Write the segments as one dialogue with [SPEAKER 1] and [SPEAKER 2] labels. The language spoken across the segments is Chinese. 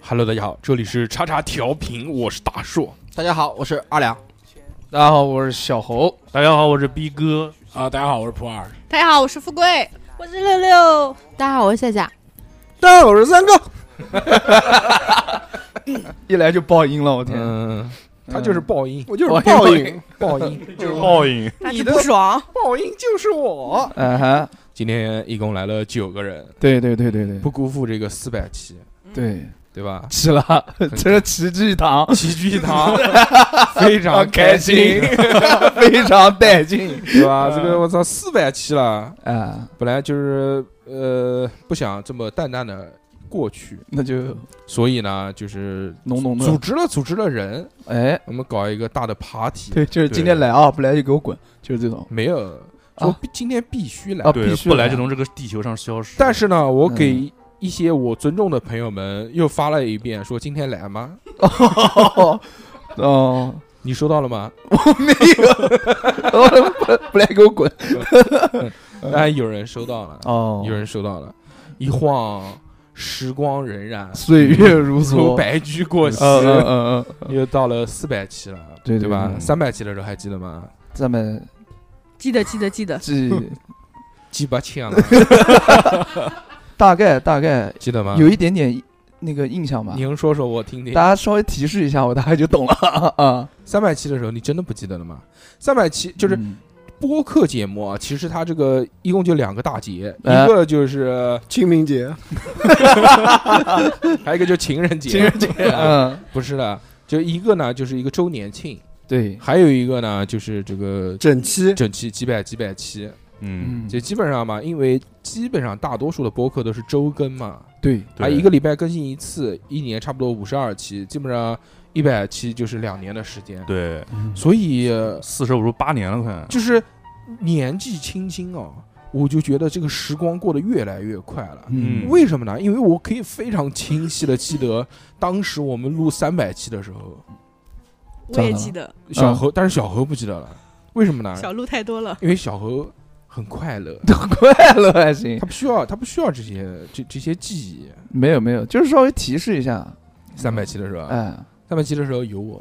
[SPEAKER 1] Hello，大家好，这里是叉叉调频，我是大硕。
[SPEAKER 2] 大家好，我是阿良。
[SPEAKER 3] 大家好，我是小侯。
[SPEAKER 4] 大家好，我是逼哥。
[SPEAKER 5] 啊，大家好，我是普洱。
[SPEAKER 6] 大家好，我是富贵。
[SPEAKER 7] 我是六六，
[SPEAKER 8] 大家好，我是夏夏。
[SPEAKER 2] 大家好，我是三哥。
[SPEAKER 3] 一来就爆音了，我天！
[SPEAKER 1] 嗯，他就是爆音，
[SPEAKER 2] 我就是报应，
[SPEAKER 1] 爆 音。
[SPEAKER 4] 就是报 应，
[SPEAKER 6] 但
[SPEAKER 2] 你
[SPEAKER 6] 是
[SPEAKER 2] 的
[SPEAKER 6] 不爽，
[SPEAKER 2] 报应就是我。
[SPEAKER 3] 嗯哼，
[SPEAKER 1] 今天一共来了九个人，
[SPEAKER 3] 对对对对对
[SPEAKER 1] 不辜负这个四百期，
[SPEAKER 3] 对，？
[SPEAKER 1] 对吧
[SPEAKER 3] 吃了，这是奇迹糖，
[SPEAKER 1] 齐聚一 堂，非常
[SPEAKER 3] 开
[SPEAKER 1] 开心，
[SPEAKER 3] 非常带劲嗯
[SPEAKER 1] 对吧？这个我操，四百期了，
[SPEAKER 3] 啊！
[SPEAKER 1] 本来就是呃不想这么淡淡的过去，
[SPEAKER 3] 那就
[SPEAKER 1] 所以呢，就是
[SPEAKER 3] 浓浓
[SPEAKER 1] 组
[SPEAKER 3] 的，
[SPEAKER 1] 织了组织了人，
[SPEAKER 3] 哎，
[SPEAKER 1] 我们搞一个大的 party。
[SPEAKER 3] 对，就是
[SPEAKER 1] 对
[SPEAKER 3] 今天来啊，不来就给我滚，就是这种
[SPEAKER 1] 没有，说必今天必须来
[SPEAKER 3] 啊，
[SPEAKER 4] 对
[SPEAKER 3] 必，须
[SPEAKER 4] 不来
[SPEAKER 3] 来
[SPEAKER 4] 就从这个地球上消失。
[SPEAKER 1] 但是呢，我
[SPEAKER 3] 嗯
[SPEAKER 1] 给一些我尊重的朋友们又发了一遍，说今天来吗？
[SPEAKER 3] 哦。 哦，
[SPEAKER 1] 你收到了吗？
[SPEAKER 3] 我没有， 不不来给我 滚！
[SPEAKER 1] 当然哎有人收到了，
[SPEAKER 3] 哦
[SPEAKER 1] 有人收到了。一晃时光荏苒，
[SPEAKER 3] 岁月如
[SPEAKER 1] 如
[SPEAKER 3] 梭，
[SPEAKER 1] 白驹过隙，
[SPEAKER 3] 嗯嗯嗯嗯，
[SPEAKER 1] 又到了四百期了，
[SPEAKER 3] 对对
[SPEAKER 1] 吧？
[SPEAKER 3] 对嗯
[SPEAKER 1] 三百期的时候还记得吗？
[SPEAKER 3] 咱们
[SPEAKER 6] 记得记得 记得，
[SPEAKER 3] 记
[SPEAKER 1] 记不清了，啊
[SPEAKER 3] 大概大概
[SPEAKER 1] 记得吗？
[SPEAKER 3] 有一点点那个印象吧，
[SPEAKER 1] 您说说我听听
[SPEAKER 3] 大。家稍微提示一下，我大概就懂了 啊。
[SPEAKER 1] 三百期的时候，你真的不记得了吗？三百期就是
[SPEAKER 3] 嗯
[SPEAKER 1] 播客节目啊，其实它这个一共就两个大节，
[SPEAKER 3] 哎
[SPEAKER 1] 一个就是
[SPEAKER 2] 清明节，
[SPEAKER 1] 还有一个就是情人节，
[SPEAKER 3] 情 人节，嗯，
[SPEAKER 1] 不是的，就一个呢就是一个周年庆，
[SPEAKER 3] 对，
[SPEAKER 1] 还有一个呢就是这个
[SPEAKER 2] 整期
[SPEAKER 1] 整期几百几百期，
[SPEAKER 4] 嗯，
[SPEAKER 1] 就基本上嘛，因为基本上大多数的播客都是周更嘛，
[SPEAKER 3] 对，
[SPEAKER 1] 啊
[SPEAKER 4] 对
[SPEAKER 1] 一个礼拜更新一次，一年差不多五十二期，基本上一百期就是两年的时间，
[SPEAKER 4] 对，
[SPEAKER 1] 所以呃
[SPEAKER 4] 四舍五入八年了，快。
[SPEAKER 1] 就是年纪轻轻啊，我就觉得这个时光过得越来越快了。
[SPEAKER 4] 嗯
[SPEAKER 1] 为什么呢？因为我可以非常清晰的记得，当时我们录三百期的时候，
[SPEAKER 6] 我也记得。
[SPEAKER 1] 小何，但是小何不记得了，为什么呢？
[SPEAKER 6] 小鹿太多了，
[SPEAKER 1] 因为小何很快乐，
[SPEAKER 3] 都快乐还行
[SPEAKER 1] 他。不需要，他不需要这些这这些记忆。
[SPEAKER 3] 没有没有，就是稍微提示一下，
[SPEAKER 1] 三百期的时候，
[SPEAKER 3] 哎，
[SPEAKER 1] 三百期的时候有 我，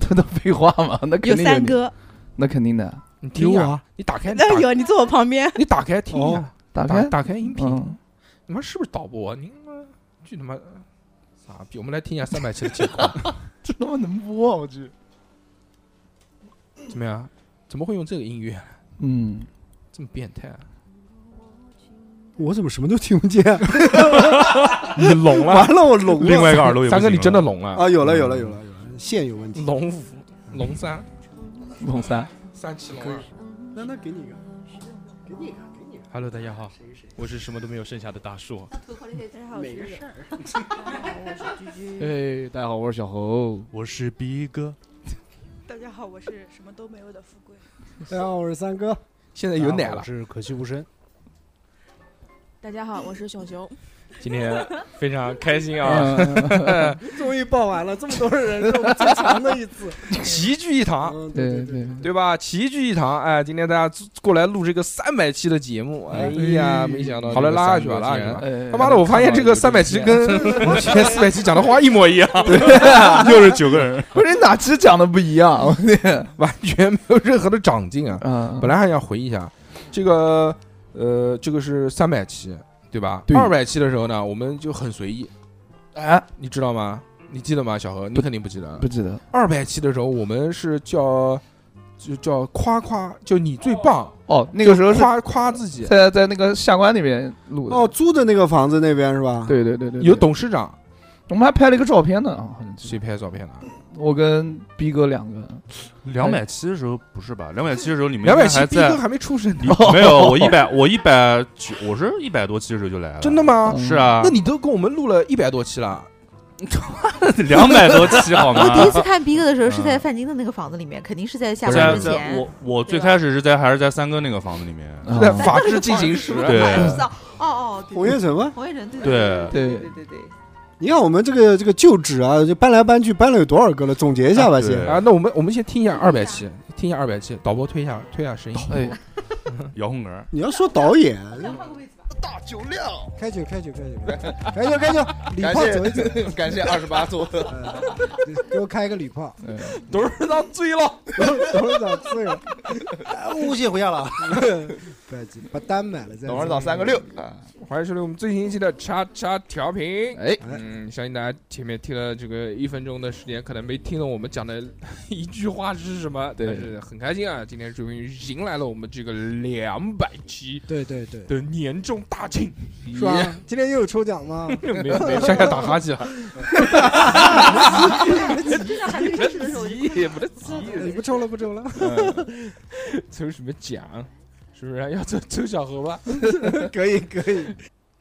[SPEAKER 3] 这都废话嘛，那肯定
[SPEAKER 6] 有
[SPEAKER 3] 你
[SPEAKER 6] 三，哥，
[SPEAKER 3] 那肯定的。
[SPEAKER 1] 你听
[SPEAKER 2] 有
[SPEAKER 1] 呀
[SPEAKER 3] 啊
[SPEAKER 2] 我，
[SPEAKER 1] 你打开，你打
[SPEAKER 6] 那有你坐我旁边，
[SPEAKER 1] 你打开听
[SPEAKER 2] 哦
[SPEAKER 1] 呀，
[SPEAKER 3] 打
[SPEAKER 1] 打
[SPEAKER 3] 开，
[SPEAKER 1] 打开音频，
[SPEAKER 3] 嗯，
[SPEAKER 1] 你妈是不是导播？你他妈去他妈傻逼！我们来听一下三百期的情况，
[SPEAKER 3] 这他妈能播啊！我去，
[SPEAKER 1] 怎么样？怎么会用这个音乐？
[SPEAKER 3] 嗯，
[SPEAKER 1] 这么变态啊？
[SPEAKER 2] 我怎么什么都听不见？
[SPEAKER 1] 你聋了？
[SPEAKER 2] 完了，我聋了。
[SPEAKER 4] 另外一个耳朵有
[SPEAKER 1] 三哥，你真的聋了？
[SPEAKER 2] 啊，有了，有了，有了，有了，线有问题。
[SPEAKER 1] 聋五、聋三、
[SPEAKER 3] 龙三，
[SPEAKER 1] 三期聋二。
[SPEAKER 2] 那那给你一个，给你一个，给你一个。
[SPEAKER 1] Hello，大家好，我是什么都没有剩下的大树。
[SPEAKER 2] 每个事儿，
[SPEAKER 3] 哎，大家好，我是小侯。
[SPEAKER 4] 我是逼哥，
[SPEAKER 6] 大家好，我是什么都没有的富贵。
[SPEAKER 2] 大家好，哎我是三哥，
[SPEAKER 1] 现在有奶了。
[SPEAKER 5] 是可惜无声。
[SPEAKER 8] 大家好，我是熊熊。
[SPEAKER 1] 今天非常开心啊，
[SPEAKER 3] 嗯，
[SPEAKER 2] 终于报完了，这么多人是我们最强的一次。
[SPEAKER 1] 齐聚一堂，
[SPEAKER 2] 嗯，
[SPEAKER 3] 对
[SPEAKER 2] 对
[SPEAKER 3] 对，
[SPEAKER 1] 对吧？齐聚一堂，哎，今天大家坐过来录这个三百期的节目，哎呀，没想到，好了，拉下去吧，拉下去吧。
[SPEAKER 3] 哎
[SPEAKER 1] 他妈的，我发现这个三百期跟前四百期讲的话一 模一样，
[SPEAKER 3] 哎
[SPEAKER 4] 又是九个人。
[SPEAKER 3] 不是哪期讲的不一样？ 我天，
[SPEAKER 1] 完全没有任何的长进啊！
[SPEAKER 3] 啊，
[SPEAKER 1] 本
[SPEAKER 3] 来
[SPEAKER 1] 来还想回忆一下，这个呃，这个是三百期，对吧？
[SPEAKER 3] 对
[SPEAKER 1] 二百期的时候呢，我们就很随意，
[SPEAKER 3] 哎，
[SPEAKER 1] 你知道吗？你记得吗，小何？你肯定不记得。
[SPEAKER 3] 不记得
[SPEAKER 1] 二百期的时候，我们是叫就叫夸夸，就你最棒，
[SPEAKER 3] 哦，那个时候是
[SPEAKER 1] 夸夸自己。
[SPEAKER 3] 在在那个下关那边录的。
[SPEAKER 2] 哦，，租的那个房子那边是吧？，
[SPEAKER 3] 对对对对，对
[SPEAKER 1] 有董事长，
[SPEAKER 3] 我们还拍了一个照片呢，啊，好像记得
[SPEAKER 1] 谁拍照片了？
[SPEAKER 3] 我跟逼哥两个，哎
[SPEAKER 4] 两百七的时候不是吧？两百七的时候你们
[SPEAKER 1] 两百期
[SPEAKER 4] 还
[SPEAKER 1] 逼哥
[SPEAKER 4] 在。
[SPEAKER 1] 还没出生呢，
[SPEAKER 4] 没有，我一百，我一百九，我是一百多期的时候就来了。
[SPEAKER 1] 真的？吗？
[SPEAKER 4] 是啊，
[SPEAKER 1] 嗯那你都跟我们录了一百多期了，
[SPEAKER 4] 两百多期好吗
[SPEAKER 8] 我？第一次看逼哥的时候是在范金的那个房子里面，肯定是在下
[SPEAKER 4] 不是
[SPEAKER 8] 班
[SPEAKER 4] 在
[SPEAKER 8] 之
[SPEAKER 4] 在
[SPEAKER 8] 前。
[SPEAKER 4] 我我最
[SPEAKER 8] 对吧
[SPEAKER 4] 开始是在还是在三哥那个房子里面？嗯
[SPEAKER 3] 啊
[SPEAKER 1] 在 法制进行 时，
[SPEAKER 4] 对
[SPEAKER 8] 哦哦，对
[SPEAKER 2] 红叶城吗？
[SPEAKER 8] 红叶城，对
[SPEAKER 4] 对
[SPEAKER 8] 对
[SPEAKER 3] 对
[SPEAKER 8] 对对对，
[SPEAKER 2] 你看我们这个这个旧址啊，就搬来搬去，搬了有多少个了？总结一下吧，
[SPEAKER 4] 啊对
[SPEAKER 2] 先。
[SPEAKER 1] 啊，那我们我们先听一下二百期，听一下二百期，导播推一下推一下声音。
[SPEAKER 3] 哎，
[SPEAKER 4] 遥控格儿，
[SPEAKER 2] 你要说导演，
[SPEAKER 8] 想换个位置吧。
[SPEAKER 3] 大酒量。
[SPEAKER 2] 开酒，开酒，开酒，开酒，开酒，礼
[SPEAKER 3] 感
[SPEAKER 2] 炮走一走，
[SPEAKER 3] 谢感谢二十八 座，
[SPEAKER 2] 嗯给我开一个礼炮，
[SPEAKER 1] 董事长醉 了，
[SPEAKER 2] 董事长醉了，
[SPEAKER 5] 诬陷回家了。
[SPEAKER 2] 不要紧，把单买了再。
[SPEAKER 3] 董事长三个六啊！
[SPEAKER 1] 欢迎收听我们最新一期的叉叉调频。
[SPEAKER 3] 哎，
[SPEAKER 1] 嗯，相信大家前面听了这个一分钟的时间，可能没听懂我们讲的 一句话是什么，
[SPEAKER 3] 对
[SPEAKER 1] 但是很开心啊，今天终于迎来了我们这个两百期
[SPEAKER 2] 对对对，
[SPEAKER 1] 的年终大庆，
[SPEAKER 2] 是吧？今天又有抽奖吗？
[SPEAKER 1] 没有没有，夏夏打哈欠，
[SPEAKER 8] 真的还没开始的时候我就
[SPEAKER 1] 急也不得急，
[SPEAKER 2] 你不抽了，不抽了，
[SPEAKER 1] 抽什么奖？是不是要抽抽小猴吧？
[SPEAKER 2] 可以可以，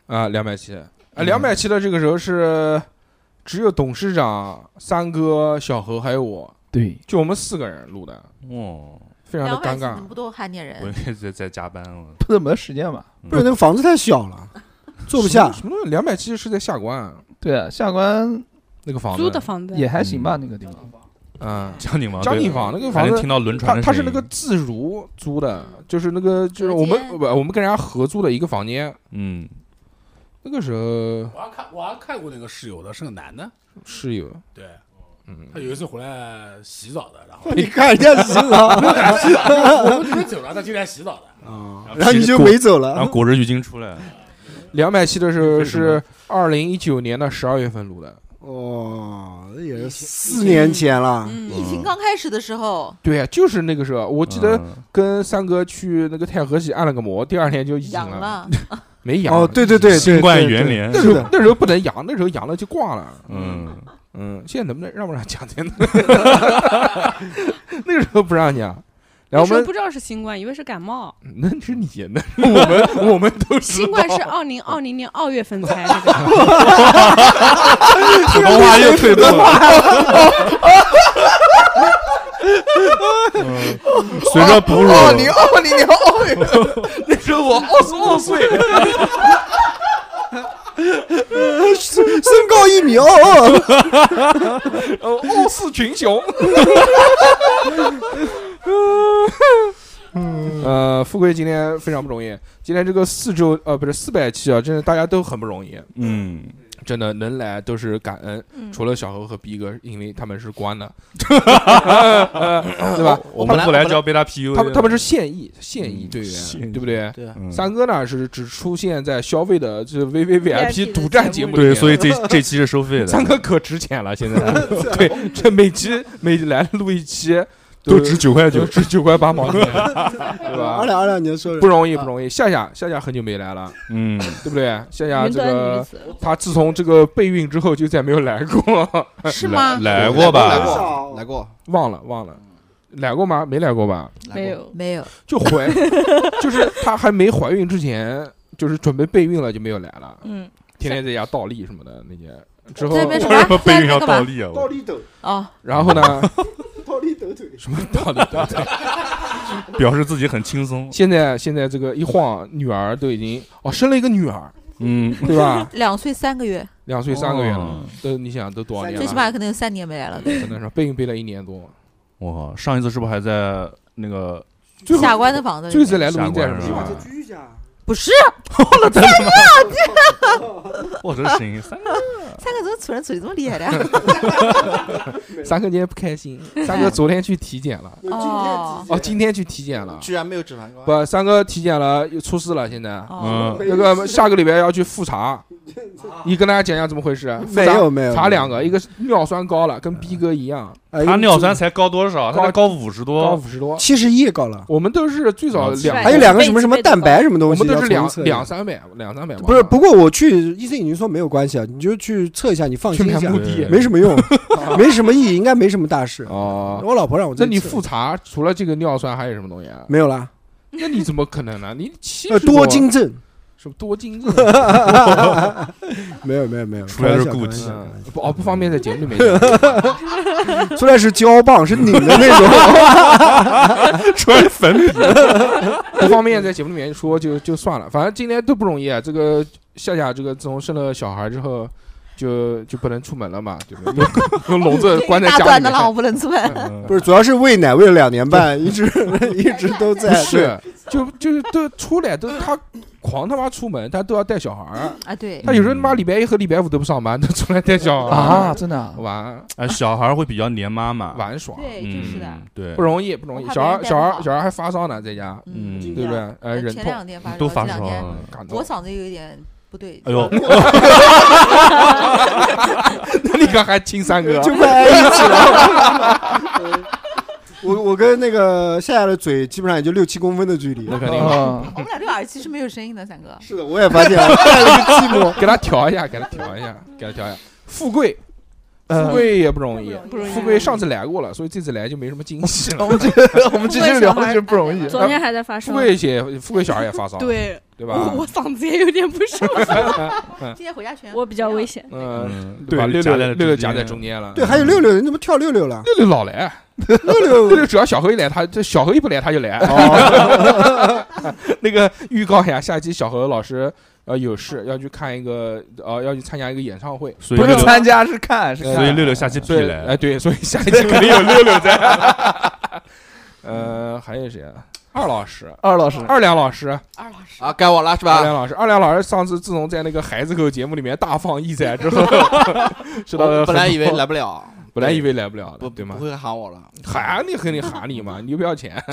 [SPEAKER 1] 啊，两百期啊，两百期的这个时候是只有董事长、三哥、小何还有我，
[SPEAKER 3] 对，
[SPEAKER 1] 就我们四个人录的，
[SPEAKER 4] 哦，
[SPEAKER 1] 非常的
[SPEAKER 8] 两百
[SPEAKER 1] 尴
[SPEAKER 8] 次你
[SPEAKER 1] 尬
[SPEAKER 8] 们。不都汉奸
[SPEAKER 4] 我应
[SPEAKER 8] 人？
[SPEAKER 4] 该在在加班啊了。
[SPEAKER 3] 不怎么时间嘛。
[SPEAKER 2] 不是那个房子太小了，坐不下。
[SPEAKER 1] 什么东西？两百七是在下关啊
[SPEAKER 3] 对啊，下关
[SPEAKER 1] 那个房子，
[SPEAKER 7] 租的房子，
[SPEAKER 3] 也还行吧，那个地方。
[SPEAKER 1] 嗯，
[SPEAKER 4] 啊江景房，
[SPEAKER 1] 江景房那
[SPEAKER 4] 对
[SPEAKER 1] 个
[SPEAKER 4] 还
[SPEAKER 1] 房
[SPEAKER 4] 能
[SPEAKER 1] 子
[SPEAKER 4] 听，到轮船
[SPEAKER 1] 它
[SPEAKER 4] 的
[SPEAKER 1] 它是
[SPEAKER 4] 声
[SPEAKER 1] 那个
[SPEAKER 4] 音
[SPEAKER 1] 自如租的，就是那个就是
[SPEAKER 8] 隔
[SPEAKER 1] 我们
[SPEAKER 8] 间
[SPEAKER 1] 不我们跟人家合租的一个房间。
[SPEAKER 4] 嗯，
[SPEAKER 1] 那个时候
[SPEAKER 5] 我还看我还看过那个室友的，是个男的，
[SPEAKER 1] 室友，
[SPEAKER 5] 对
[SPEAKER 1] 嗯，
[SPEAKER 5] 他有一次回来洗澡的，然后
[SPEAKER 2] 你看人家洗澡
[SPEAKER 5] 我们准备走了，他进来洗澡的，
[SPEAKER 4] 然
[SPEAKER 2] 啊，
[SPEAKER 4] 后
[SPEAKER 2] 然后你就
[SPEAKER 4] 裹
[SPEAKER 2] 没走
[SPEAKER 4] 然后
[SPEAKER 2] 了。
[SPEAKER 4] 裹着浴巾出来，
[SPEAKER 1] 两百期的时候
[SPEAKER 4] 这是什么
[SPEAKER 1] 是二零一九年的十二月份录的。
[SPEAKER 2] 哦，那也是四年前了，
[SPEAKER 7] 嗯
[SPEAKER 8] 疫情刚开始的时候，
[SPEAKER 1] 对呀，就是那个时候，我
[SPEAKER 4] 我
[SPEAKER 1] 记
[SPEAKER 2] 嗯
[SPEAKER 1] 得跟三哥去那个太和喜按了个摩，第二天就阳
[SPEAKER 8] 阳了，
[SPEAKER 1] 没阳。
[SPEAKER 2] 哦，对对对，
[SPEAKER 4] 新冠
[SPEAKER 2] 对对
[SPEAKER 4] 元
[SPEAKER 2] 对
[SPEAKER 4] 年
[SPEAKER 1] 那，时
[SPEAKER 2] 是
[SPEAKER 1] 候
[SPEAKER 2] 的
[SPEAKER 1] 那时候不能阳，那时候阳了就挂了。
[SPEAKER 4] 嗯，
[SPEAKER 1] 嗯，现在能不能让不让讲天呢？ 那个时候不让讲，然
[SPEAKER 7] 那
[SPEAKER 1] 后
[SPEAKER 7] 时
[SPEAKER 1] 我
[SPEAKER 7] 候
[SPEAKER 1] 们
[SPEAKER 7] 不知道是新冠，以为是感冒。
[SPEAKER 1] 那是你，那是我们，我们都知
[SPEAKER 7] 新
[SPEAKER 1] 道
[SPEAKER 7] 冠。 是二零二零年二月份才那个，
[SPEAKER 4] 普通话又退步了。嗯 随着哺乳，
[SPEAKER 2] 哦
[SPEAKER 3] 二零二零年奥运，
[SPEAKER 1] 那时候我二十二岁，
[SPEAKER 2] 身高一米二二，
[SPEAKER 1] 呃，傲视群雄。呃，富贵今天非常不容易，今天这个四周呃不是四百期啊，真的大家都很不容易，
[SPEAKER 4] 嗯，
[SPEAKER 1] 真的能来都是感恩，
[SPEAKER 6] 嗯
[SPEAKER 1] 除了小何和逼哥，因为他们是关 的，对吧？
[SPEAKER 4] 我们
[SPEAKER 1] 他
[SPEAKER 4] 不来教被他 PU，
[SPEAKER 1] 他们他们是现役现役嗯
[SPEAKER 4] 嗯
[SPEAKER 1] 队
[SPEAKER 4] 现
[SPEAKER 1] 员，
[SPEAKER 4] 役
[SPEAKER 1] 对不对？
[SPEAKER 5] 对啊，
[SPEAKER 1] 三哥呢是只出现在消费的这 V V V I P 独占节目里面，
[SPEAKER 4] 对，所以这这期是收费
[SPEAKER 1] 三
[SPEAKER 4] 的，
[SPEAKER 1] 哥可值钱了。 现在对，这每期每来录一期
[SPEAKER 4] 都值九块
[SPEAKER 1] 就
[SPEAKER 4] 九。
[SPEAKER 1] 值九块八毛钱，对
[SPEAKER 2] 二
[SPEAKER 1] 吧？
[SPEAKER 2] 两二两年说人
[SPEAKER 1] 不容
[SPEAKER 8] 啊
[SPEAKER 1] 易，不容易。夏夏，夏夏很久没来了，
[SPEAKER 4] 嗯，
[SPEAKER 1] 对不对？夏夏
[SPEAKER 7] 云
[SPEAKER 1] 这
[SPEAKER 7] 端女
[SPEAKER 1] 个，
[SPEAKER 7] 子，
[SPEAKER 1] 她自从这个备孕之后就再没有来过，
[SPEAKER 8] 是吗？
[SPEAKER 4] 来来过吧？
[SPEAKER 3] 来过，
[SPEAKER 2] 少
[SPEAKER 3] 来过，
[SPEAKER 1] 忘了忘了，来过吗？没来过吧？
[SPEAKER 3] 来过
[SPEAKER 7] 没。有，
[SPEAKER 8] 没有，
[SPEAKER 1] 就怀，就是她还没怀孕之前，就是准备备孕了就没有来了，
[SPEAKER 6] 嗯，
[SPEAKER 1] 天天在家倒立什么的那些。之后
[SPEAKER 8] 在，那边什
[SPEAKER 4] 为什么
[SPEAKER 8] 么？
[SPEAKER 4] 备
[SPEAKER 8] 在
[SPEAKER 4] 孕
[SPEAKER 8] 那
[SPEAKER 4] 要
[SPEAKER 8] 干
[SPEAKER 4] 倒
[SPEAKER 8] 嘛？
[SPEAKER 4] 立啊？
[SPEAKER 2] 倒立抖，
[SPEAKER 8] 哦，
[SPEAKER 1] 然后 呢？
[SPEAKER 2] 倒立抖腿。
[SPEAKER 1] 什么道理？对不对
[SPEAKER 4] 表示自己很轻松。
[SPEAKER 1] 现在现在这个一晃，女儿都已经哦生了一个女儿，
[SPEAKER 4] 嗯，
[SPEAKER 1] 对吧？
[SPEAKER 8] 两岁三个月，
[SPEAKER 1] 两岁三个月了
[SPEAKER 4] 哦，
[SPEAKER 1] 都你想都多少年
[SPEAKER 8] 最起
[SPEAKER 1] 了？
[SPEAKER 8] 码可能有三年没来了。
[SPEAKER 1] 真的是备孕备了一年多，
[SPEAKER 4] 我靠，上一次是不是还在那个
[SPEAKER 1] 最后
[SPEAKER 8] 下关的房子里
[SPEAKER 1] 这
[SPEAKER 8] 面，
[SPEAKER 1] 次来录音在什么地
[SPEAKER 4] 下关是
[SPEAKER 1] 方
[SPEAKER 4] 吧？
[SPEAKER 2] 居家，
[SPEAKER 8] 不是
[SPEAKER 4] 我这声音？三个
[SPEAKER 8] 三个怎么存人嘴这么厉害的啊呀？
[SPEAKER 1] 三哥今天不开心，三哥昨天去体检了，
[SPEAKER 8] 哦，
[SPEAKER 1] 哦，今天去体检了。
[SPEAKER 5] 居然没有脂肪肝，
[SPEAKER 1] 不，三哥体检了，又出事了，现在
[SPEAKER 4] 嗯，
[SPEAKER 1] 那个下个礼拜要去复查，你跟大家讲讲怎么回事？
[SPEAKER 2] 没
[SPEAKER 1] 复
[SPEAKER 2] 有
[SPEAKER 1] 查
[SPEAKER 2] 没有哎
[SPEAKER 1] 查两个，一个是尿酸高了，跟逼哥一样，
[SPEAKER 4] 他尿酸才高多少？他才高五十
[SPEAKER 1] 高
[SPEAKER 4] 多
[SPEAKER 1] 五。十多。
[SPEAKER 2] 七十一高了，
[SPEAKER 1] 我们都是最少
[SPEAKER 4] 哦
[SPEAKER 1] 两，
[SPEAKER 7] 哎
[SPEAKER 2] 还有两个什么什么蛋白什么
[SPEAKER 1] 我
[SPEAKER 2] 东西
[SPEAKER 1] 们
[SPEAKER 2] 要
[SPEAKER 1] 都是两
[SPEAKER 2] 重测一下
[SPEAKER 1] 两三百，两三百吧。
[SPEAKER 2] 不是，不过我去医生已经说没有关系啊，你就去测一下，你放
[SPEAKER 1] 去
[SPEAKER 2] 心一
[SPEAKER 1] 买
[SPEAKER 2] 下
[SPEAKER 1] 墓，地
[SPEAKER 4] 对
[SPEAKER 2] 没什 么用，没什么意义，应该没什么大事。
[SPEAKER 1] 哦。
[SPEAKER 2] 我老婆让我
[SPEAKER 1] 那
[SPEAKER 2] 再
[SPEAKER 1] 你
[SPEAKER 2] 测
[SPEAKER 1] 复查除了这个尿酸还有什么东西啊？
[SPEAKER 2] 没有啦？
[SPEAKER 1] 那你怎么可能呢？你七
[SPEAKER 2] 呃，
[SPEAKER 1] 十
[SPEAKER 2] 多金症
[SPEAKER 1] 什么多金症？
[SPEAKER 2] 没有没有没有，
[SPEAKER 4] 出来是
[SPEAKER 2] 开玩
[SPEAKER 4] 固
[SPEAKER 2] 笑
[SPEAKER 4] 体
[SPEAKER 2] 开玩笑
[SPEAKER 1] 嗯不哦，不方便在节目里面讲。
[SPEAKER 2] 出来是胶棒，是拧的那
[SPEAKER 4] 穿粉笔，
[SPEAKER 1] 不方便在节目里面说就就算了，反正今天都不容易啊。这个夏夏这个自从生了小孩之后，就就不能出门了嘛，对不对？用 笼子关 在
[SPEAKER 8] 大
[SPEAKER 1] 家
[SPEAKER 8] 段
[SPEAKER 1] 里
[SPEAKER 8] 的了，我
[SPEAKER 1] 面。嗯
[SPEAKER 8] 不能出门。
[SPEAKER 2] 不是，主要是喂奶喂了两年半，一直一直都在
[SPEAKER 1] 不。是，就就是都出来都他狂他妈出门，他都要带小孩儿。
[SPEAKER 8] 啊，对，
[SPEAKER 1] 他有时候他妈礼拜一和礼拜五都不上班，都出来带小孩
[SPEAKER 3] 啊，
[SPEAKER 1] 儿
[SPEAKER 3] 真的啊，
[SPEAKER 1] 玩
[SPEAKER 4] 哎，小孩会比较黏妈妈，
[SPEAKER 1] 玩耍，
[SPEAKER 8] 对，
[SPEAKER 4] 嗯
[SPEAKER 8] 就是的。，
[SPEAKER 4] 对
[SPEAKER 1] 不，容易不容易。
[SPEAKER 8] 我怕
[SPEAKER 1] 小
[SPEAKER 8] 别
[SPEAKER 1] 孩
[SPEAKER 8] 人带
[SPEAKER 1] 小
[SPEAKER 8] 不
[SPEAKER 1] 孩
[SPEAKER 8] 好
[SPEAKER 1] 小孩还发烧呢，在家，
[SPEAKER 4] 嗯
[SPEAKER 8] 嗯
[SPEAKER 1] 对不对？呃，
[SPEAKER 8] 呃
[SPEAKER 1] 忍
[SPEAKER 8] 前
[SPEAKER 1] 痛
[SPEAKER 8] 两天发烧，
[SPEAKER 4] 都发
[SPEAKER 8] 这
[SPEAKER 4] 烧
[SPEAKER 8] 两天
[SPEAKER 4] 了，
[SPEAKER 1] 感动
[SPEAKER 8] 我。嗓子有一点不对。
[SPEAKER 4] 哎呦，
[SPEAKER 1] 那你刚还亲三哥，
[SPEAKER 2] 就快挨一起了。我我跟那个夏夏的嘴基本上也就六七公分的距离。
[SPEAKER 1] 那肯定的
[SPEAKER 2] 嗯
[SPEAKER 3] 啊，
[SPEAKER 8] 我们俩这个耳机是没有声音的，三哥。
[SPEAKER 2] 是的，我也发现了，带了个寂 寞。
[SPEAKER 1] 给他调一下，给他调一下，给他调一下。富贵，富
[SPEAKER 3] 呃，
[SPEAKER 1] 贵也不容易。
[SPEAKER 7] 不容易
[SPEAKER 1] 富贵上次来过了，所以这次来就没什么惊喜了
[SPEAKER 3] 我。们这个 我们这些聊的就不容易，
[SPEAKER 7] 昨天还在发烧
[SPEAKER 1] 富，贵姐，富贵小孩也发 烧，
[SPEAKER 6] 对，
[SPEAKER 1] 对吧
[SPEAKER 7] 我？我嗓子也有点不舒服，
[SPEAKER 8] 今天回家全
[SPEAKER 7] 我比较危险。
[SPEAKER 1] 嗯，
[SPEAKER 4] 嗯
[SPEAKER 1] 把六
[SPEAKER 4] 夹
[SPEAKER 1] 六
[SPEAKER 4] 在了
[SPEAKER 1] 六六夹
[SPEAKER 4] 中
[SPEAKER 1] 在
[SPEAKER 4] 间
[SPEAKER 1] 中间了。
[SPEAKER 2] 对，还有六六，你怎么跳六六了？
[SPEAKER 1] 六六老来，
[SPEAKER 2] 六
[SPEAKER 1] 六
[SPEAKER 2] 六
[SPEAKER 1] 六只要小何一来，他这小何一不来他就来。
[SPEAKER 3] 哦
[SPEAKER 1] 那个预告一下，下期小何老师呃有事要去看一个呃要去参加一个演唱会，
[SPEAKER 4] 所以
[SPEAKER 3] 不是
[SPEAKER 4] 六六，
[SPEAKER 3] 参加是看是看，
[SPEAKER 4] 所以六六下期必
[SPEAKER 1] 所以哎
[SPEAKER 4] 来，
[SPEAKER 1] 对，所以下 期肯定有六六在。 呃，还有谁啊？二老师，
[SPEAKER 3] 二老师
[SPEAKER 1] 二两老师，
[SPEAKER 6] 二老师
[SPEAKER 3] 啊，该我了是
[SPEAKER 1] 二？良老师，二良老师上次自从在那个孩子口节目里面大放异 彩之后， 知道了很多
[SPEAKER 9] 本来以为来，不了，
[SPEAKER 1] 本来以为来不了的，
[SPEAKER 9] 不
[SPEAKER 1] 对吗
[SPEAKER 9] 不？会喊我了，
[SPEAKER 1] 喊 你肯定喊 你嘛，你又不要钱。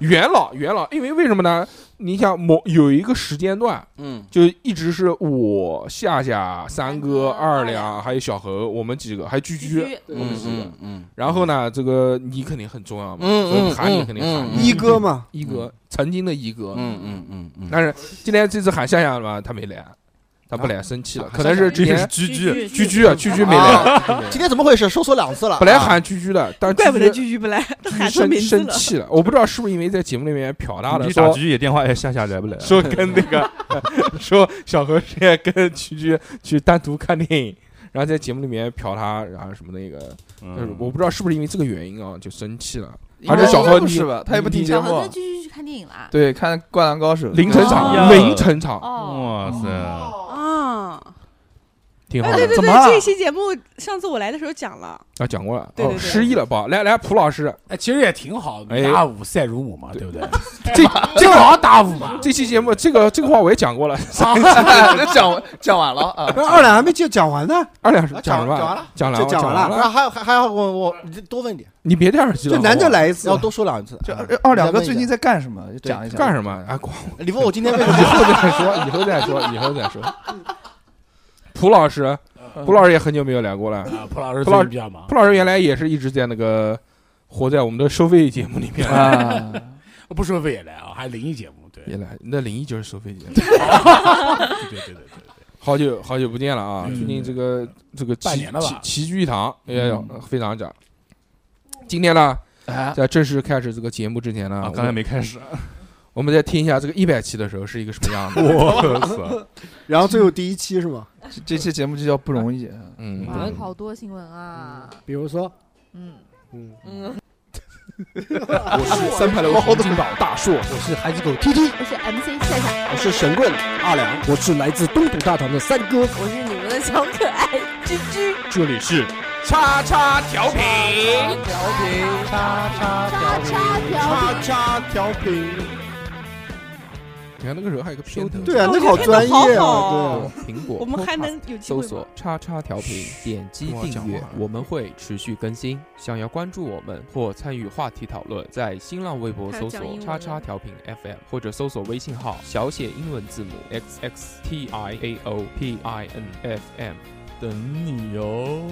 [SPEAKER 1] 元老元老，因为为什么呢？你想某有一个时间段，
[SPEAKER 9] 嗯，
[SPEAKER 1] 就一直是我夏夏、
[SPEAKER 8] 三
[SPEAKER 1] 三哥、
[SPEAKER 8] 哥
[SPEAKER 1] 二
[SPEAKER 8] 二两
[SPEAKER 1] 两，还有小何，我们几个，还有居居。我们
[SPEAKER 9] 嗯
[SPEAKER 1] 几个
[SPEAKER 9] 嗯嗯，
[SPEAKER 1] 然后呢，这个你肯定很重要嘛，
[SPEAKER 9] 嗯
[SPEAKER 1] 所以
[SPEAKER 9] 嗯
[SPEAKER 1] 喊你
[SPEAKER 9] 嗯
[SPEAKER 1] 肯定喊
[SPEAKER 9] 嗯
[SPEAKER 1] 你
[SPEAKER 2] 一哥嘛，
[SPEAKER 1] 一哥，曾经的一哥，
[SPEAKER 9] 嗯嗯嗯嗯，
[SPEAKER 1] 但是今天这次喊夏夏了嘛，他没来，啊他
[SPEAKER 9] 啊
[SPEAKER 1] 不来，生气了，可能是今
[SPEAKER 4] 这个是
[SPEAKER 1] 天
[SPEAKER 4] 居居，
[SPEAKER 1] 居居啊，居居没来，
[SPEAKER 9] 嗯啊今天怎么回事？收缩两次了，
[SPEAKER 1] 本来喊居居的，但
[SPEAKER 6] 怪不得
[SPEAKER 1] 居
[SPEAKER 6] 句句不来，
[SPEAKER 1] 居
[SPEAKER 6] 喊错
[SPEAKER 1] 生
[SPEAKER 6] 名字
[SPEAKER 1] 啊生
[SPEAKER 6] 了。
[SPEAKER 1] 气了，我不知道是不是因为在节目里面瞟他的
[SPEAKER 4] 你打
[SPEAKER 1] 说
[SPEAKER 4] 居居也电话，哎，夏夏来不来？
[SPEAKER 1] 说跟那 个 说小何实验跟 居居去单独看电影。然后在节目里面瞟他，然后什么那个，就是
[SPEAKER 4] 嗯
[SPEAKER 1] 我不知道是不是因为这个原因啊，就生气了。
[SPEAKER 3] 还
[SPEAKER 1] 还
[SPEAKER 3] 是
[SPEAKER 1] 是
[SPEAKER 3] 小何
[SPEAKER 1] 小何
[SPEAKER 3] 不
[SPEAKER 1] 你
[SPEAKER 3] 是吧？他也不听节
[SPEAKER 8] 小何
[SPEAKER 3] 目啊
[SPEAKER 8] 再，继续去看电影啦。
[SPEAKER 3] 对，看《灌篮高手》
[SPEAKER 1] 凌晨场，
[SPEAKER 4] 哦
[SPEAKER 1] 凌晨场，
[SPEAKER 8] 哦，
[SPEAKER 4] 哇塞，
[SPEAKER 6] 啊，
[SPEAKER 1] 挺好
[SPEAKER 6] 哎，
[SPEAKER 1] 的
[SPEAKER 6] 对对
[SPEAKER 3] 怎
[SPEAKER 6] 对
[SPEAKER 3] 么，了
[SPEAKER 6] 这一期节目上次我来的时候讲了，
[SPEAKER 1] 啊，讲过了，
[SPEAKER 6] 对对
[SPEAKER 1] 哦
[SPEAKER 6] 对
[SPEAKER 1] 失忆了吧？来来，蒲老师，
[SPEAKER 5] 哎，其实也挺好，
[SPEAKER 1] 哎
[SPEAKER 5] 打五赛乳母嘛，对不对？
[SPEAKER 1] 这
[SPEAKER 5] 正好打五嘛，
[SPEAKER 1] 这期节目这个这个话我也 讲过了，
[SPEAKER 3] 啊
[SPEAKER 9] 那讲讲完了啊，
[SPEAKER 2] 那二两还没讲讲完呢，
[SPEAKER 1] 二两是
[SPEAKER 9] 啊讲
[SPEAKER 1] 讲什么？
[SPEAKER 9] 讲完了
[SPEAKER 1] 讲
[SPEAKER 2] 就
[SPEAKER 1] 了，
[SPEAKER 2] 讲
[SPEAKER 1] 完
[SPEAKER 2] 完
[SPEAKER 10] 啊
[SPEAKER 2] 了
[SPEAKER 9] 然后还有还还要我我你多问点，
[SPEAKER 1] 你别戴耳机了，
[SPEAKER 2] 就难
[SPEAKER 1] 好
[SPEAKER 2] 得
[SPEAKER 1] 不好
[SPEAKER 2] 来一次
[SPEAKER 9] 要。多说两次。
[SPEAKER 3] 就
[SPEAKER 9] 啊
[SPEAKER 3] 二二两哥最近在干什么？讲一下
[SPEAKER 1] 干什么？哎，光
[SPEAKER 9] 你问我今天为什
[SPEAKER 1] 以
[SPEAKER 9] 么？
[SPEAKER 1] 后再说，以后再说，以后再说。蒲老师，蒲老师也很久没有来过了。
[SPEAKER 5] 嗯啊，蒲老师
[SPEAKER 1] 蒲老
[SPEAKER 5] 最近
[SPEAKER 1] 师
[SPEAKER 5] 比较忙
[SPEAKER 1] 蒲，老师原来也是一直在那个活在我们的收费节目里面
[SPEAKER 3] 啊？
[SPEAKER 5] 不收费也来啊，还灵异节目，对
[SPEAKER 1] 也来，那灵异就是收费节目。
[SPEAKER 5] 对对对对对，
[SPEAKER 1] 好久好久不见了啊！
[SPEAKER 5] 嗯
[SPEAKER 1] 最近这个这个
[SPEAKER 5] 半
[SPEAKER 1] 齐
[SPEAKER 5] 年了
[SPEAKER 1] 齐
[SPEAKER 5] 吧
[SPEAKER 1] 齐聚一堂，哎呀
[SPEAKER 3] 嗯，
[SPEAKER 1] 非常讲。今天呢，
[SPEAKER 5] 哎
[SPEAKER 3] 啊，
[SPEAKER 1] 在正式开始这个节目之前呢，
[SPEAKER 4] 啊，
[SPEAKER 1] 我
[SPEAKER 4] 刚才没开始，
[SPEAKER 1] 我们再听一下这个一百期的时候是一个什么样的。
[SPEAKER 4] 我操，
[SPEAKER 2] 然后最后第一期是吗？
[SPEAKER 3] 这这期节目就叫不容易。
[SPEAKER 1] 嗯，
[SPEAKER 8] 哇，好多新闻啊，
[SPEAKER 2] 比如说，
[SPEAKER 8] 嗯，
[SPEAKER 2] 嗯，
[SPEAKER 1] 我是三牌楼洪金宝大硕，
[SPEAKER 2] 我是孩子狗 T T，
[SPEAKER 8] 我是 MC 夏夏，
[SPEAKER 2] 我是神棍二两，我是来自东土大唐的三哥。
[SPEAKER 8] 我是你们的小可爱居居，
[SPEAKER 4] 这里是
[SPEAKER 1] 叉叉调 频。
[SPEAKER 8] 叉叉调皮，
[SPEAKER 1] 你看那个时候还有个片头，
[SPEAKER 2] 对啊，
[SPEAKER 6] 哦
[SPEAKER 2] 那个好专业
[SPEAKER 6] 这个好
[SPEAKER 2] 啊，
[SPEAKER 6] 好
[SPEAKER 2] 对
[SPEAKER 6] 哦
[SPEAKER 2] 啊。
[SPEAKER 11] 苹果
[SPEAKER 6] 我们还能有机
[SPEAKER 11] 搜
[SPEAKER 6] 会吗
[SPEAKER 11] 索？“叉叉调频”，点击
[SPEAKER 1] 跟我讲
[SPEAKER 11] 订阅
[SPEAKER 1] 话，
[SPEAKER 11] 我们会持续更新。想要关注我们或参与话题讨论，在新浪微博
[SPEAKER 7] 还
[SPEAKER 11] 搜
[SPEAKER 7] 讲
[SPEAKER 11] 索
[SPEAKER 7] 英
[SPEAKER 11] “
[SPEAKER 7] 文
[SPEAKER 11] 叉
[SPEAKER 7] 了
[SPEAKER 11] 叉调频 FM” 或者搜索微信号小写英文字母 x x t i a o p i n f m，等你哟。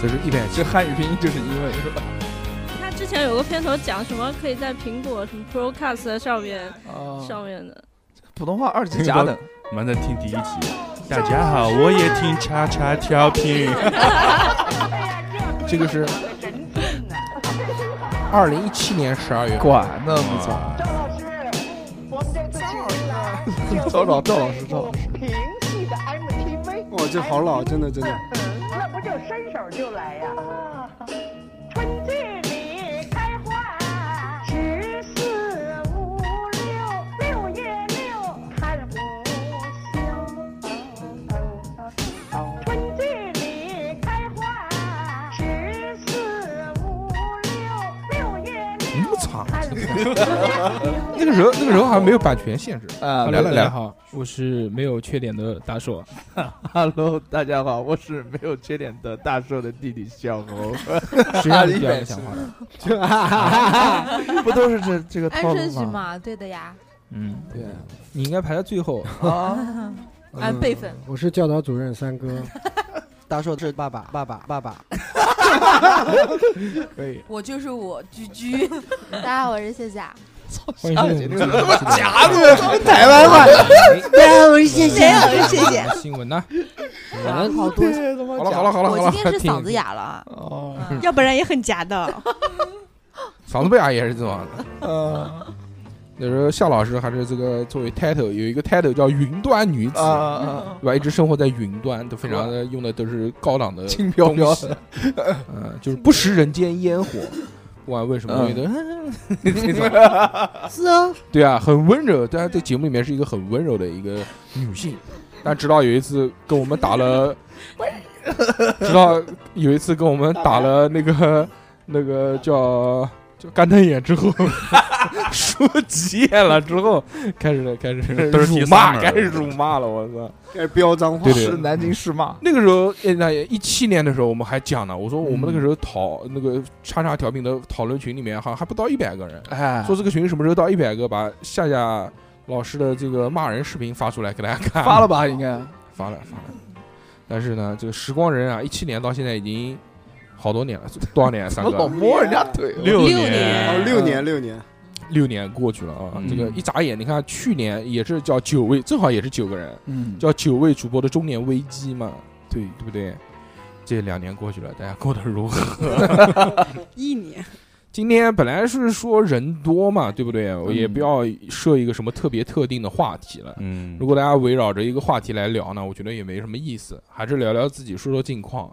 [SPEAKER 1] 这是一百期
[SPEAKER 3] 这，汉语拼音就是因为
[SPEAKER 12] 他之前有个片头讲什么可以在苹果什么 Procast 上面上
[SPEAKER 1] 哦
[SPEAKER 3] 啊，
[SPEAKER 12] 面的，
[SPEAKER 3] 普通话二级甲 等，
[SPEAKER 4] 我们在听第一集。大家好，我也听叉叉 调频。
[SPEAKER 1] 这个是 二零一七年十二月。
[SPEAKER 3] 管那么早。赵老赵老师赵老师，
[SPEAKER 2] 哦，这好老，真的真的。
[SPEAKER 13] 六月六看不休。
[SPEAKER 1] 啊 那个时候那个时候好像没有版权限制
[SPEAKER 3] 啊
[SPEAKER 1] 来了来了
[SPEAKER 13] 好，我是没有缺点的大硕。
[SPEAKER 3] Hello，大家好，我是没有缺点的大硕的弟弟小猴
[SPEAKER 1] 。谁让你第二个讲话的
[SPEAKER 3] 就啊 不都是这这个
[SPEAKER 8] 按
[SPEAKER 3] 套
[SPEAKER 8] 顺
[SPEAKER 3] 路
[SPEAKER 8] 序
[SPEAKER 3] 吗？
[SPEAKER 8] 嘛，对的呀。
[SPEAKER 13] 嗯，对，你应该排在最后
[SPEAKER 8] 啊，
[SPEAKER 1] 嗯
[SPEAKER 8] 按辈分。
[SPEAKER 14] 我是教导主任三哥，
[SPEAKER 9] 大硕是爸爸，爸爸，爸爸。
[SPEAKER 14] 可以。
[SPEAKER 7] 我就是我居居，
[SPEAKER 8] 大家好，我是啊夏夏。
[SPEAKER 14] 欢迎收听我们这个
[SPEAKER 9] 么夹子台 湾 话大家
[SPEAKER 1] 哎
[SPEAKER 9] 好我是谢谢
[SPEAKER 8] 大家好我是谢谢
[SPEAKER 1] 新闻呢？
[SPEAKER 8] 哇好 多
[SPEAKER 1] 好了好了好了好了，
[SPEAKER 8] 我今天是
[SPEAKER 1] 停
[SPEAKER 8] 嗓子哑了啊，
[SPEAKER 1] 哦，
[SPEAKER 6] 要不然也很夹的。
[SPEAKER 1] 嗓子不哑也是这样的。 嗯，那时候夏老师还是这个作为 title 有一个 title 叫“云端女子”，
[SPEAKER 3] 啊
[SPEAKER 1] 对吧？一直生活在云端，都非常的用的都是高档的
[SPEAKER 3] 轻飘飘
[SPEAKER 1] 东西嗯，就是不食人间烟火。不管为什么东西都这种
[SPEAKER 3] 是啊，
[SPEAKER 1] 对啊，很温柔。大家在节目里面是一个很温柔的一个女性，但直到有一次跟我们 打了，直到有一次跟我们打了那个那个叫叫干瞪眼之后，输急眼了之后，开始开 始
[SPEAKER 11] 都是
[SPEAKER 1] 辱
[SPEAKER 11] 第
[SPEAKER 1] 骂，
[SPEAKER 11] 三
[SPEAKER 1] 开
[SPEAKER 11] 轮
[SPEAKER 1] 始辱骂了，我操！
[SPEAKER 2] 开始飙脏话
[SPEAKER 1] 对对
[SPEAKER 2] 是南京市骂
[SPEAKER 1] 那个时候，哎那一七年的时候，我们还讲呢，我说我们那个时候讨那个叉叉调频的讨论群里面，好像还不到一百个人，
[SPEAKER 3] 哎
[SPEAKER 1] 说这个群什么时候到一百个，把夏夏老师的这个骂人视频发出来给大家看，
[SPEAKER 3] 发了吧？应该
[SPEAKER 1] 发了发了。但是呢，这个时光荏苒啊，一七年到现在已经好多年了，多少年啊？三
[SPEAKER 3] 老
[SPEAKER 9] 哦
[SPEAKER 1] 哥，
[SPEAKER 3] 摸人家腿，
[SPEAKER 1] 六六年年
[SPEAKER 2] 哦，六年六年，
[SPEAKER 1] 六年过去了啊，这个一眨眼，你看去年也是叫九位，正好也是九个人，
[SPEAKER 3] 嗯
[SPEAKER 1] 叫九位主播的中年危机嘛，对对不对？这两年过去了，大家过得如何？
[SPEAKER 6] 一年，
[SPEAKER 1] 今天本来是说人多嘛，
[SPEAKER 3] 嗯
[SPEAKER 1] 对不对？我也不要设一个什么特别特定的话题了。
[SPEAKER 11] 嗯
[SPEAKER 1] 如果大家围绕着一个话题来聊呢，我觉得也没什么意思，还是聊聊自己，说说近况，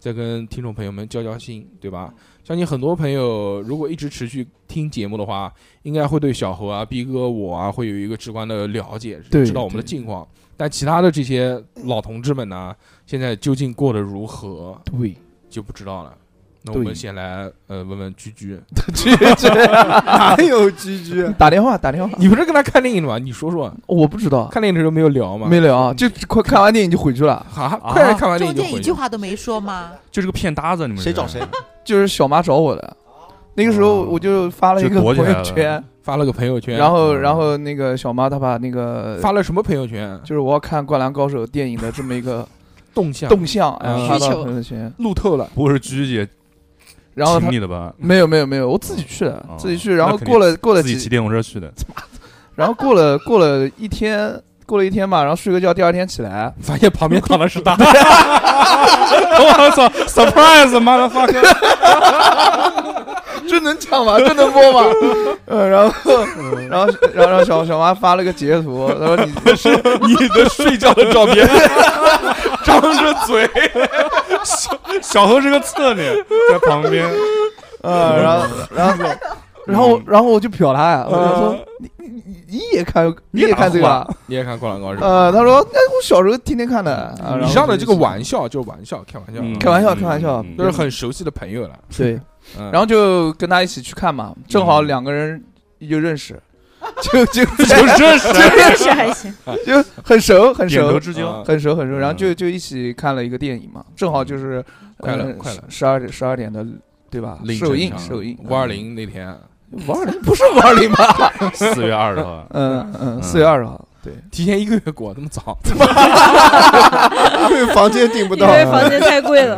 [SPEAKER 1] 再跟听众朋友们交交心，对吧？相信很多朋友如果一直持续听节目的话，应该会对小何啊、逼哥我啊会有一个直观的了解，
[SPEAKER 3] 对
[SPEAKER 1] 知道我们的近况。但其他的这些老同志们呢，现在究竟过得如何？
[SPEAKER 3] 对，
[SPEAKER 1] 就不知道了。那我们
[SPEAKER 3] 对
[SPEAKER 1] 先来呃问问居居，
[SPEAKER 3] 居居哪有居居打电话打电话
[SPEAKER 1] 你不是跟他看电影的吗？你说说，
[SPEAKER 3] 我不知道，
[SPEAKER 1] 看电影的时候没有聊吗？
[SPEAKER 3] 没聊啊，就快看完电影就回去了，
[SPEAKER 1] 哈，快看完
[SPEAKER 8] 中
[SPEAKER 1] 电影就
[SPEAKER 8] 间一
[SPEAKER 1] 回
[SPEAKER 8] 句
[SPEAKER 1] 去。
[SPEAKER 8] 话都没说吗？
[SPEAKER 3] 就是个骗搭子，你们
[SPEAKER 1] 谁找谁？
[SPEAKER 3] 就是小妈找我的，那个时
[SPEAKER 1] 哦
[SPEAKER 3] 候我就发了一个朋友圈，
[SPEAKER 1] 发了个朋友圈，嗯
[SPEAKER 3] 然后然后那个小妈她把那个
[SPEAKER 1] 发了什么朋友圈？
[SPEAKER 3] 就是我要看《灌篮高手》电影的这么一个
[SPEAKER 1] 动向
[SPEAKER 3] 动向，哎
[SPEAKER 1] 嗯
[SPEAKER 3] 发到
[SPEAKER 1] 需求
[SPEAKER 3] 朋友圈，
[SPEAKER 1] 路透了。
[SPEAKER 4] 不会是鞠姐
[SPEAKER 3] 然后
[SPEAKER 4] 请
[SPEAKER 3] 他
[SPEAKER 4] 你的吧？
[SPEAKER 3] 没有没有没有，我自己去
[SPEAKER 1] 哦
[SPEAKER 3] 的，自己去，然
[SPEAKER 4] 那
[SPEAKER 3] 后
[SPEAKER 4] 肯
[SPEAKER 3] 过
[SPEAKER 4] 定
[SPEAKER 3] 了过了
[SPEAKER 4] 自己
[SPEAKER 3] 几
[SPEAKER 4] 骑电动车 去的，
[SPEAKER 3] 然后过了过了一天，过了一天嘛，然后睡个觉，第二天起来
[SPEAKER 1] 发现旁边躺的是大
[SPEAKER 4] 我操，surprise，妈的 fuck！
[SPEAKER 3] 这能 讲吗？这能播 吗？呃，然后，然后，然后，然后小小妈发了个截图，她说你
[SPEAKER 4] 是你的睡觉的 照片，张着嘴，小小何是个侧脸在旁边，
[SPEAKER 3] 呃，然后，然后，然后，然后我就瞟她呀，我就说
[SPEAKER 4] 呃
[SPEAKER 3] 你你你也看，你也看这个啊？
[SPEAKER 1] 你也看《灌篮高手》？
[SPEAKER 3] 呃，她说那我小时候天天看的啊。
[SPEAKER 1] 以上的这个玩笑就玩笑，开玩笑
[SPEAKER 3] 嗯，开玩笑开玩笑
[SPEAKER 1] 都是很熟悉的朋友了。
[SPEAKER 3] 对
[SPEAKER 1] 嗯，
[SPEAKER 3] 然后就跟她一起去看嘛，正好两个人就认 识。就就
[SPEAKER 4] 就认识
[SPEAKER 3] 就
[SPEAKER 4] 认识还行
[SPEAKER 3] 就很熟很
[SPEAKER 4] 点
[SPEAKER 3] 熟，嗯
[SPEAKER 4] 头之交
[SPEAKER 3] 很熟很
[SPEAKER 1] 嗯
[SPEAKER 3] 熟，然后就就一起看了一个电影嘛，正好就是呃
[SPEAKER 1] 快了快了
[SPEAKER 3] 十二点十二点的对吧？
[SPEAKER 1] 凌晨
[SPEAKER 3] 首映
[SPEAKER 1] 上
[SPEAKER 3] 首映嗯
[SPEAKER 1] 520那天，？
[SPEAKER 3] 五二零 不是五二零吧
[SPEAKER 1] 4月20号
[SPEAKER 3] 嗯嗯，
[SPEAKER 1] 嗯
[SPEAKER 3] 四月二十号，对，
[SPEAKER 1] 提前一个月过，那么早，
[SPEAKER 2] 啊
[SPEAKER 3] 因为房间订不
[SPEAKER 12] 因为房间太贵了。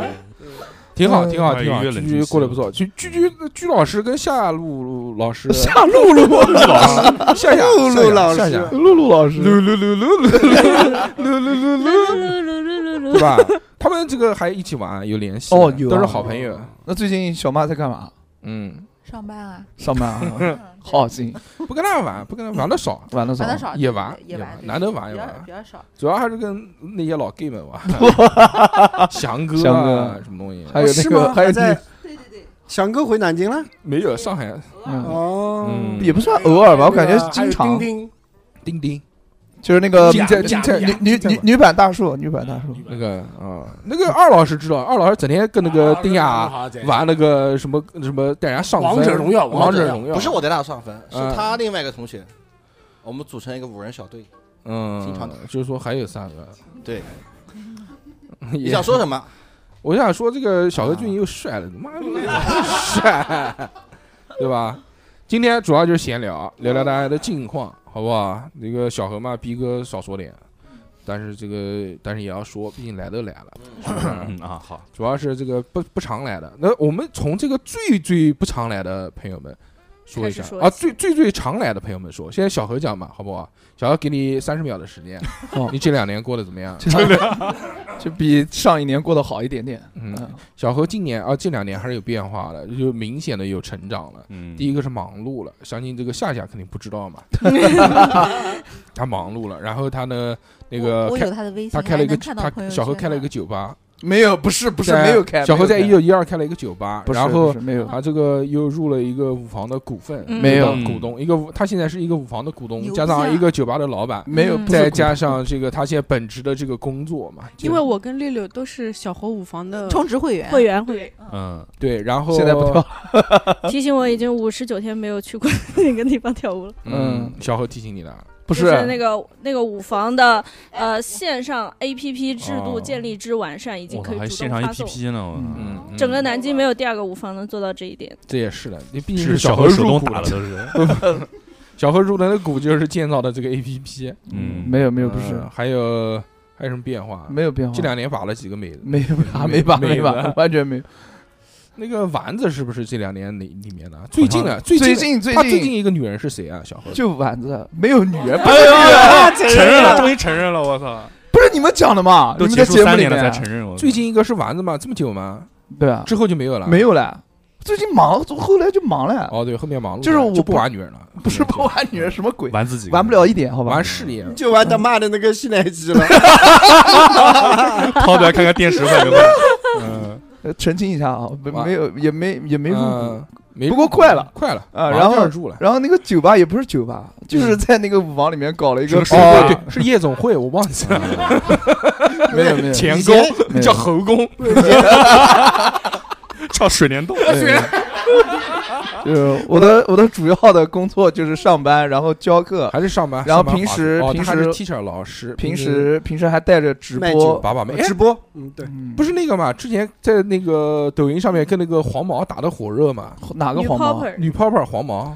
[SPEAKER 1] 挺好，
[SPEAKER 3] 嗯
[SPEAKER 1] 挺好，
[SPEAKER 3] 哎
[SPEAKER 1] 挺好。
[SPEAKER 3] 约了
[SPEAKER 1] 居
[SPEAKER 3] 就
[SPEAKER 1] 居
[SPEAKER 3] 行
[SPEAKER 1] 过得不错，居居居居老师跟夏露老师，
[SPEAKER 3] 夏露 露
[SPEAKER 1] 老师， 夏夏
[SPEAKER 3] 露露老
[SPEAKER 1] 夏夏
[SPEAKER 3] 师
[SPEAKER 1] 夏夏
[SPEAKER 3] 露露老师
[SPEAKER 1] 露露露露露露露
[SPEAKER 12] 露露
[SPEAKER 1] 对吧？他们这个还一起玩，有联系的，
[SPEAKER 3] 哦，有啊
[SPEAKER 1] 都是好朋友。。
[SPEAKER 3] 那最近小妈在干嘛？
[SPEAKER 1] 嗯，
[SPEAKER 8] 上班啊，
[SPEAKER 3] 上班 啊，好心，
[SPEAKER 1] 不跟他玩，不跟他玩的少，啊
[SPEAKER 3] 玩的
[SPEAKER 8] 少玩得少
[SPEAKER 1] 也玩
[SPEAKER 8] 对对也玩对
[SPEAKER 1] 难得玩
[SPEAKER 8] 比
[SPEAKER 1] 也
[SPEAKER 8] 较
[SPEAKER 1] 玩，啊
[SPEAKER 8] 比较少。
[SPEAKER 1] 主要还是跟那些老 gay 们 玩，翔哥、
[SPEAKER 3] 翔
[SPEAKER 1] 啊
[SPEAKER 3] 哥
[SPEAKER 1] 什么东西，
[SPEAKER 3] 还
[SPEAKER 8] 哦
[SPEAKER 3] 有那个
[SPEAKER 2] 是吗？
[SPEAKER 3] 还有
[SPEAKER 2] 在
[SPEAKER 3] 那个
[SPEAKER 2] 对对对，翔哥回南京了？
[SPEAKER 1] 没有上海
[SPEAKER 3] 嗯
[SPEAKER 2] 哦，
[SPEAKER 1] 嗯
[SPEAKER 3] 也不算偶尔吧，我感觉
[SPEAKER 2] 还有
[SPEAKER 3] 经常
[SPEAKER 2] 钉钉
[SPEAKER 1] 钉钉，
[SPEAKER 3] 就是那个
[SPEAKER 1] 金
[SPEAKER 3] 女
[SPEAKER 1] 在金在
[SPEAKER 3] 女女女女版大树，女版大树，
[SPEAKER 1] 那个啊，那个二老师知道，二老师整啊天跟那个丁雅玩那个什么什么，带人家上分王者荣耀
[SPEAKER 10] 不是我带他上分，是
[SPEAKER 1] 嗯
[SPEAKER 10] 他另外一个同学，我们组成一个五人小队。
[SPEAKER 1] 嗯，
[SPEAKER 10] 经常打
[SPEAKER 1] 就是说还有三 个，
[SPEAKER 10] 对，
[SPEAKER 1] 你
[SPEAKER 10] 想说什么？ 啊
[SPEAKER 1] 我想说这个小何最近又帅了，他妈的帅， 对吧？今天主要就是闲聊，聊聊大家的近况，好不好？那个小何嘛，逼哥少说点，但是这个但是也要说，毕竟来都来了
[SPEAKER 4] 啊。好，
[SPEAKER 1] 主要是这个不不常来的。那我们从这个最最不常来的朋友们说一下
[SPEAKER 4] 开始说
[SPEAKER 1] 啊，
[SPEAKER 4] 起
[SPEAKER 1] 最最最常来的朋友们说，现在小何讲嘛，好不好？小何给你三十秒的时间，
[SPEAKER 3] 哦
[SPEAKER 1] 你这两年过得怎么样？
[SPEAKER 3] 就比上一年过得好一点点。
[SPEAKER 1] 嗯，小何今年啊，这两年还是有变化的，就明显的有成长了。
[SPEAKER 4] 嗯，
[SPEAKER 1] 第一个是忙碌了，相信这个夏夏肯定不知道嘛， 他忙碌了。然后他呢，那个
[SPEAKER 8] 我我
[SPEAKER 1] 开
[SPEAKER 8] 有他的微信
[SPEAKER 1] 他开了一个
[SPEAKER 8] 还能看到朋
[SPEAKER 1] 他
[SPEAKER 8] 友
[SPEAKER 1] 小何
[SPEAKER 8] 圈
[SPEAKER 1] 开了一个酒吧，
[SPEAKER 3] 没有，不是不是
[SPEAKER 1] 在
[SPEAKER 3] 没有开
[SPEAKER 1] 小何在
[SPEAKER 3] 没
[SPEAKER 1] 一
[SPEAKER 3] 有
[SPEAKER 1] 九一二开了一个酒吧，
[SPEAKER 3] 不是
[SPEAKER 1] 然
[SPEAKER 3] 不
[SPEAKER 1] 后
[SPEAKER 3] 是没有
[SPEAKER 1] 他这个又入了一个舞房的股份，
[SPEAKER 3] 嗯没有
[SPEAKER 1] 当股东一个舞，他现在是一个舞房的股东
[SPEAKER 3] 牛，逼
[SPEAKER 1] 加
[SPEAKER 3] 啊
[SPEAKER 1] 上一个酒吧的老板，
[SPEAKER 3] 没
[SPEAKER 8] 嗯
[SPEAKER 3] 有不是
[SPEAKER 1] 再
[SPEAKER 3] 股东
[SPEAKER 1] 加上这个他现在本职的这个工作嘛，就
[SPEAKER 7] 因为我跟六六都是小猴舞房的
[SPEAKER 8] 充值会员
[SPEAKER 7] 会员会员。
[SPEAKER 1] 嗯对，然后
[SPEAKER 3] 现在不 跳，
[SPEAKER 12] 提醒我已经五十九天没有去过那个地方跳舞了。
[SPEAKER 1] 嗯，小何提醒你的，
[SPEAKER 3] 不
[SPEAKER 12] 就是那个那个舞房的呃线上 APP 制度
[SPEAKER 1] 哦
[SPEAKER 12] 建立之完善，已经
[SPEAKER 4] 我
[SPEAKER 12] 可
[SPEAKER 4] 操，
[SPEAKER 12] 以
[SPEAKER 4] 还
[SPEAKER 12] 主
[SPEAKER 4] 线
[SPEAKER 12] 动
[SPEAKER 4] 上
[SPEAKER 12] 发送。
[SPEAKER 4] APP 呢，我操嗯
[SPEAKER 12] 整个南京没有第二个舞房能做到这一点。
[SPEAKER 1] 这也是的，你毕竟
[SPEAKER 4] 是
[SPEAKER 1] 是
[SPEAKER 4] 小
[SPEAKER 1] 何
[SPEAKER 4] 何手
[SPEAKER 1] 入
[SPEAKER 4] 动
[SPEAKER 1] 股
[SPEAKER 4] 打的都是
[SPEAKER 1] 小何入的那股就是建造的这个 APP，
[SPEAKER 3] 嗯没有没有不
[SPEAKER 1] 呃
[SPEAKER 3] 是
[SPEAKER 1] 还有还有什么变化？
[SPEAKER 3] 没有变化
[SPEAKER 1] 这两年把了几个妹子？
[SPEAKER 3] 没有把没把没把完全没有。
[SPEAKER 1] 那个丸子是不是这两年里里面的？啊最近的，
[SPEAKER 3] 最
[SPEAKER 1] 近
[SPEAKER 3] 近最
[SPEAKER 1] 他最
[SPEAKER 3] 近
[SPEAKER 1] 近一个女人是谁啊？小何
[SPEAKER 3] 就丸子没有女人，不
[SPEAKER 4] 哎
[SPEAKER 3] 是
[SPEAKER 4] 呦
[SPEAKER 3] 女人
[SPEAKER 4] 承认
[SPEAKER 1] 啊
[SPEAKER 4] 了，终于承认了，我操！
[SPEAKER 3] 不是你们讲的嘛？
[SPEAKER 4] 都
[SPEAKER 3] 啊你们
[SPEAKER 4] 结
[SPEAKER 3] 在
[SPEAKER 4] 束
[SPEAKER 3] 节目
[SPEAKER 4] 三
[SPEAKER 3] 里
[SPEAKER 4] 年了
[SPEAKER 3] 面
[SPEAKER 4] 才承认，我
[SPEAKER 1] 最近一个是丸子吗？这么久吗？
[SPEAKER 3] 对啊，
[SPEAKER 1] 之后就没有了。
[SPEAKER 3] 没有了，最近忙，后来就忙了。
[SPEAKER 1] 哦，对，后面忙碌了，
[SPEAKER 3] 就是我
[SPEAKER 1] 就不玩女人了，
[SPEAKER 3] 不是不玩女人什么鬼？
[SPEAKER 4] 玩自己，
[SPEAKER 3] 玩不了一点，好吧？
[SPEAKER 1] 玩事业。
[SPEAKER 2] 就玩他妈的那个吸奶机了。
[SPEAKER 4] 涛表看看电池会不会？
[SPEAKER 1] 嗯，
[SPEAKER 3] 呃澄清一下啊，没没有也没也没入
[SPEAKER 1] 嗯
[SPEAKER 3] 股，不过快了，
[SPEAKER 1] 快了
[SPEAKER 3] 啊！
[SPEAKER 1] 马上
[SPEAKER 3] 然
[SPEAKER 1] 就要
[SPEAKER 3] 后
[SPEAKER 1] 入了嗯
[SPEAKER 3] 然后那个酒吧也不是酒吧，就是在那个舞房里面搞了一个
[SPEAKER 1] 哦，对，是夜总会，我忘记了。
[SPEAKER 3] 没有没有
[SPEAKER 1] 前
[SPEAKER 3] 以前没
[SPEAKER 1] 宫
[SPEAKER 3] 有
[SPEAKER 1] 叫后宫
[SPEAKER 3] 以前，
[SPEAKER 4] 叫水帘洞，
[SPEAKER 3] 对就是我的我的主要的工作就是上班，然后教课，
[SPEAKER 1] 还是上班
[SPEAKER 3] 然后
[SPEAKER 1] 上班
[SPEAKER 3] 平时
[SPEAKER 1] 划水哦
[SPEAKER 3] 平
[SPEAKER 1] 他还是
[SPEAKER 3] 时
[SPEAKER 1] teacher 老师
[SPEAKER 3] 平
[SPEAKER 1] 平时
[SPEAKER 3] 时平时还带着直
[SPEAKER 1] 卖酒
[SPEAKER 3] 播
[SPEAKER 1] 把把妹哎
[SPEAKER 2] 播，嗯，对，
[SPEAKER 1] 不是那个嘛？之前在那个抖音上面跟那个黄毛打的火热嘛？
[SPEAKER 3] 哪个黄毛女 popper
[SPEAKER 1] 女泡泡黄毛，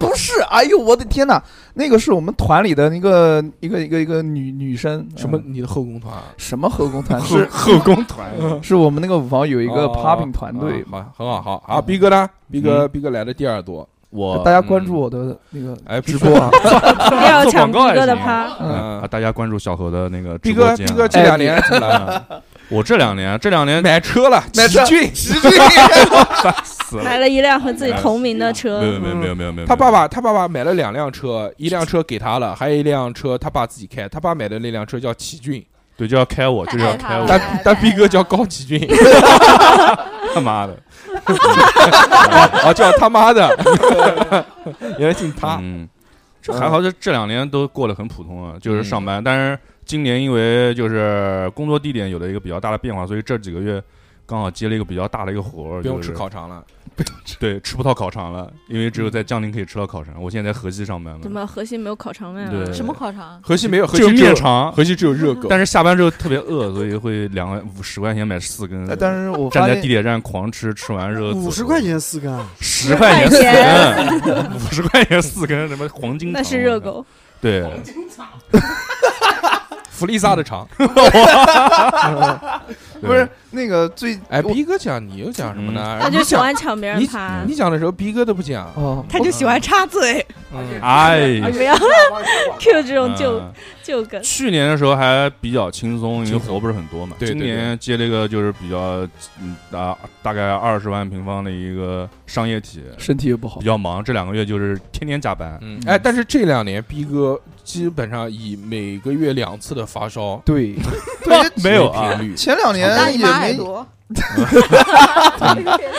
[SPEAKER 3] 不是，哎呦我的天哪，那个是我们团里的一个一个一个一个女女生，嗯
[SPEAKER 1] 什么你的后宫团？
[SPEAKER 3] 什么后宫团？
[SPEAKER 1] 后
[SPEAKER 3] 是
[SPEAKER 1] 后宫团
[SPEAKER 3] 是我们那个舞房有一个
[SPEAKER 1] 哦
[SPEAKER 3] popping 团队
[SPEAKER 1] 啊，好，很好，好嗯啊！逼哥呢？逼哥，
[SPEAKER 3] 嗯
[SPEAKER 1] 逼哥来的第二多，
[SPEAKER 4] 我
[SPEAKER 3] 大家关注我的那个
[SPEAKER 1] 哎
[SPEAKER 3] 直播啊，
[SPEAKER 12] 要
[SPEAKER 4] 做
[SPEAKER 12] 抢
[SPEAKER 4] 广告
[SPEAKER 12] 逼哥
[SPEAKER 4] 也
[SPEAKER 12] 的
[SPEAKER 4] 行
[SPEAKER 12] 趴
[SPEAKER 4] 嗯啊！大家关注小何的那个
[SPEAKER 1] 逼
[SPEAKER 4] 直
[SPEAKER 1] 哥
[SPEAKER 4] 播间啊。
[SPEAKER 1] 逼哥这两年怎么了
[SPEAKER 4] 嗯我这两年，这两年
[SPEAKER 1] 买车了，
[SPEAKER 4] 买
[SPEAKER 1] 车骏奇骏
[SPEAKER 4] 烦死了。
[SPEAKER 12] 买了一辆和自己同名的车。
[SPEAKER 4] 没有没有没有没有没有，
[SPEAKER 1] 他爸爸他爸爸买了两辆车，一辆车给他了，还有一辆车他爸自己开。他爸买的那辆车叫奇骏，
[SPEAKER 4] 对，就要开我，就是要开我，
[SPEAKER 1] 但但逼哥叫高奇 骏，
[SPEAKER 4] 他妈 的，哦
[SPEAKER 1] 啊叫他妈的， 原来姓他。
[SPEAKER 4] 嗯，这还好，这这两年都过得很普通啊，
[SPEAKER 1] 嗯
[SPEAKER 4] 就是上班。但是今年因为就是工作地点有了一个比较大的变化，所以这几个月刚好接了一个比较大的一个活儿，
[SPEAKER 1] 不用
[SPEAKER 4] 就
[SPEAKER 1] 吃
[SPEAKER 4] 是
[SPEAKER 1] 烤肠了， 嗯
[SPEAKER 4] 对，吃不到烤肠了，因为只有在江宁可以吃到烤肠。我现在在河西上班嘛，
[SPEAKER 12] 怎么河西没有烤肠卖啊？
[SPEAKER 4] 对，
[SPEAKER 12] 肠
[SPEAKER 1] 河西没有河西
[SPEAKER 4] 就
[SPEAKER 1] 只有
[SPEAKER 4] 面肠，
[SPEAKER 1] 河西只有热狗
[SPEAKER 4] 但是下班之后特别饿，所以会两块五十块钱买四根
[SPEAKER 3] 哎。但是我
[SPEAKER 4] 站
[SPEAKER 3] 发
[SPEAKER 4] 在
[SPEAKER 3] 现
[SPEAKER 4] 地铁站狂吃，吃完之后
[SPEAKER 2] 五十块钱四根啊，
[SPEAKER 4] 十块钱四根， 五十块钱四根什么黄金
[SPEAKER 12] 那
[SPEAKER 4] 肠？啊
[SPEAKER 12] 是热狗。
[SPEAKER 4] 对，
[SPEAKER 1] 弗利萨的 肠。
[SPEAKER 3] 不是那个最嗯
[SPEAKER 1] 哎，逼哥讲你又讲什么呢？
[SPEAKER 12] 他就
[SPEAKER 1] 你
[SPEAKER 12] 喜
[SPEAKER 1] 讲
[SPEAKER 12] 欢抢别人
[SPEAKER 1] 你
[SPEAKER 12] 趴
[SPEAKER 1] 你讲的时候，逼哥都不讲，
[SPEAKER 3] 哦
[SPEAKER 6] 他就喜欢插嘴，
[SPEAKER 4] 哎，
[SPEAKER 12] 不要啊 Q 这种旧
[SPEAKER 4] 嗯
[SPEAKER 12] 旧梗。
[SPEAKER 4] 去年的时候还比较轻松，因为活不是很多嘛。
[SPEAKER 1] 对对
[SPEAKER 4] 今年接了一个就是比较嗯大大概二十万平方的一个商业体，
[SPEAKER 3] 身体又不好
[SPEAKER 4] 比较忙。这两个月就是天天加班。
[SPEAKER 1] 嗯哎，但是这两年逼哥基本上以每个月两次的发烧，
[SPEAKER 3] 对，
[SPEAKER 1] 没
[SPEAKER 4] 没
[SPEAKER 1] 有
[SPEAKER 4] 有
[SPEAKER 1] 啊
[SPEAKER 4] 啊，
[SPEAKER 3] 前两年
[SPEAKER 1] 那
[SPEAKER 3] 也
[SPEAKER 1] 你妈
[SPEAKER 3] 没
[SPEAKER 1] 还
[SPEAKER 3] 多，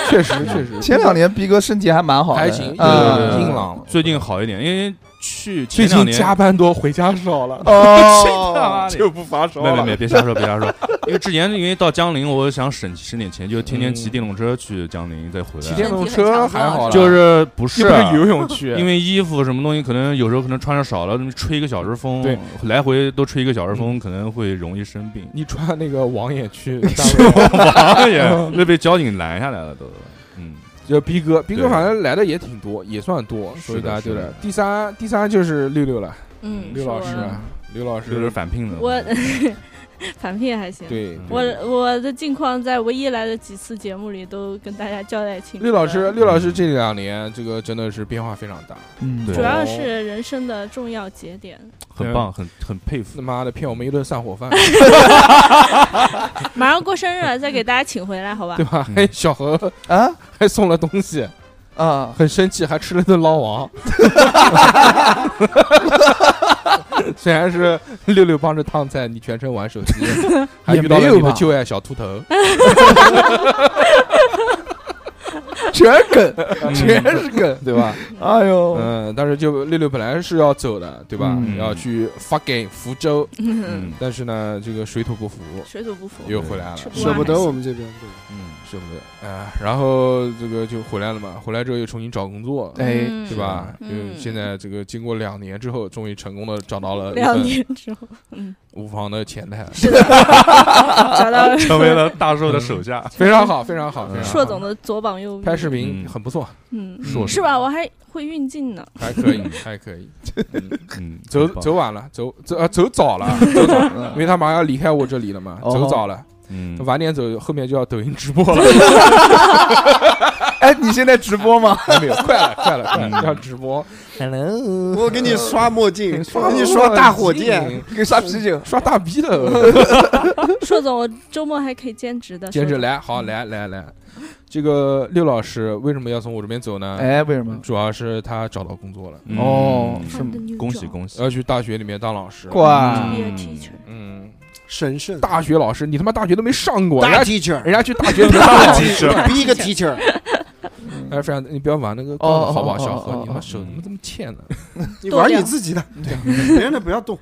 [SPEAKER 1] 确实确实 嗯
[SPEAKER 3] 前两年逼哥身体还蛮好的，
[SPEAKER 4] 还行
[SPEAKER 3] 嗯
[SPEAKER 4] 最近好一点，因为去
[SPEAKER 1] 最
[SPEAKER 4] 前两
[SPEAKER 1] 近
[SPEAKER 4] 年
[SPEAKER 1] 加班多，回家少了。
[SPEAKER 4] 哦
[SPEAKER 1] 去他妈的就不发烧
[SPEAKER 4] 没
[SPEAKER 1] 了。
[SPEAKER 4] 没没，别瞎说，别瞎说。 因为之前因为到江陵，我想省省点钱，就天天骑电动车去江陵，再回来。
[SPEAKER 1] 嗯骑电动车还好啦，
[SPEAKER 4] 就是不是
[SPEAKER 1] 又
[SPEAKER 4] 啊
[SPEAKER 1] 不是游啊泳 去，
[SPEAKER 4] 因为衣服什么东西，可能有时候可能穿着少了，那么吹一个小时风，
[SPEAKER 1] 对，。
[SPEAKER 4] 来回都吹一个小时风，可能会容易生病
[SPEAKER 1] 你穿那个网眼去单位，
[SPEAKER 4] 王爷，那被交警拦下来了都。嗯，
[SPEAKER 1] 就逼哥，逼哥
[SPEAKER 4] 对
[SPEAKER 1] 反正来的也挺多，也算多，所以
[SPEAKER 4] 是的
[SPEAKER 1] 大家对
[SPEAKER 4] 是的
[SPEAKER 1] 了。第三，第三就是六六了，
[SPEAKER 12] 嗯
[SPEAKER 1] 六老师
[SPEAKER 12] 是我
[SPEAKER 1] 啊，刘老师
[SPEAKER 4] 六六返聘的
[SPEAKER 12] 我 反聘还行。
[SPEAKER 1] 对对
[SPEAKER 12] 我我的近况在唯一来的几次节目里都跟大家交代清楚了。
[SPEAKER 1] 六老师，六老师这两年这个真的是变化非常大，
[SPEAKER 4] 嗯对
[SPEAKER 12] 主要是人生的重要节点。
[SPEAKER 4] 很棒，很很佩服。
[SPEAKER 1] 他妈的骗我们一顿散伙 饭，
[SPEAKER 12] 马上过生日了，再给大家请回来，好吧？
[SPEAKER 1] 对吧？还小何
[SPEAKER 3] 嗯啊，
[SPEAKER 1] 还送了东西
[SPEAKER 3] 啊，
[SPEAKER 1] 很生气，还吃了顿捞王。 虽然是六六帮着烫菜，你全程玩手机，还遇到
[SPEAKER 3] 也没
[SPEAKER 1] 了
[SPEAKER 3] 有
[SPEAKER 1] 你的
[SPEAKER 3] 吧
[SPEAKER 1] 旧爱小秃 头。
[SPEAKER 3] 全梗，全是梗，
[SPEAKER 1] 对吧？
[SPEAKER 3] 嗯 哎呦，
[SPEAKER 1] 嗯，但是就六六本来是要走的，对吧？
[SPEAKER 3] 嗯
[SPEAKER 1] 要去发给福州，
[SPEAKER 12] 嗯
[SPEAKER 1] 但是呢，这个水土不服，
[SPEAKER 12] 水土不服
[SPEAKER 1] 又回来了
[SPEAKER 12] 吃，
[SPEAKER 2] 舍不得我们这边，对
[SPEAKER 1] 嗯，舍不得啊。然后这个就回来了嘛，回来之后又重新找工作，
[SPEAKER 3] 哎
[SPEAKER 1] 对吧？
[SPEAKER 12] 嗯
[SPEAKER 1] 就现在这个经过两年之后，终于成功的找到了一
[SPEAKER 12] 两
[SPEAKER 1] 份
[SPEAKER 12] 年之后，嗯，
[SPEAKER 1] 无房的前台，
[SPEAKER 12] 是的找到了
[SPEAKER 4] 成为了大寿的手下
[SPEAKER 1] 嗯非常好，非常好，非常好
[SPEAKER 12] 硕总的左膀右臂。
[SPEAKER 1] 拍视频很不错，
[SPEAKER 12] 嗯，
[SPEAKER 1] 硕
[SPEAKER 12] 是吧？我还会运镜呢。
[SPEAKER 1] 还可以，还可以。
[SPEAKER 4] 嗯，
[SPEAKER 1] 走
[SPEAKER 4] 很棒
[SPEAKER 1] 走晚了，走走啊，走早了，走早了，因为他马上要离开我这里了嘛，
[SPEAKER 3] 哦
[SPEAKER 1] 走早了。
[SPEAKER 4] 嗯，
[SPEAKER 1] 晚点走，后面就要抖音直播了。
[SPEAKER 3] 哎，你现在直播吗？
[SPEAKER 1] 没有，快了，快了，快了，要直播。Hello，
[SPEAKER 2] 我给你刷墨镜，
[SPEAKER 1] 刷
[SPEAKER 2] 给你刷大火箭，
[SPEAKER 3] 给刷啤酒，
[SPEAKER 1] 刷大逼的。
[SPEAKER 12] 硕总，我周末还可以兼职的。
[SPEAKER 1] 接着
[SPEAKER 12] 硕总
[SPEAKER 1] 来，
[SPEAKER 2] 嗯
[SPEAKER 1] 好来来来，这个六老师为什么要从我这边走呢？
[SPEAKER 3] 哎为什么？
[SPEAKER 1] 主要是他找到工作了。
[SPEAKER 4] 嗯
[SPEAKER 3] 哦是吗
[SPEAKER 4] 恭喜恭喜！
[SPEAKER 1] 要去大学里面当老师。
[SPEAKER 3] 哇
[SPEAKER 1] 嗯
[SPEAKER 12] Be a teacher
[SPEAKER 1] 嗯，
[SPEAKER 2] 神圣
[SPEAKER 1] 大学老师，你他妈大学都没上过，
[SPEAKER 2] 大
[SPEAKER 1] 人家
[SPEAKER 2] teacher
[SPEAKER 1] 人家去大学 里面当
[SPEAKER 2] 大
[SPEAKER 1] 老师
[SPEAKER 2] teacher，逼个 teacher，
[SPEAKER 1] 哎，非常，你不要玩那个
[SPEAKER 2] 哦
[SPEAKER 1] 好不好？
[SPEAKER 2] 哦
[SPEAKER 1] 小
[SPEAKER 2] 哦
[SPEAKER 1] 何，
[SPEAKER 2] 哦
[SPEAKER 1] 你他妈手怎么这么欠呢？
[SPEAKER 2] 你玩你自己
[SPEAKER 4] 嗯
[SPEAKER 2] 的，对别人的不要动。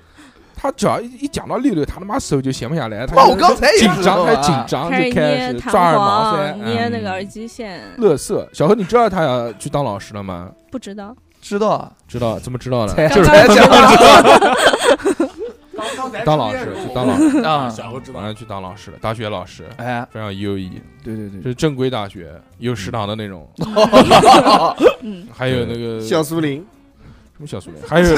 [SPEAKER 1] 他只要一一讲到六六，他他妈手就闲不下来。他
[SPEAKER 2] 哇我
[SPEAKER 1] 就
[SPEAKER 2] 刚
[SPEAKER 3] 哎
[SPEAKER 2] 才也
[SPEAKER 1] 紧
[SPEAKER 2] 是
[SPEAKER 1] 张，
[SPEAKER 2] 啊
[SPEAKER 1] 他紧张
[SPEAKER 12] 开
[SPEAKER 1] 就开
[SPEAKER 12] 捏
[SPEAKER 1] 始
[SPEAKER 12] 弹
[SPEAKER 1] 抓耳挠腮
[SPEAKER 12] 簧，，啊捏那
[SPEAKER 1] 嗯
[SPEAKER 12] 个耳机线，
[SPEAKER 1] 乐色。小何，你知道他要去当老师了吗？
[SPEAKER 12] 不知道。
[SPEAKER 3] 知道啊，
[SPEAKER 1] 知道？怎么知道的？
[SPEAKER 3] 才
[SPEAKER 1] 就是
[SPEAKER 3] 刚才讲
[SPEAKER 1] 当
[SPEAKER 5] 刚才
[SPEAKER 1] 当老师，去当老师
[SPEAKER 3] 啊
[SPEAKER 5] 小何知道
[SPEAKER 1] 马上去当老师了，大学老师，
[SPEAKER 3] 哎，
[SPEAKER 1] 非常优异。
[SPEAKER 3] 对对对，
[SPEAKER 1] 是正规大学，有食堂的那种
[SPEAKER 12] 嗯，
[SPEAKER 1] 还有那个
[SPEAKER 2] 小苏林，
[SPEAKER 1] 什么小苏林，还 有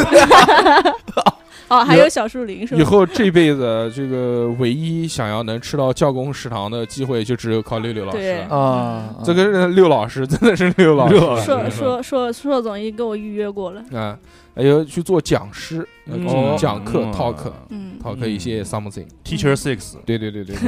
[SPEAKER 12] 哦，还有小树林是吧？
[SPEAKER 1] 以后这辈子这个唯一想要能吃到教工食堂的机会，就只有靠六六老师
[SPEAKER 12] 对
[SPEAKER 1] 了。
[SPEAKER 3] 啊，
[SPEAKER 1] 这个是六老师真的是六老师，嗯
[SPEAKER 4] 六老师
[SPEAKER 12] 硕硕硕硕总已经跟我预约过了。
[SPEAKER 1] 啊，还有去做讲师，要
[SPEAKER 4] 嗯
[SPEAKER 1] 去讲课
[SPEAKER 4] 嗯
[SPEAKER 1] talk，
[SPEAKER 12] 嗯
[SPEAKER 1] talk 一些 something。
[SPEAKER 4] Teacher Six，
[SPEAKER 1] 对对对对，对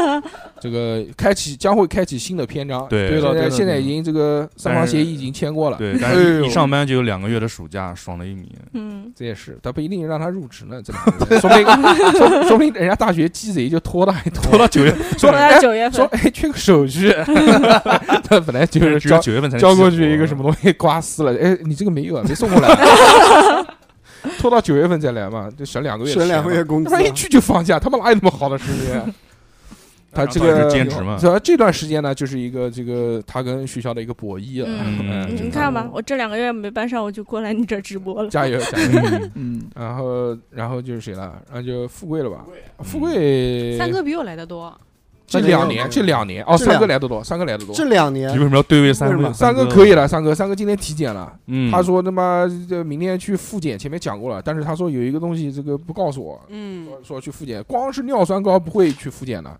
[SPEAKER 1] 这个开启将会开启新啊的篇章。
[SPEAKER 4] 对
[SPEAKER 1] 现
[SPEAKER 4] 对
[SPEAKER 1] 在
[SPEAKER 4] 的
[SPEAKER 1] 现在已经这个三方
[SPEAKER 4] 但是
[SPEAKER 1] 协议已经签过了。
[SPEAKER 4] 对，但
[SPEAKER 1] 哎
[SPEAKER 4] 是
[SPEAKER 1] 呦
[SPEAKER 4] 一上班就有两个月的暑假，爽了一米。
[SPEAKER 12] 嗯，
[SPEAKER 1] 这也是，他不一定让他入职呢，这两个月 说不定说说不定人家大学鸡贼就拖了还拖
[SPEAKER 4] 拖到九月
[SPEAKER 1] 说
[SPEAKER 12] 拖到
[SPEAKER 1] 哎
[SPEAKER 12] 九月份
[SPEAKER 1] 说哎缺个手续， 他本来就是
[SPEAKER 4] 只有
[SPEAKER 1] 交
[SPEAKER 4] 九月份才能
[SPEAKER 1] 交过
[SPEAKER 4] 激
[SPEAKER 1] 去一个什么东西刮丝了，哎你这个没有啊， 没送过来，拖到九月份再来嘛，就省两个月时
[SPEAKER 2] 省
[SPEAKER 1] 间嘛，
[SPEAKER 2] 两个月工资啊
[SPEAKER 1] 他妈一去就放假，他妈哪有那么好的时间？他这
[SPEAKER 4] 然后
[SPEAKER 1] 个
[SPEAKER 4] 到底是兼职嘛
[SPEAKER 1] 主要这段时间呢，就是一个这个他跟学校的一个博弈了。
[SPEAKER 12] 嗯，
[SPEAKER 1] 嗯
[SPEAKER 12] 你看吧，我这两个月没班上，我就过来你这儿 直播了。
[SPEAKER 1] 加油加 油！
[SPEAKER 3] 嗯，
[SPEAKER 1] 然后然后就是谁了？然后就富贵了吧？富贵
[SPEAKER 7] 三哥比我来的多，
[SPEAKER 1] 这两年这两年哦，
[SPEAKER 2] 这两
[SPEAKER 1] 三哥来的多，三哥来的多。
[SPEAKER 2] 这两年
[SPEAKER 4] 你为什么要对位三
[SPEAKER 2] 为什
[SPEAKER 4] 位？
[SPEAKER 2] 么
[SPEAKER 1] 三哥可以了，三哥，三哥今天体检了，
[SPEAKER 4] 嗯
[SPEAKER 1] 他说他妈这明天去复检，前面讲过了，但是他说有一个东西这个不告诉我，
[SPEAKER 7] 嗯，
[SPEAKER 1] 说去复检，光是尿酸高不会去复检的。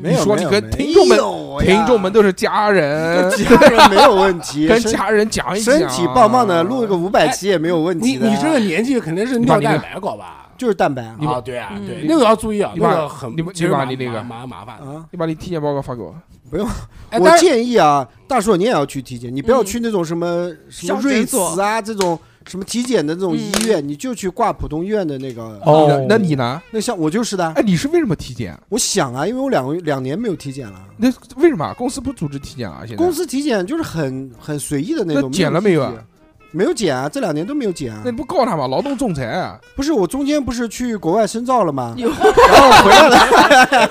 [SPEAKER 2] 没有
[SPEAKER 1] 你说
[SPEAKER 2] 嗯没
[SPEAKER 1] 你
[SPEAKER 2] 有
[SPEAKER 1] 跟
[SPEAKER 2] 没
[SPEAKER 1] 听众们
[SPEAKER 2] 有，呀
[SPEAKER 1] 听众们都是家人，
[SPEAKER 2] 家人没有 问 题，
[SPEAKER 1] 跟
[SPEAKER 2] 身
[SPEAKER 1] 家人讲一讲，
[SPEAKER 2] 身体棒棒的，录个五百期也没有问题
[SPEAKER 5] 哎你
[SPEAKER 2] 的。
[SPEAKER 5] 你这个年纪肯定是
[SPEAKER 1] 你把
[SPEAKER 5] 尿
[SPEAKER 1] 你
[SPEAKER 5] 蛋
[SPEAKER 1] 那
[SPEAKER 5] 白高吧？
[SPEAKER 2] 就是蛋白啊
[SPEAKER 5] 啊，对啊，对，
[SPEAKER 1] 嗯
[SPEAKER 5] 那个要注意啊，
[SPEAKER 1] 你
[SPEAKER 5] 那
[SPEAKER 1] 把
[SPEAKER 5] 个很
[SPEAKER 1] 你把
[SPEAKER 5] 其实
[SPEAKER 1] 你把
[SPEAKER 5] 蛮
[SPEAKER 1] 你那个
[SPEAKER 5] 蛮麻烦的。
[SPEAKER 2] 啊，
[SPEAKER 1] 你把你体检报告发给我。
[SPEAKER 2] 不用。
[SPEAKER 5] 哎
[SPEAKER 2] 我
[SPEAKER 5] 但是
[SPEAKER 2] 建议啊，大硕你也要去体检，你不要去那种什么什么
[SPEAKER 7] 嗯小诊
[SPEAKER 2] 瑞
[SPEAKER 7] 所嗯
[SPEAKER 2] 慈啊这种什么体检的这种医院，你就去挂普通医院的那个。
[SPEAKER 1] 哦，那你呢？
[SPEAKER 2] 那像我就是的。啊
[SPEAKER 1] 哎，你是为什么体检？
[SPEAKER 2] 我想啊，因为我两个两年没有体检了。
[SPEAKER 1] 那为什么啊公司不组织体检啊？现在
[SPEAKER 2] 公司体检就是很很随意的那
[SPEAKER 1] 那
[SPEAKER 2] 种。
[SPEAKER 1] 检了没有啊？
[SPEAKER 2] 没有减啊，这两年都没有减啊。那
[SPEAKER 1] 你不告他吗？劳动仲裁啊？
[SPEAKER 2] 不是，我中间不是去国外深造了吗？然后回来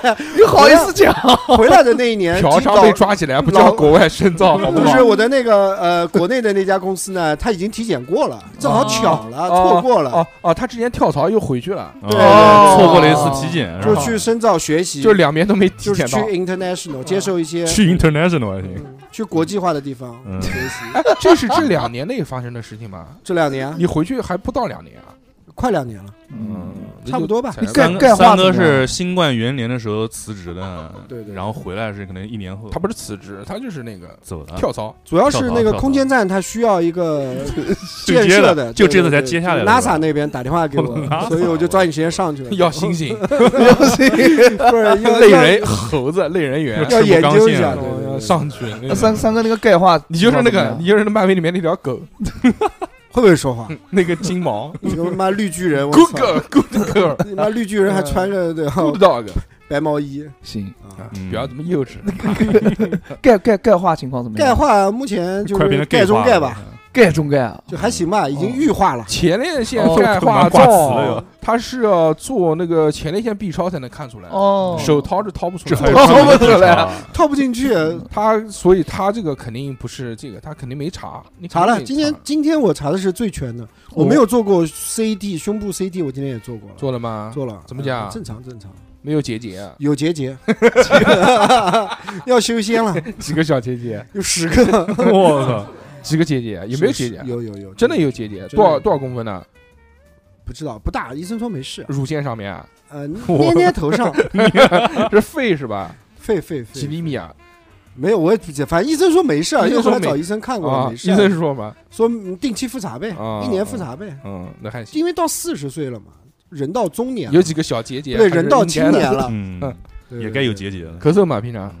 [SPEAKER 2] 了，
[SPEAKER 3] 你好意思讲
[SPEAKER 2] 回来的那一年，
[SPEAKER 1] 嫖娼被抓起来不叫国外深造，好不
[SPEAKER 2] 不
[SPEAKER 1] 好？
[SPEAKER 2] 是我的那个呃，国内的那家公司呢，他已经体检过了，正好巧了，错过了。
[SPEAKER 1] 哦哦，他之前跳槽又回去了，
[SPEAKER 2] 对对对
[SPEAKER 4] 哦错过了一次体检，
[SPEAKER 2] 就去深造学习，
[SPEAKER 1] 就两年都没体
[SPEAKER 2] 就是
[SPEAKER 1] 检
[SPEAKER 2] 去
[SPEAKER 1] 到。
[SPEAKER 2] international 接受一
[SPEAKER 1] 啊
[SPEAKER 2] 些
[SPEAKER 4] 去 international 还行。
[SPEAKER 1] 嗯
[SPEAKER 2] 去国际化的地方
[SPEAKER 4] 嗯
[SPEAKER 2] 学习。
[SPEAKER 1] 哎，这是这两年内发生的事情吗？
[SPEAKER 2] 这两年啊
[SPEAKER 1] 你回去还不到两年啊？
[SPEAKER 2] 快两年了，
[SPEAKER 1] 嗯，
[SPEAKER 2] 差不多吧你
[SPEAKER 4] 三
[SPEAKER 2] 干
[SPEAKER 4] 哥
[SPEAKER 2] 干化
[SPEAKER 4] 三
[SPEAKER 2] 怎
[SPEAKER 4] 哥
[SPEAKER 2] 么样
[SPEAKER 4] 是新冠元年的时候辞职的，
[SPEAKER 2] 对对，
[SPEAKER 4] 然后回来是可能一年后。
[SPEAKER 1] 他不是辞职，他就是那个
[SPEAKER 4] 走了
[SPEAKER 1] 跳槽
[SPEAKER 2] 主要是那个空
[SPEAKER 4] 间。
[SPEAKER 2] 间站，它需要一个
[SPEAKER 4] 就
[SPEAKER 2] 建
[SPEAKER 4] 接
[SPEAKER 2] 设
[SPEAKER 4] 了
[SPEAKER 2] 的，
[SPEAKER 4] 就
[SPEAKER 2] 对
[SPEAKER 4] 这次
[SPEAKER 2] 对
[SPEAKER 4] 才
[SPEAKER 2] 对
[SPEAKER 4] 接下来的是吧
[SPEAKER 2] NASA 那边打电话给我
[SPEAKER 4] NASA，，
[SPEAKER 2] 所以我就抓紧时间上去了。
[SPEAKER 1] 要 星星
[SPEAKER 2] 要星星，不是要
[SPEAKER 1] 类
[SPEAKER 2] 要
[SPEAKER 1] 人猴子类人猿，
[SPEAKER 2] 要研究 一下，
[SPEAKER 1] 我
[SPEAKER 2] 对
[SPEAKER 1] 要上去。那个
[SPEAKER 3] 三三哥那个钙化，
[SPEAKER 1] 你就是那
[SPEAKER 3] 怎么
[SPEAKER 1] 个
[SPEAKER 3] 样，
[SPEAKER 1] 你就是那漫威里面那条狗，
[SPEAKER 2] 会不会说话？
[SPEAKER 1] 那个金毛，
[SPEAKER 2] 你他妈绿巨人
[SPEAKER 1] Good girl，Good girl，
[SPEAKER 2] 你妈绿巨人还穿着对吧
[SPEAKER 1] Good dog
[SPEAKER 2] 白毛衣，
[SPEAKER 3] 行
[SPEAKER 2] 啊，
[SPEAKER 1] 不要这么幼稚。
[SPEAKER 3] 钙钙钙化情况怎么样？
[SPEAKER 2] 钙化目前就
[SPEAKER 3] 快变
[SPEAKER 2] 是
[SPEAKER 3] 成钙
[SPEAKER 2] 钙中
[SPEAKER 3] 化
[SPEAKER 2] 钙
[SPEAKER 3] 了
[SPEAKER 2] 吧，
[SPEAKER 3] 钙中钙啊，
[SPEAKER 2] 就还行吧，已经预化了。
[SPEAKER 1] 哦前列腺
[SPEAKER 2] 哦
[SPEAKER 1] 钙化
[SPEAKER 2] 挂词了
[SPEAKER 1] 灶
[SPEAKER 2] 又，
[SPEAKER 1] 它是要做那个前列腺 B 超才能看出来的，
[SPEAKER 3] 哦
[SPEAKER 1] 手掏是掏不出来的，
[SPEAKER 3] 这还掏不出来啊
[SPEAKER 2] 掏不进去。
[SPEAKER 1] 它所以它这个肯定不是这个，它肯定没查，哦你肯
[SPEAKER 2] 查
[SPEAKER 1] 定
[SPEAKER 2] 了，
[SPEAKER 1] 得
[SPEAKER 2] 今天今天我查的是最全的，我没有做过 CT 胸部 CT，我今天也做过了，
[SPEAKER 1] 做了吗？
[SPEAKER 2] 做了
[SPEAKER 1] 怎么讲？
[SPEAKER 2] 嗯正常正常，
[SPEAKER 1] 没有结节啊，
[SPEAKER 2] 有 结节，要修仙了，
[SPEAKER 1] 几个小结节，，
[SPEAKER 2] 有 十个
[SPEAKER 1] 我操，几个结节？有没有结节？
[SPEAKER 2] 有有有，
[SPEAKER 1] 真的有结节，
[SPEAKER 2] 真的
[SPEAKER 1] 多少
[SPEAKER 2] 有
[SPEAKER 1] 多少公分呢？
[SPEAKER 2] 不知道不大，医生说没事，
[SPEAKER 1] 乳腺上面啊？
[SPEAKER 2] 呃，
[SPEAKER 1] 我，
[SPEAKER 2] 捏捏头上
[SPEAKER 1] 这肺是吧？
[SPEAKER 2] 肺肺肺
[SPEAKER 1] 几厘米啊？
[SPEAKER 2] 没有，我也不记得，反正医生说没事儿，啊
[SPEAKER 1] 医
[SPEAKER 2] 因
[SPEAKER 1] 生
[SPEAKER 2] 为后
[SPEAKER 1] 说
[SPEAKER 2] 来找
[SPEAKER 1] 没
[SPEAKER 2] 医生看过
[SPEAKER 1] 啊
[SPEAKER 2] 了，没事儿。
[SPEAKER 1] 医生是说嘛
[SPEAKER 2] 说嗯定期复查呗
[SPEAKER 1] 啊，
[SPEAKER 2] 一年复查呗，
[SPEAKER 1] 嗯，那还行。
[SPEAKER 2] 因为到四十岁了嘛，人到中年了，
[SPEAKER 1] 有几个小结节，
[SPEAKER 2] 对，
[SPEAKER 1] 还是
[SPEAKER 2] 人到
[SPEAKER 1] 应
[SPEAKER 2] 青
[SPEAKER 1] 该的
[SPEAKER 2] 年了，
[SPEAKER 1] 嗯，
[SPEAKER 4] 也该有结节了。
[SPEAKER 1] 咳嗽嘛，平常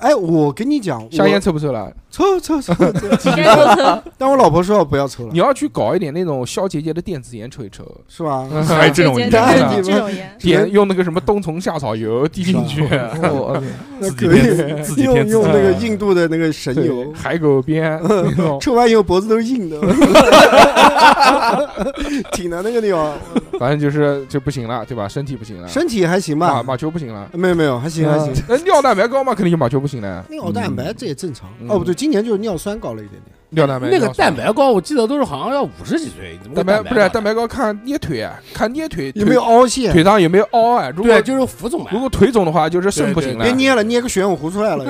[SPEAKER 2] 哎，我跟你讲，
[SPEAKER 1] 香烟
[SPEAKER 2] 我
[SPEAKER 1] 抽不抽了？
[SPEAKER 2] 抽抽抽抽
[SPEAKER 1] 抽，
[SPEAKER 2] 但我老婆说不要抽了。
[SPEAKER 1] 你要去搞一点那种消结节的电子烟抽一抽，
[SPEAKER 2] 是吧
[SPEAKER 1] 嗯
[SPEAKER 2] 还有这种烟还有这种烟
[SPEAKER 1] 点用那个什么冬虫夏草油滴进去
[SPEAKER 2] 哦，那
[SPEAKER 1] 自己
[SPEAKER 2] 可
[SPEAKER 1] 编自
[SPEAKER 2] 以
[SPEAKER 1] 己
[SPEAKER 2] 用
[SPEAKER 1] 编
[SPEAKER 2] 用那个
[SPEAKER 1] 自己
[SPEAKER 2] 印度的那个神油
[SPEAKER 1] 对，海狗鞭那种
[SPEAKER 2] 抽完以后脖子都是硬的，挺难那个地方。
[SPEAKER 1] 反正就是就不行了，对吧？身体不行了，
[SPEAKER 2] 身体还行吧
[SPEAKER 1] 啊马球不行了，呃
[SPEAKER 2] 没有没有，还行还行。
[SPEAKER 1] 那尿蛋白高吗？肯定就马球不行了。
[SPEAKER 2] 尿蛋白这也正常
[SPEAKER 1] 嗯。
[SPEAKER 2] 哦，不对，今年就是尿酸高了一点点。
[SPEAKER 1] 尿蛋白
[SPEAKER 5] 那个
[SPEAKER 1] 尿
[SPEAKER 5] 蛋白高，我记得都是好像要五十几岁，怎么
[SPEAKER 1] 蛋
[SPEAKER 5] 会
[SPEAKER 1] 白不是
[SPEAKER 5] 高
[SPEAKER 1] 蛋白高，看捏腿啊，看捏腿
[SPEAKER 2] 有没有凹陷
[SPEAKER 1] 腿上有没有凹啊？如果
[SPEAKER 5] 对就是浮肿啊
[SPEAKER 1] 如果腿肿的话，就是肾不行了
[SPEAKER 2] 别。捏了，捏个旋我糊出来了。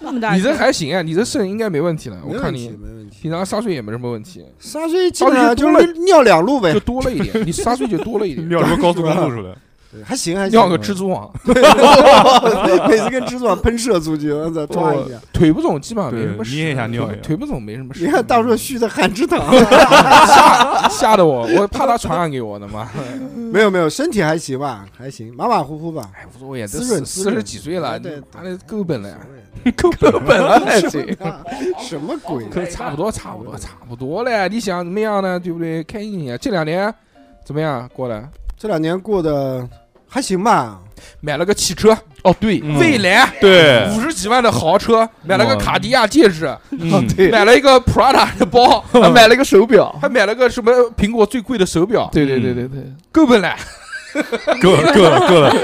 [SPEAKER 6] 那么大，
[SPEAKER 1] 你这还行啊，你这肾应该没问题了。我看你
[SPEAKER 2] 没
[SPEAKER 1] 平常沙水也没什么问题，
[SPEAKER 2] 沙水基
[SPEAKER 1] 沙
[SPEAKER 2] 本
[SPEAKER 1] 水
[SPEAKER 2] 上就是尿两路呗，
[SPEAKER 1] 就多了一点，你沙水就多了一点，
[SPEAKER 4] 尿什么高速公路出来？
[SPEAKER 2] 对还行还行。，
[SPEAKER 1] 尿个蜘蛛网
[SPEAKER 2] 对，每次跟蜘蛛网喷射出去，我操，抓一下。
[SPEAKER 1] 腿不肿基本上没什么
[SPEAKER 4] 对
[SPEAKER 1] 事，
[SPEAKER 4] 捏一下尿一下
[SPEAKER 1] 腿腿不肿没什么事
[SPEAKER 2] 你。看到时候蓄的汗直淌。
[SPEAKER 1] 吓吓得我，我怕他传染给我呢嘛。
[SPEAKER 2] 没有没有，身体还行吧，还行，马马虎虎吧。
[SPEAKER 1] 无所谓，都
[SPEAKER 2] 滋润
[SPEAKER 1] 四十几岁了，
[SPEAKER 2] 对，
[SPEAKER 1] 妈的够本了呀， 够本了 还行。
[SPEAKER 2] 什么鬼？
[SPEAKER 1] 可差不多，差不多，差不多了。你想怎么样呢？对不对？开心呀！这两年怎么样过来？
[SPEAKER 2] 这两年过得还行吧。
[SPEAKER 1] 买了个汽车，哦对，蔚来，
[SPEAKER 4] 对
[SPEAKER 1] 五十几万的豪车，买了个卡地亚戒指，
[SPEAKER 4] 嗯
[SPEAKER 1] 对买了一个 Prada 的包， 还买了个手表，还买了个什么苹果最贵的手表。
[SPEAKER 3] 对对对对对，
[SPEAKER 1] 够本了，
[SPEAKER 4] 够了够了够了，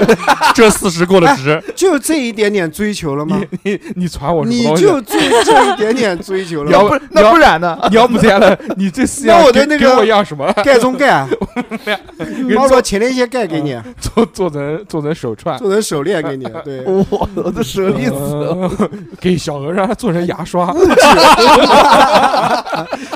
[SPEAKER 4] 这四十过了值。
[SPEAKER 2] 哎就这一点点追求了吗？
[SPEAKER 1] 你你你传我什
[SPEAKER 2] 你
[SPEAKER 1] 么东西啊
[SPEAKER 2] 就这这一点点追求了
[SPEAKER 1] 要
[SPEAKER 2] 吗，
[SPEAKER 1] 要你要
[SPEAKER 2] 不
[SPEAKER 1] 不然呢？你这四样
[SPEAKER 2] 那我的
[SPEAKER 1] 给
[SPEAKER 2] 那
[SPEAKER 1] 给我
[SPEAKER 2] 个
[SPEAKER 1] 一样什么？
[SPEAKER 2] 钙中 钙啊，
[SPEAKER 1] 给做嗯
[SPEAKER 2] 包括前列腺钙给你，啊
[SPEAKER 1] 做做成做成手串，
[SPEAKER 2] 做成手链给你，啊对， 嗯
[SPEAKER 1] 我的手
[SPEAKER 2] 意思
[SPEAKER 1] 给小鹅让它做成牙 刷，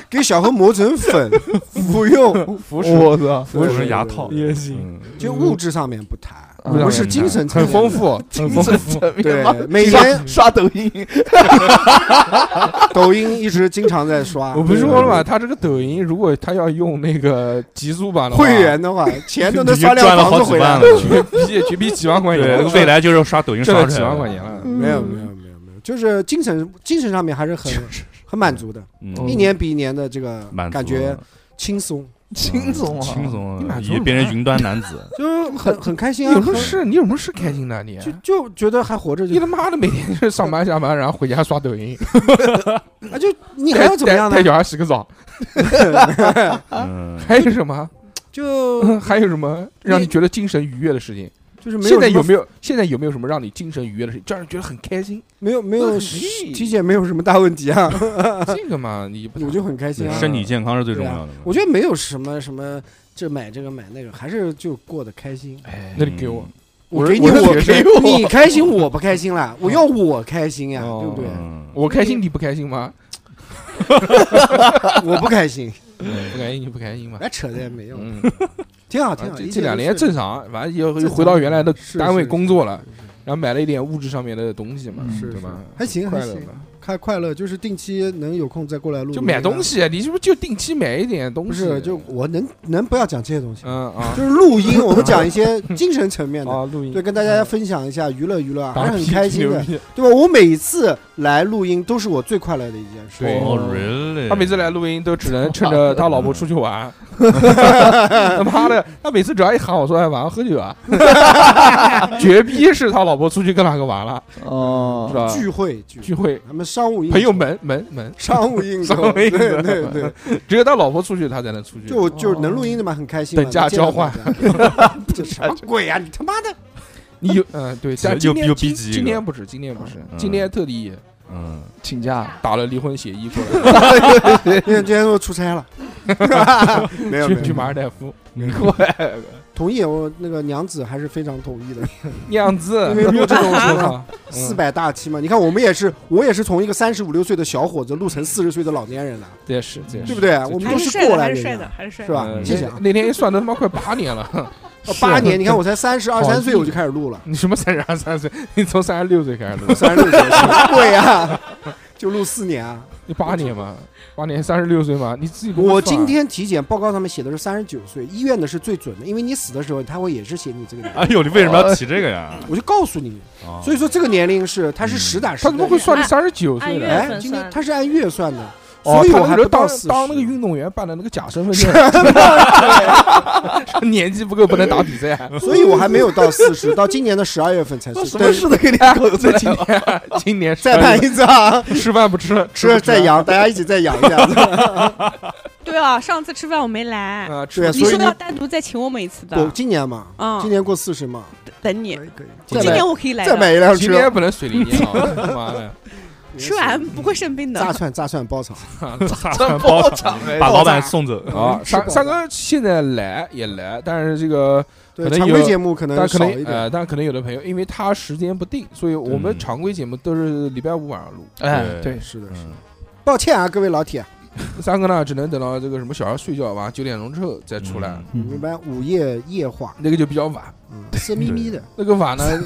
[SPEAKER 2] 给小何磨成粉服用，
[SPEAKER 1] 服
[SPEAKER 2] 食
[SPEAKER 1] 我操
[SPEAKER 2] 服
[SPEAKER 1] 服
[SPEAKER 2] 食
[SPEAKER 1] 食牙套也行，
[SPEAKER 2] 就物质上面不谈，
[SPEAKER 1] 物质上面
[SPEAKER 2] 我是精神层面
[SPEAKER 1] 很丰富很丰富
[SPEAKER 2] 精神层面
[SPEAKER 1] 对
[SPEAKER 2] 对，每
[SPEAKER 1] 刷
[SPEAKER 2] 天
[SPEAKER 3] 刷抖 音，
[SPEAKER 2] 抖音一直经常在刷，
[SPEAKER 1] 我不是说了吗？他这个抖音，如果他要用那个极速版的话
[SPEAKER 2] 会员的话钱都能
[SPEAKER 1] 你
[SPEAKER 2] 刷辆
[SPEAKER 1] 赚了
[SPEAKER 2] 房子
[SPEAKER 1] 好几
[SPEAKER 2] 回来
[SPEAKER 1] 万了，绝逼绝逼几万块钱
[SPEAKER 4] 对
[SPEAKER 1] 了，
[SPEAKER 4] 那个未来就是刷抖音
[SPEAKER 1] 挣
[SPEAKER 4] 刷
[SPEAKER 1] 了
[SPEAKER 4] 出来
[SPEAKER 1] 几
[SPEAKER 4] 的
[SPEAKER 1] 万块钱了，
[SPEAKER 2] 嗯没有没有没有没有，就是精神精神上面还是很很满足的
[SPEAKER 4] 嗯，
[SPEAKER 2] 一年比一年的这个
[SPEAKER 4] 满足
[SPEAKER 2] 感觉轻松。
[SPEAKER 3] 轻松啊，
[SPEAKER 4] 轻松
[SPEAKER 2] 你
[SPEAKER 4] 啊，
[SPEAKER 2] 满足，
[SPEAKER 4] 以别人云端男子
[SPEAKER 2] 就是
[SPEAKER 1] 嗯
[SPEAKER 2] 很很开心啊。
[SPEAKER 1] 有什么
[SPEAKER 2] 很
[SPEAKER 1] 事？你有什么事开心的？你
[SPEAKER 2] 就就觉得还活着就，
[SPEAKER 1] 你他妈的每天就是上班下班，然后回家刷抖音，
[SPEAKER 2] 啊，就你还要怎么样呢
[SPEAKER 1] 带带？小孩洗个 澡，还有什么？
[SPEAKER 2] 就
[SPEAKER 1] 还有什么让你觉得精神愉悦的事情？
[SPEAKER 2] 就是没有
[SPEAKER 1] 现在
[SPEAKER 2] 什么
[SPEAKER 1] 有没有现在有没有什么让你精神愉悦的事情，就让你觉得很开心？
[SPEAKER 2] 没有没有
[SPEAKER 1] 嗯
[SPEAKER 2] 体检没有什么大问题啊。
[SPEAKER 1] 这个嘛，你
[SPEAKER 2] 我就很开心啊。
[SPEAKER 4] 身体健康是最重
[SPEAKER 2] 对
[SPEAKER 4] 要
[SPEAKER 2] 啊
[SPEAKER 4] 的嘛。
[SPEAKER 2] 我觉得没有什么什么这买这个买那个，还是就过得开心。哎
[SPEAKER 1] 那你给我，
[SPEAKER 2] 我
[SPEAKER 1] 我
[SPEAKER 2] 给
[SPEAKER 1] 是
[SPEAKER 2] 你
[SPEAKER 1] 我是
[SPEAKER 2] 我
[SPEAKER 1] 学
[SPEAKER 2] 给
[SPEAKER 1] 生
[SPEAKER 2] 你开心，我不开心啦。我要我开心呀，对不对？
[SPEAKER 1] 哦嗯我开心，你不开心吗？
[SPEAKER 2] 我不开心，
[SPEAKER 1] 嗯不开心你不开心吗？
[SPEAKER 2] 哎，扯的也没用
[SPEAKER 1] 嗯，
[SPEAKER 2] 挺好
[SPEAKER 1] 啊
[SPEAKER 2] 挺好。
[SPEAKER 1] 这
[SPEAKER 2] 一切
[SPEAKER 1] 这两
[SPEAKER 2] 都
[SPEAKER 1] 年
[SPEAKER 2] 是
[SPEAKER 1] 正常，反正又
[SPEAKER 2] 正
[SPEAKER 1] 又
[SPEAKER 2] 常
[SPEAKER 1] 回到原来的
[SPEAKER 2] 是
[SPEAKER 1] 单位
[SPEAKER 2] 是
[SPEAKER 1] 工作了，然后买了一点物质上面的东西嘛，
[SPEAKER 2] 是
[SPEAKER 1] 对
[SPEAKER 2] 是
[SPEAKER 1] 吧？
[SPEAKER 2] 还行
[SPEAKER 1] 快
[SPEAKER 2] 还
[SPEAKER 1] 乐
[SPEAKER 2] 行
[SPEAKER 1] 嘛，
[SPEAKER 2] 快快乐就是定期能有空再过来录。啊
[SPEAKER 1] 就买东，西，啊你是不是就定期买一点东
[SPEAKER 2] 不
[SPEAKER 1] 西？
[SPEAKER 2] 是就我能能不要讲这些东西吗？
[SPEAKER 1] 嗯啊，
[SPEAKER 2] 就是录音，我们讲 一些精神层面的，
[SPEAKER 1] 啊录音
[SPEAKER 2] 对，跟大家分享一下，娱乐娱乐啊，
[SPEAKER 1] 打
[SPEAKER 2] 还是很
[SPEAKER 1] 屁
[SPEAKER 2] 开心
[SPEAKER 1] 牛
[SPEAKER 2] 的
[SPEAKER 1] 逼，
[SPEAKER 2] 对吧？我每一次来录音都是我最快乐的一件事。
[SPEAKER 1] 对
[SPEAKER 4] 哦，really？
[SPEAKER 1] 他每次来录音都只能趁着他老婆出去 玩，他妈的，他每次只要一喊我说哎晚上喝酒 啊，绝逼是他老婆出去跟哪个玩了，
[SPEAKER 3] 哦
[SPEAKER 1] 是吧？
[SPEAKER 2] 聚会
[SPEAKER 1] 聚会，
[SPEAKER 2] 他们商务应酬
[SPEAKER 1] 朋友门门门
[SPEAKER 2] 商务应酬
[SPEAKER 1] 商务应酬，
[SPEAKER 2] 对对对，
[SPEAKER 1] 只有他老婆出去他才能出去，
[SPEAKER 2] 就就是能录音的嘛，很开心嘛。
[SPEAKER 1] 等价
[SPEAKER 2] 见到
[SPEAKER 1] 交换
[SPEAKER 2] 大家 这什么鬼啊！你他妈的，
[SPEAKER 1] 你有嗯对，但今
[SPEAKER 4] 又
[SPEAKER 1] 天
[SPEAKER 4] 又
[SPEAKER 1] 今
[SPEAKER 4] 逼急一个
[SPEAKER 1] 今天不是，今天不是，
[SPEAKER 4] 嗯
[SPEAKER 1] 今天特地
[SPEAKER 4] 嗯
[SPEAKER 3] 请假
[SPEAKER 1] 打了离婚协议 过来，，
[SPEAKER 2] 因为今天我出 差了 没有嗯
[SPEAKER 1] 去
[SPEAKER 2] 没有
[SPEAKER 1] 去马尔代夫
[SPEAKER 2] 没有
[SPEAKER 1] 快乐
[SPEAKER 2] 同意我那个娘子还是非常同 意的，
[SPEAKER 1] 娘子
[SPEAKER 2] 因为录这种什 么
[SPEAKER 1] 嗯
[SPEAKER 2] 四百大期嘛，你看我们也是，我也是从一个三十五六岁的小伙子录成四十岁的老年人了，啊
[SPEAKER 1] 这也是这也是
[SPEAKER 2] 对不对？我们都过来人啊，是吧？
[SPEAKER 1] 嗯
[SPEAKER 2] 谢谢啊
[SPEAKER 1] 那。那天一算都他妈快八年了，啊
[SPEAKER 2] 哦八年，你看我才三十
[SPEAKER 1] 好
[SPEAKER 2] 二
[SPEAKER 1] 意思
[SPEAKER 2] 三岁我就开始录了，
[SPEAKER 1] 你什么三十二三岁？你从三十六岁开始录，
[SPEAKER 2] 三十六岁， 对啊，就录四年啊。
[SPEAKER 1] 你八年嘛，八年三十六岁嘛，你自己跟
[SPEAKER 2] 我
[SPEAKER 1] 算啊
[SPEAKER 2] 今天体检报告上面写的是三十九岁，医院的是最准的，因为你死的时候他会也是写你这个年龄。
[SPEAKER 4] 哎呦，你为什么要提这个呀？
[SPEAKER 2] 我就告诉你，
[SPEAKER 4] 哦
[SPEAKER 2] 所以说这个年龄是它是
[SPEAKER 1] 嗯
[SPEAKER 2] 实打实
[SPEAKER 1] 他
[SPEAKER 2] 的。
[SPEAKER 1] 怎么会算你39岁的按按月份
[SPEAKER 2] 哎，今
[SPEAKER 1] 算
[SPEAKER 2] 天
[SPEAKER 1] 的
[SPEAKER 2] 他是按月 算的，
[SPEAKER 1] 哦
[SPEAKER 2] 所以
[SPEAKER 1] 他
[SPEAKER 2] 我还
[SPEAKER 1] 那时
[SPEAKER 2] 不
[SPEAKER 1] 候当
[SPEAKER 2] 到四
[SPEAKER 1] 当那个运动员办的那个假身份证，年纪不够不能打比赛，啊
[SPEAKER 2] 所以我还没有到 四十，到今年的十二月份才是。
[SPEAKER 1] 什么事都给你搞在今年，今年
[SPEAKER 2] 再办一次啊
[SPEAKER 1] 吃饭不吃，
[SPEAKER 2] 吃了再养，大家一起再养一 下子。
[SPEAKER 7] 对啊，上次吃饭我没来，
[SPEAKER 1] 啊
[SPEAKER 2] 对啊
[SPEAKER 7] 你
[SPEAKER 2] 所以
[SPEAKER 7] 说
[SPEAKER 2] 你
[SPEAKER 7] 要单独再请我们一次的，
[SPEAKER 2] 我今年嘛，
[SPEAKER 7] 嗯
[SPEAKER 2] 今年过四十嘛，
[SPEAKER 7] 等你，
[SPEAKER 2] 再买
[SPEAKER 7] 今年我可以来的，
[SPEAKER 2] 再买一辆车，
[SPEAKER 1] 今年不能水泥 啊他妈的
[SPEAKER 7] 吃完不会生病的。
[SPEAKER 2] 炸串炸串包 场，
[SPEAKER 1] 炸包场
[SPEAKER 4] 把老板送走
[SPEAKER 1] 啊！三三哥现在来也来，但是这个
[SPEAKER 2] 对
[SPEAKER 1] 可能
[SPEAKER 2] 常
[SPEAKER 1] 有
[SPEAKER 2] 规节目可能
[SPEAKER 1] 但可能
[SPEAKER 2] 少一点
[SPEAKER 1] 呃，但可能有的朋友因为他时间不定，所以我
[SPEAKER 4] 嗯
[SPEAKER 1] 们常规节目都是礼拜五晚上录。
[SPEAKER 3] 哎
[SPEAKER 1] 对，
[SPEAKER 2] 是的，是的。抱歉啊，各位老铁，
[SPEAKER 1] 三哥呢，只能等到这个什么小孩睡觉晚上九点钟之后再出来，
[SPEAKER 4] 嗯
[SPEAKER 2] 一般午夜夜话，
[SPEAKER 1] 那个就比较晚，
[SPEAKER 2] 嗯色眯眯的。
[SPEAKER 1] 那个 晚呢，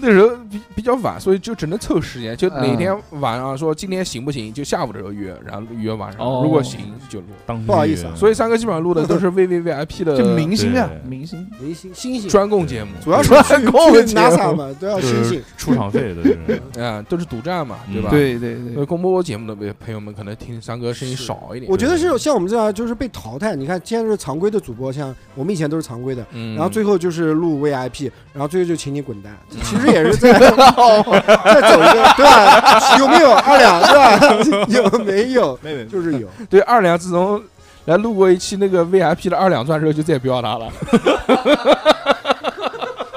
[SPEAKER 1] 那时候比比较晚，所以就只能凑时间，
[SPEAKER 2] 嗯
[SPEAKER 1] 就哪天晚上说今天行不行，就下午的时候约，然后约晚上，
[SPEAKER 3] 哦
[SPEAKER 1] 如果行就录。
[SPEAKER 4] 当
[SPEAKER 2] 不好意思
[SPEAKER 3] 嗯
[SPEAKER 2] 啊
[SPEAKER 1] 所以三哥基本上录的都 是 V V V I P 的
[SPEAKER 3] 就明星啊，
[SPEAKER 4] 对
[SPEAKER 3] 明星
[SPEAKER 2] 明星星星
[SPEAKER 1] 专供节目，
[SPEAKER 2] 主要是去去 NASA 嘛，都要星星
[SPEAKER 4] 出场费的就是
[SPEAKER 1] 啊，都是独占嘛，对吧？
[SPEAKER 3] 嗯对对对
[SPEAKER 1] 所以公播节目的朋友们可能听三哥声音少一点，
[SPEAKER 2] 我觉得
[SPEAKER 5] 嗯
[SPEAKER 2] 是像我们这样，就是被淘汰。你看，现在是常规的主播，像我们以前都是常规的，
[SPEAKER 1] 嗯
[SPEAKER 2] 然后最后就是录 VIP，然后最后就请你 滚蛋。其实也是在在走一个，对吧？有没有二两，对吧？ 有没有？
[SPEAKER 1] 没有
[SPEAKER 2] 就是有。
[SPEAKER 1] 对二两自从来录过一期那个 V I P 的二两钻之后，就再也不要他了。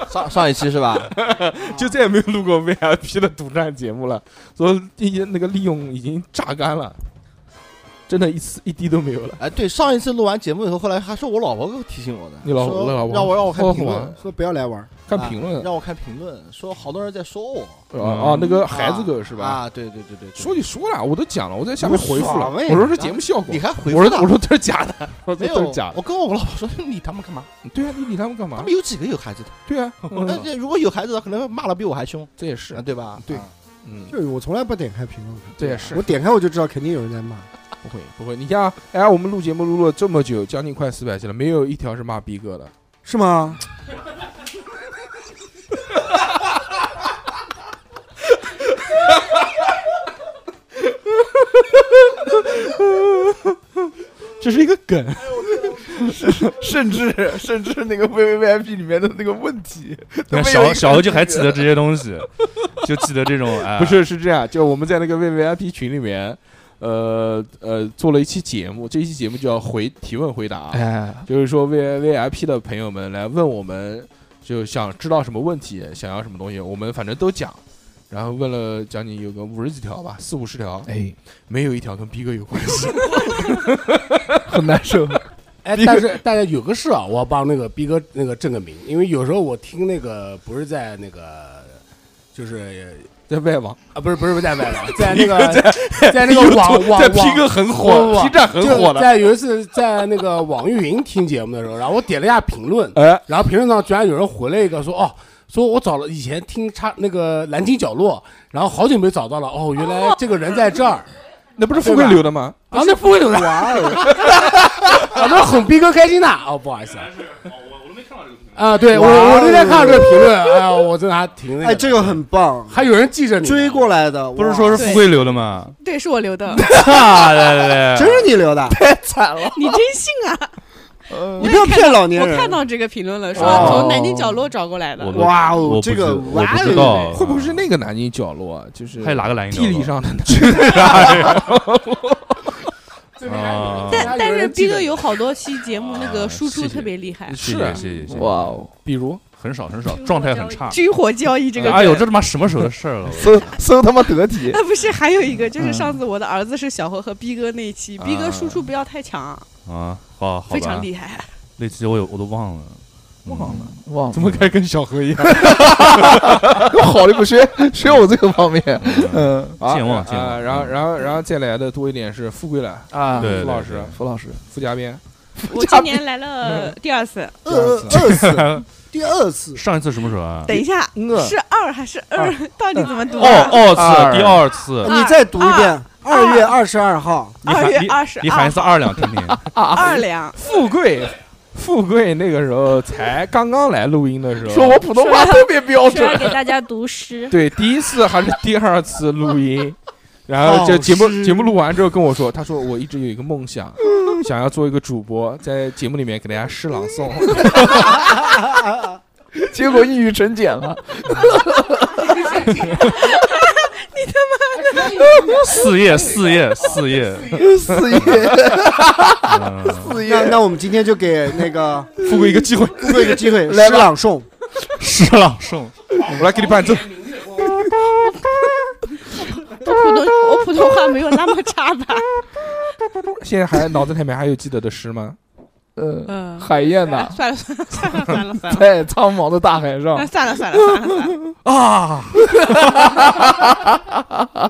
[SPEAKER 10] 上上一期是吧？
[SPEAKER 1] 就再也没有录过 VIP 的独占节目了，所以一些那个利用已经榨干了，真的一次一滴都没有了。
[SPEAKER 10] 哎，对，上一次录完节目以后，后来还是我老婆给我提醒我的，
[SPEAKER 1] 你老
[SPEAKER 10] 说
[SPEAKER 1] 你老婆
[SPEAKER 10] 让我让我看
[SPEAKER 1] 说
[SPEAKER 10] 评
[SPEAKER 1] 什么
[SPEAKER 10] 论，
[SPEAKER 2] 说不要来玩，
[SPEAKER 1] 看评论
[SPEAKER 10] 啊让我看评论，说好多人在说我
[SPEAKER 1] 啊啊那个孩子狗
[SPEAKER 10] 嗯啊
[SPEAKER 1] 是吧
[SPEAKER 10] 啊，对对对对，
[SPEAKER 1] 说你说了，我都讲了，我在下面回复了，
[SPEAKER 10] 无所谓
[SPEAKER 1] 我说是节目效果，
[SPEAKER 10] 你还回复
[SPEAKER 1] 我
[SPEAKER 10] 呢
[SPEAKER 1] 说我说这是假的，我说
[SPEAKER 10] 没
[SPEAKER 1] 这是
[SPEAKER 10] 有
[SPEAKER 1] 假，的
[SPEAKER 10] 我，跟我老婆说，你理他们干嘛？
[SPEAKER 1] 对啊，你理他们干嘛？
[SPEAKER 10] 他们有几个有孩子的？
[SPEAKER 1] 对啊，
[SPEAKER 10] 那这如果有孩子的，可能骂的比我还凶，
[SPEAKER 1] 这也是
[SPEAKER 10] 对吧？啊对，
[SPEAKER 1] 嗯，
[SPEAKER 2] 就是我从来不点开评论，
[SPEAKER 1] 这也是
[SPEAKER 2] 我点开我就知道肯定有人在骂。
[SPEAKER 1] 不会不会，你像哎，我们录节目录了这么久，将近快四百期了，没有一条是骂逼哥的，
[SPEAKER 2] 是吗？
[SPEAKER 15] 这是一个梗。
[SPEAKER 3] 甚至甚至那个 V V V I P 里面的那个问题，都
[SPEAKER 4] 那
[SPEAKER 3] 没有一
[SPEAKER 4] 小
[SPEAKER 3] 个
[SPEAKER 4] 小欧就还记得
[SPEAKER 3] 人
[SPEAKER 4] 这些东西，就记
[SPEAKER 1] 哦
[SPEAKER 4] 得这种哎，
[SPEAKER 1] 不是，是这样，就我们在那个 V V I P 群里面，呃呃，做了一期节目，这一期节目叫回提问回答，啊
[SPEAKER 3] 哎
[SPEAKER 1] 就是说 V V I P 的朋友们来问我们，就想知道什么问题，想要什么东西，我们反正都讲。然后问了将近有个五十几条吧，四五十条，
[SPEAKER 15] 哎，
[SPEAKER 1] 没有一条跟逼哥有关 系，
[SPEAKER 5] 很难受。 哎，但是但是有个事啊，我要帮那个逼哥那个正个名，因为有时候我听那个不是在那个，就是
[SPEAKER 1] 在外网
[SPEAKER 5] 啊，不是不是不是在外 网，在那
[SPEAKER 1] 在
[SPEAKER 5] 个在那个
[SPEAKER 1] YouTube，
[SPEAKER 5] 网网
[SPEAKER 1] 在
[SPEAKER 5] 网
[SPEAKER 1] P 哥很火
[SPEAKER 5] 网网
[SPEAKER 1] P 站很
[SPEAKER 5] 就
[SPEAKER 1] 火的
[SPEAKER 5] 在有一次在那个网易云听节目的时候，然后我点了一下评论，
[SPEAKER 1] 哎，
[SPEAKER 5] 然后评论上居然有人回了一个说哦。说我找了以前听差那个南京角落，然后好久没找到了。哦，原来这个人在这儿，
[SPEAKER 1] 那不是富贵留的吗？
[SPEAKER 5] 啊，那富贵留的，哇哦，啊，那哄逼哥开心的。哦，不好意思，啊，对我我那天看到这个评论，哎
[SPEAKER 1] 哦
[SPEAKER 5] 呀，我真的还挺那个。
[SPEAKER 2] 哎，这个很棒，
[SPEAKER 5] 还有人记着你，
[SPEAKER 2] 追过来的，
[SPEAKER 4] 不是说是富贵留的吗？
[SPEAKER 16] 对，是我留 的，
[SPEAKER 4] 来来来，
[SPEAKER 2] 真是你留的，
[SPEAKER 3] 太惨了，
[SPEAKER 16] 你真信啊？
[SPEAKER 2] 你
[SPEAKER 16] 我
[SPEAKER 2] 不要
[SPEAKER 16] 也看
[SPEAKER 2] 骗
[SPEAKER 16] 到
[SPEAKER 2] 老年人
[SPEAKER 16] 我看到这个评论了，说
[SPEAKER 1] 哦
[SPEAKER 16] 从南京角落找过来的。
[SPEAKER 1] 我不
[SPEAKER 2] 哇
[SPEAKER 1] 我
[SPEAKER 2] 哦
[SPEAKER 1] 不
[SPEAKER 2] 这个
[SPEAKER 1] 知我
[SPEAKER 2] 哇
[SPEAKER 1] 不知
[SPEAKER 2] 哦
[SPEAKER 1] 道，啊会不会是那个南京角落啊？就是
[SPEAKER 4] 还有哪个南京
[SPEAKER 1] 地理
[SPEAKER 4] 角落
[SPEAKER 1] 上的
[SPEAKER 4] 啊，
[SPEAKER 16] 但但是逼哥有好多期节目那个输出特别 厉害，啊
[SPEAKER 4] 谢
[SPEAKER 2] 啊
[SPEAKER 4] 谢谢谢谢谢，
[SPEAKER 3] 哇哦，
[SPEAKER 1] 比如
[SPEAKER 4] 很少很少，状态很差，
[SPEAKER 16] 军火交易这个
[SPEAKER 4] 哎呦，
[SPEAKER 16] 梗
[SPEAKER 4] 这他妈什么时候的事儿了？
[SPEAKER 3] 搜搜他妈得 体
[SPEAKER 16] 啊，不是，还有一个就是
[SPEAKER 4] 嗯
[SPEAKER 16] 上次我的儿子是小何和逼哥那一期，
[SPEAKER 2] 啊
[SPEAKER 16] 逼哥输出不要太强，
[SPEAKER 4] 啊，好，好吧
[SPEAKER 16] 非常厉害。啊
[SPEAKER 4] 那期我有我都忘了，忘了
[SPEAKER 3] 忘了，
[SPEAKER 1] 怎么开始跟小何 一样？
[SPEAKER 3] 我好的不 学学我这个方面，嗯，
[SPEAKER 1] 啊
[SPEAKER 4] 健忘
[SPEAKER 1] 啊
[SPEAKER 4] 健忘
[SPEAKER 1] 然后然后然后再来的多一点是富贵了
[SPEAKER 3] 啊
[SPEAKER 1] 付
[SPEAKER 3] 对对
[SPEAKER 1] 老
[SPEAKER 4] 对
[SPEAKER 1] 师，
[SPEAKER 3] 付老师，
[SPEAKER 1] 付嘉宾，
[SPEAKER 16] 我今年来了第二次，
[SPEAKER 2] 第二次二 次第二次，
[SPEAKER 4] 上一次什么时候啊？
[SPEAKER 16] 等一下
[SPEAKER 2] 嗯，
[SPEAKER 16] 是二还是二？ 到底怎么读
[SPEAKER 4] 哦，
[SPEAKER 16] 啊？
[SPEAKER 4] 二
[SPEAKER 3] 二
[SPEAKER 4] 次，第二次，
[SPEAKER 2] 你再读一遍，二月二十二号，
[SPEAKER 4] 你喊
[SPEAKER 16] 二月
[SPEAKER 4] 你
[SPEAKER 16] 二十
[SPEAKER 4] 你喊一次二两听听。
[SPEAKER 16] 二两，
[SPEAKER 1] 富贵。富贵那个时候才刚刚来录音的时候，
[SPEAKER 3] 说我普通话特别标
[SPEAKER 12] 说要
[SPEAKER 3] 准，
[SPEAKER 12] 给大家读 诗，
[SPEAKER 1] 对，第一次还是第二次录音，然后就
[SPEAKER 2] 老
[SPEAKER 1] 节目
[SPEAKER 2] 师
[SPEAKER 1] 节目录完之后跟我说，他说我一直有一个梦想，想要做一个主播，在节目里面给大家诗朗诵。
[SPEAKER 3] 结果一语成茧 了。
[SPEAKER 4] 四页，四页，四页，
[SPEAKER 2] 四爷，
[SPEAKER 4] 四
[SPEAKER 2] 那那我们今天就给 那个
[SPEAKER 1] 富贵一个机会，
[SPEAKER 2] 富贵一个机会，
[SPEAKER 4] 来吧
[SPEAKER 2] 诗朗诵，
[SPEAKER 4] 诗朗诵，
[SPEAKER 1] 我来给你伴 奏。
[SPEAKER 16] 我普通我普通话没有那么差吧？
[SPEAKER 1] 现在还脑子里面还有记得的诗吗？
[SPEAKER 16] 嗯
[SPEAKER 3] 呃，海燕呐，
[SPEAKER 16] 算了算了算 了算了算了，
[SPEAKER 3] 在苍茫的大海上
[SPEAKER 16] 那算了算了算了算了，
[SPEAKER 3] 啊，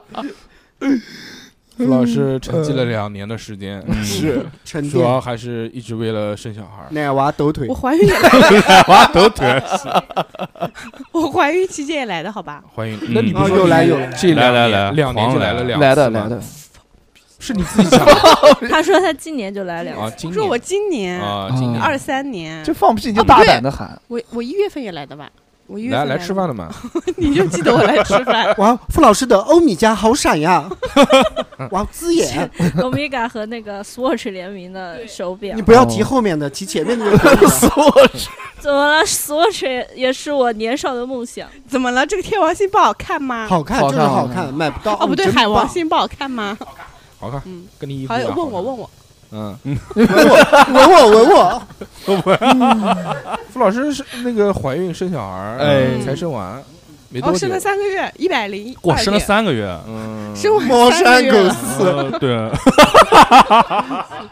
[SPEAKER 1] 付老师沉
[SPEAKER 3] 嗯
[SPEAKER 1] 寂了两年的时间，
[SPEAKER 2] 是沉
[SPEAKER 1] 主要
[SPEAKER 2] 淀，
[SPEAKER 1] 还是一直为了生小孩儿。
[SPEAKER 2] 奶娃抖腿
[SPEAKER 16] 我，怀孕 也
[SPEAKER 4] 奶娃抖 腿，
[SPEAKER 16] 我怀孕期间也来的好吧？
[SPEAKER 1] 欢迎，
[SPEAKER 4] 嗯
[SPEAKER 1] 那你不
[SPEAKER 2] 哦
[SPEAKER 1] 说
[SPEAKER 2] 又
[SPEAKER 3] 哎
[SPEAKER 2] 来
[SPEAKER 1] 你
[SPEAKER 2] 又来
[SPEAKER 1] 这
[SPEAKER 4] 来
[SPEAKER 1] 两年
[SPEAKER 4] 来来
[SPEAKER 1] 两年
[SPEAKER 4] 狂
[SPEAKER 1] 就来了
[SPEAKER 4] 来
[SPEAKER 1] 两
[SPEAKER 3] 来
[SPEAKER 1] 次
[SPEAKER 3] 的
[SPEAKER 1] 吗
[SPEAKER 3] 来的，
[SPEAKER 1] 是你自己讲的
[SPEAKER 12] 他说他今年就来两
[SPEAKER 1] 啊？
[SPEAKER 12] 次，
[SPEAKER 1] 今
[SPEAKER 16] 说我
[SPEAKER 1] 年
[SPEAKER 16] 今年
[SPEAKER 1] 啊，今年
[SPEAKER 16] 二三年
[SPEAKER 3] 就，放屁你就
[SPEAKER 16] 哦不
[SPEAKER 3] 大
[SPEAKER 16] 对
[SPEAKER 3] 胆的喊，
[SPEAKER 16] 我我一月份也来的吧？我一月份
[SPEAKER 1] 来
[SPEAKER 16] 来
[SPEAKER 1] 来吃饭了吗？
[SPEAKER 16] 的，你就记得我来吃饭。
[SPEAKER 2] 哇，付老师的欧米茄好闪 呀，哇，滋 眼，
[SPEAKER 12] Omega 和那个 Swatch 联名的手表
[SPEAKER 2] 你。不
[SPEAKER 5] 哦
[SPEAKER 2] 要提后面的，提前面的就可以 了
[SPEAKER 12] 怎么了？Swatch 也也是我年少的梦想。
[SPEAKER 16] 怎么了？这个天王星不好看吗？
[SPEAKER 2] 好看就是
[SPEAKER 3] 好
[SPEAKER 2] 好
[SPEAKER 3] 看
[SPEAKER 2] 看，买不到
[SPEAKER 16] 哦，不对，
[SPEAKER 2] 真
[SPEAKER 16] 海王
[SPEAKER 2] 棒
[SPEAKER 16] 星不好看吗？
[SPEAKER 1] 好看，
[SPEAKER 16] 嗯，
[SPEAKER 1] 跟你衣服
[SPEAKER 16] 好
[SPEAKER 1] 一
[SPEAKER 16] 像
[SPEAKER 1] 样
[SPEAKER 16] 问我问我，
[SPEAKER 1] 嗯，
[SPEAKER 2] 吻我吻我，
[SPEAKER 1] 付老师是那个怀孕生小孩儿，
[SPEAKER 3] 哎
[SPEAKER 1] 才生完没多
[SPEAKER 16] 哦，
[SPEAKER 1] 久，
[SPEAKER 16] 生了三个月，一百零
[SPEAKER 4] 哇，生了，三个月，
[SPEAKER 1] 嗯，
[SPEAKER 16] 生完
[SPEAKER 2] 猫
[SPEAKER 16] 三
[SPEAKER 2] 山
[SPEAKER 16] 个月
[SPEAKER 2] 狗
[SPEAKER 16] 了
[SPEAKER 2] 死，
[SPEAKER 4] 呃对，
[SPEAKER 2] 没有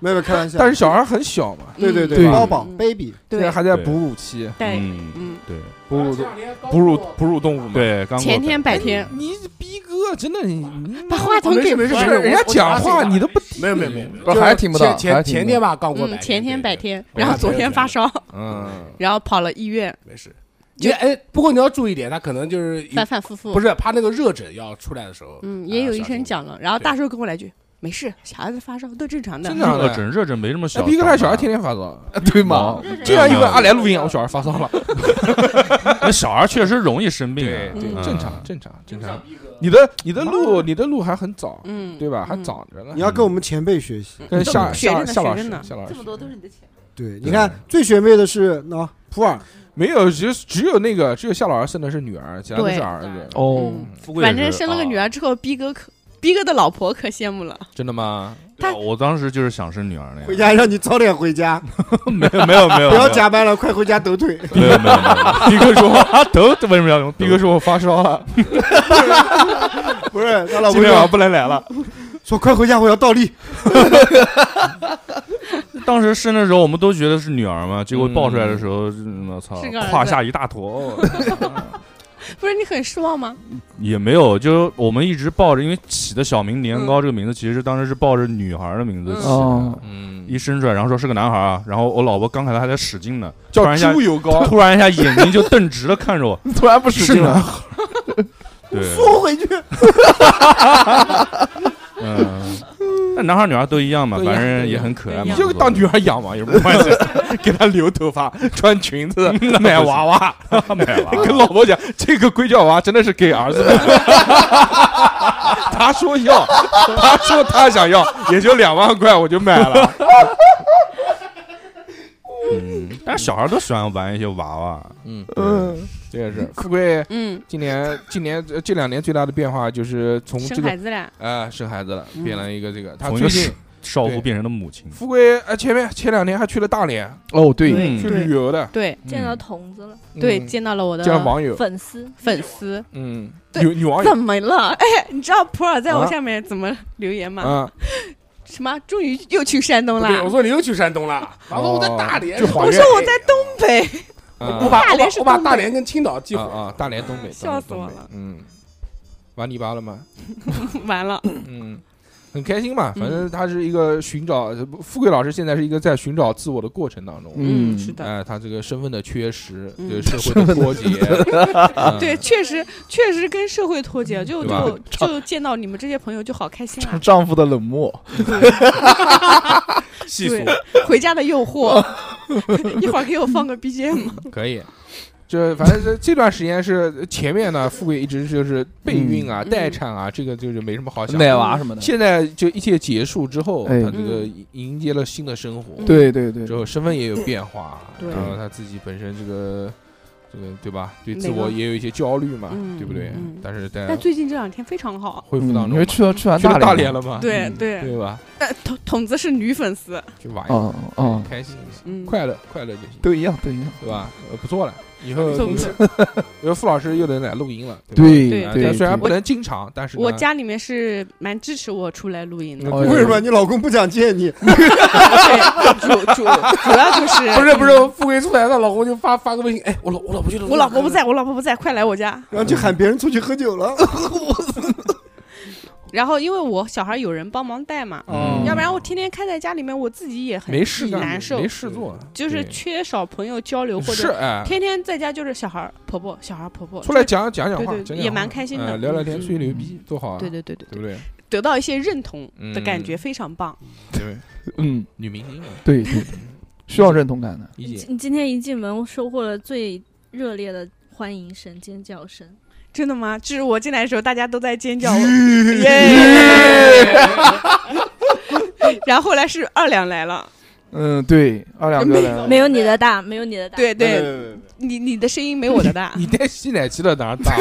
[SPEAKER 2] 没有 开玩笑
[SPEAKER 1] 但，是小孩很小嘛，
[SPEAKER 2] 对对
[SPEAKER 15] 对
[SPEAKER 2] 宝宝
[SPEAKER 16] 嗯
[SPEAKER 2] baby，
[SPEAKER 1] 现
[SPEAKER 16] 对
[SPEAKER 1] 在还在哺乳期，
[SPEAKER 16] 对，
[SPEAKER 4] 嗯，
[SPEAKER 16] 嗯，
[SPEAKER 4] 对
[SPEAKER 1] 哺乳哺乳哺乳动物嘛。，
[SPEAKER 4] 对，刚过
[SPEAKER 16] 前天白天
[SPEAKER 1] 你逼哥真的你你
[SPEAKER 16] 把话筒给
[SPEAKER 1] 不
[SPEAKER 16] 不
[SPEAKER 1] 是
[SPEAKER 16] 是
[SPEAKER 1] 人家讲话你都不听
[SPEAKER 15] 没有没有没有，没有
[SPEAKER 3] 不是还是听不到，还
[SPEAKER 5] 前
[SPEAKER 3] 是
[SPEAKER 5] 前前
[SPEAKER 3] 听
[SPEAKER 5] 天
[SPEAKER 3] 不到
[SPEAKER 5] 吧，刚过
[SPEAKER 16] 嗯
[SPEAKER 5] 来，，
[SPEAKER 16] 前天白天，
[SPEAKER 5] 对
[SPEAKER 16] 然后昨天发烧，
[SPEAKER 1] 嗯，
[SPEAKER 16] 然后跑了医院，
[SPEAKER 5] 没事。就哎，不过你要注意点，他可能就是一
[SPEAKER 16] 反反复复。
[SPEAKER 5] 不，是他那个热疹要出来的时候，
[SPEAKER 16] 嗯，
[SPEAKER 5] 啊
[SPEAKER 16] 也有医生，讲了，然后大叔跟我来一句：“没事，小孩子发烧都正常的。
[SPEAKER 1] 真的啊
[SPEAKER 4] 热疹热疹没这么小哦
[SPEAKER 1] 哎逼哥
[SPEAKER 4] 大
[SPEAKER 1] 他小孩
[SPEAKER 4] 吧
[SPEAKER 1] 天天发 烧，
[SPEAKER 4] 对吗
[SPEAKER 1] 嗯经常一问阿来录音，啊我小孩发烧了，
[SPEAKER 4] 那小孩确实容易生病啊，
[SPEAKER 1] 对
[SPEAKER 4] 嗯
[SPEAKER 1] 正常正常正常。你的你的路你的路还很早，
[SPEAKER 16] 嗯，
[SPEAKER 1] 对吧？还长着呢。嗯
[SPEAKER 2] 你要跟我们前辈学习，
[SPEAKER 1] 跟夏
[SPEAKER 2] 学
[SPEAKER 1] 夏
[SPEAKER 2] 着
[SPEAKER 1] 啊夏老
[SPEAKER 2] 学
[SPEAKER 1] 师
[SPEAKER 2] 着呢
[SPEAKER 1] 夏老师
[SPEAKER 8] 这么多都是你的钱。
[SPEAKER 2] 对，你看最学妹的是喏普洱，
[SPEAKER 1] 没有，只只有那个只有夏老师生的是女儿，其他都是
[SPEAKER 16] 对嗯
[SPEAKER 1] 儿子。
[SPEAKER 4] 哦富贵也
[SPEAKER 16] 反正
[SPEAKER 4] 是
[SPEAKER 16] 生了个
[SPEAKER 4] 啊
[SPEAKER 16] 女儿之后，逼哥可逼哥的老婆可羡慕了。
[SPEAKER 4] 真的吗？对啊我当时就是想生女儿那样。
[SPEAKER 2] 回家让你早点回家，
[SPEAKER 4] 没有没有没有，
[SPEAKER 2] 不要加班了，快回家抖腿。
[SPEAKER 4] 没有没有没有。逼哥说抖抖为什么要用抖？
[SPEAKER 1] 逼哥说我发烧了，
[SPEAKER 2] 不是他老
[SPEAKER 1] 今
[SPEAKER 2] 婆
[SPEAKER 1] 天晚上
[SPEAKER 2] 说
[SPEAKER 1] 不能来了。
[SPEAKER 2] 说快回家，我要倒立。
[SPEAKER 4] 当时生的时候，我们都觉得是女儿嘛，结果抱出来的时候，嗯我操
[SPEAKER 16] 是个儿，子
[SPEAKER 4] 胯下一大坨，
[SPEAKER 16] 不是你很失望吗？
[SPEAKER 4] 也没有，就我们一直抱着，因为起的小明年
[SPEAKER 16] 嗯
[SPEAKER 4] 糕这个名字，其实当时是抱着女孩的名字起
[SPEAKER 1] 哦
[SPEAKER 4] 的，嗯，一生出来，然后说是个男孩啊，然后我老婆刚开始还在使劲呢，
[SPEAKER 1] 叫
[SPEAKER 4] 突然一下
[SPEAKER 1] 猪油膏
[SPEAKER 4] 突然一下眼睛就瞪直了看着我，
[SPEAKER 1] 突然不使劲了
[SPEAKER 4] 是男孩，对，
[SPEAKER 2] 缩回去。
[SPEAKER 4] 嗯，那男孩女孩都一样嘛，
[SPEAKER 1] 都一样
[SPEAKER 4] 反正也很可爱嘛，
[SPEAKER 1] 你就当女孩养嘛，有什么 关系？给她留头发，穿裙子，买娃娃，
[SPEAKER 4] 买娃 娃
[SPEAKER 1] 跟老婆讲，这个硅胶娃真的是 给儿子的。他说要，他说他想要，也就两万块，我就买了。
[SPEAKER 4] 嗯，但是小孩都喜欢玩一些娃娃，
[SPEAKER 1] 嗯嗯，这也是 富贵。
[SPEAKER 16] 嗯，
[SPEAKER 1] 今年今年呃这两年最大的变化就是从这
[SPEAKER 16] 生
[SPEAKER 1] 个
[SPEAKER 16] 孩子了
[SPEAKER 1] 啊，生孩子了，
[SPEAKER 16] 嗯
[SPEAKER 1] 变了一个这个，他
[SPEAKER 4] 从一
[SPEAKER 1] 最
[SPEAKER 4] 个
[SPEAKER 1] 近
[SPEAKER 4] 少妇
[SPEAKER 1] 对
[SPEAKER 4] 变成了母亲。
[SPEAKER 1] 富贵啊，前面前两天还去了大连，
[SPEAKER 4] 哦对对
[SPEAKER 1] 去
[SPEAKER 4] 对
[SPEAKER 1] 旅游的，
[SPEAKER 16] 嗯对，
[SPEAKER 12] 见到筒子了，
[SPEAKER 16] 对，见到了我的
[SPEAKER 1] 见到网友
[SPEAKER 16] 粉丝粉丝。
[SPEAKER 1] 嗯，
[SPEAKER 16] 对
[SPEAKER 1] 女女网友
[SPEAKER 16] 怎么了？哎，你知道普洱在我
[SPEAKER 1] 啊
[SPEAKER 16] 下面怎么留言吗？
[SPEAKER 1] 啊，
[SPEAKER 16] 什么？终于又去山东
[SPEAKER 5] 不
[SPEAKER 16] 啦
[SPEAKER 5] 对，！我说你又去山东了，然后我在
[SPEAKER 1] 哦
[SPEAKER 5] 大连，
[SPEAKER 1] 就嗯
[SPEAKER 16] 我
[SPEAKER 1] 还
[SPEAKER 16] 说
[SPEAKER 1] 愿
[SPEAKER 16] 我在东北，
[SPEAKER 5] 我把
[SPEAKER 16] 大连是
[SPEAKER 5] 我把我
[SPEAKER 16] 东
[SPEAKER 5] 把
[SPEAKER 16] 北
[SPEAKER 5] 大连跟青岛记混
[SPEAKER 1] 啊啊，大连东北，
[SPEAKER 16] 笑死我
[SPEAKER 1] 东北
[SPEAKER 16] 了！
[SPEAKER 1] 嗯，玩泥巴了吗？
[SPEAKER 16] 完了，
[SPEAKER 1] 嗯，很开心嘛，反
[SPEAKER 16] 嗯
[SPEAKER 1] 正他是一个寻找呃富贵老师，现在是一个在寻找自我的过程当中。
[SPEAKER 16] 嗯是的
[SPEAKER 1] 哎，他这个身份的缺失，
[SPEAKER 16] 嗯，
[SPEAKER 1] 对社会的脱节 嗯
[SPEAKER 16] 对，确实确实跟社会脱节，就
[SPEAKER 1] 对吧
[SPEAKER 16] 就就见到你们这些朋友就好开心啊！
[SPEAKER 3] 丈夫的冷漠，
[SPEAKER 4] 细
[SPEAKER 16] 对，回家的诱 惑，一会儿给我放个 BGM。
[SPEAKER 5] 嗯
[SPEAKER 1] 可以。这反正这这段时间是前面呢，富贵一直就是备孕啊、
[SPEAKER 16] 嗯
[SPEAKER 1] 待产啊，这个就是没什么好想。
[SPEAKER 14] 奶娃什么的
[SPEAKER 1] 现在就一切结束之后，
[SPEAKER 14] 哎
[SPEAKER 1] 他这个
[SPEAKER 16] 嗯
[SPEAKER 1] 迎接了新的生活。
[SPEAKER 14] 对对对
[SPEAKER 1] 之后身份也有变化，
[SPEAKER 14] 对
[SPEAKER 1] 然后他自己本身这个这个对吧？对
[SPEAKER 16] 那
[SPEAKER 1] 自
[SPEAKER 16] 个
[SPEAKER 1] 我也有一些焦虑嘛，
[SPEAKER 16] 嗯
[SPEAKER 1] 对不对
[SPEAKER 16] 嗯？
[SPEAKER 1] 但是在
[SPEAKER 16] 但最近这两天非常好，
[SPEAKER 1] 恢复
[SPEAKER 3] 嗯
[SPEAKER 1] 当中嘛，
[SPEAKER 14] 因为去了去完
[SPEAKER 1] 了
[SPEAKER 14] 大
[SPEAKER 1] 大
[SPEAKER 14] 连
[SPEAKER 1] 连
[SPEAKER 14] 嘛
[SPEAKER 1] 了
[SPEAKER 5] 啊
[SPEAKER 1] 嘛？
[SPEAKER 16] 对
[SPEAKER 1] 嗯
[SPEAKER 16] 对
[SPEAKER 1] 对吧？
[SPEAKER 16] 但筒筒子是女粉丝，
[SPEAKER 1] 去玩一玩
[SPEAKER 14] 哦哦，
[SPEAKER 1] 开心
[SPEAKER 16] 嗯，
[SPEAKER 1] 快乐快乐就行，
[SPEAKER 14] 都一样都一样，
[SPEAKER 1] 对吧？呃，不错了，以后
[SPEAKER 16] 不错不错
[SPEAKER 1] 以后傅老师又能来录音了，
[SPEAKER 14] 对
[SPEAKER 1] 对
[SPEAKER 14] 对
[SPEAKER 1] 吧啊
[SPEAKER 14] 对
[SPEAKER 1] 但虽然
[SPEAKER 14] 对
[SPEAKER 1] 不能经常，但是呢
[SPEAKER 16] 我家里面是蛮支持我出来录音的。
[SPEAKER 2] 为什么你老公不想见你？
[SPEAKER 16] 对，主主主要就是
[SPEAKER 5] 不是不是，富贵出来了，老公就发发个微信，哎，我老我老婆啊去了，
[SPEAKER 16] 我老婆不在，我老婆不在，快来我家。
[SPEAKER 2] 然后就喊别人出去喝酒了。
[SPEAKER 16] 然后因为我小孩有人帮忙带嘛，
[SPEAKER 1] 嗯
[SPEAKER 16] 要不然我天天开在家里面，我自己也很
[SPEAKER 1] 没事干，
[SPEAKER 16] 难受
[SPEAKER 1] 没。事做，
[SPEAKER 16] 就是缺少朋友交流，或
[SPEAKER 1] 是
[SPEAKER 16] 者
[SPEAKER 1] 哎
[SPEAKER 16] 天天在家就是小孩儿婆婆、小孩儿婆婆
[SPEAKER 1] 出来
[SPEAKER 16] 就
[SPEAKER 1] 讲讲讲话
[SPEAKER 16] 对，对
[SPEAKER 1] 讲讲
[SPEAKER 16] 也
[SPEAKER 1] 话
[SPEAKER 16] 蛮开心的
[SPEAKER 1] 哎聊聊天
[SPEAKER 16] 嗯
[SPEAKER 1] 吹牛逼多好啊！
[SPEAKER 16] 对对对对
[SPEAKER 1] 对不对？
[SPEAKER 16] 得到一些认同的感觉，
[SPEAKER 1] 嗯
[SPEAKER 16] 非常棒。
[SPEAKER 1] 对，
[SPEAKER 14] 嗯，
[SPEAKER 1] 女明星嘛，啊嗯
[SPEAKER 14] 对对，需要认同感的。
[SPEAKER 1] 一姐
[SPEAKER 12] 你今天一进门，我收获了最热烈的欢迎声、尖叫声。
[SPEAKER 16] 真的吗？就是我进来的时候，大家都在尖叫，我耶！然后后来是二两来了，
[SPEAKER 14] 嗯， 对，二两 哥来了，
[SPEAKER 12] 没有你的大，没有你的大。
[SPEAKER 16] 对对，你你的声音没我的大。
[SPEAKER 1] 你带吸奶器的哪儿大？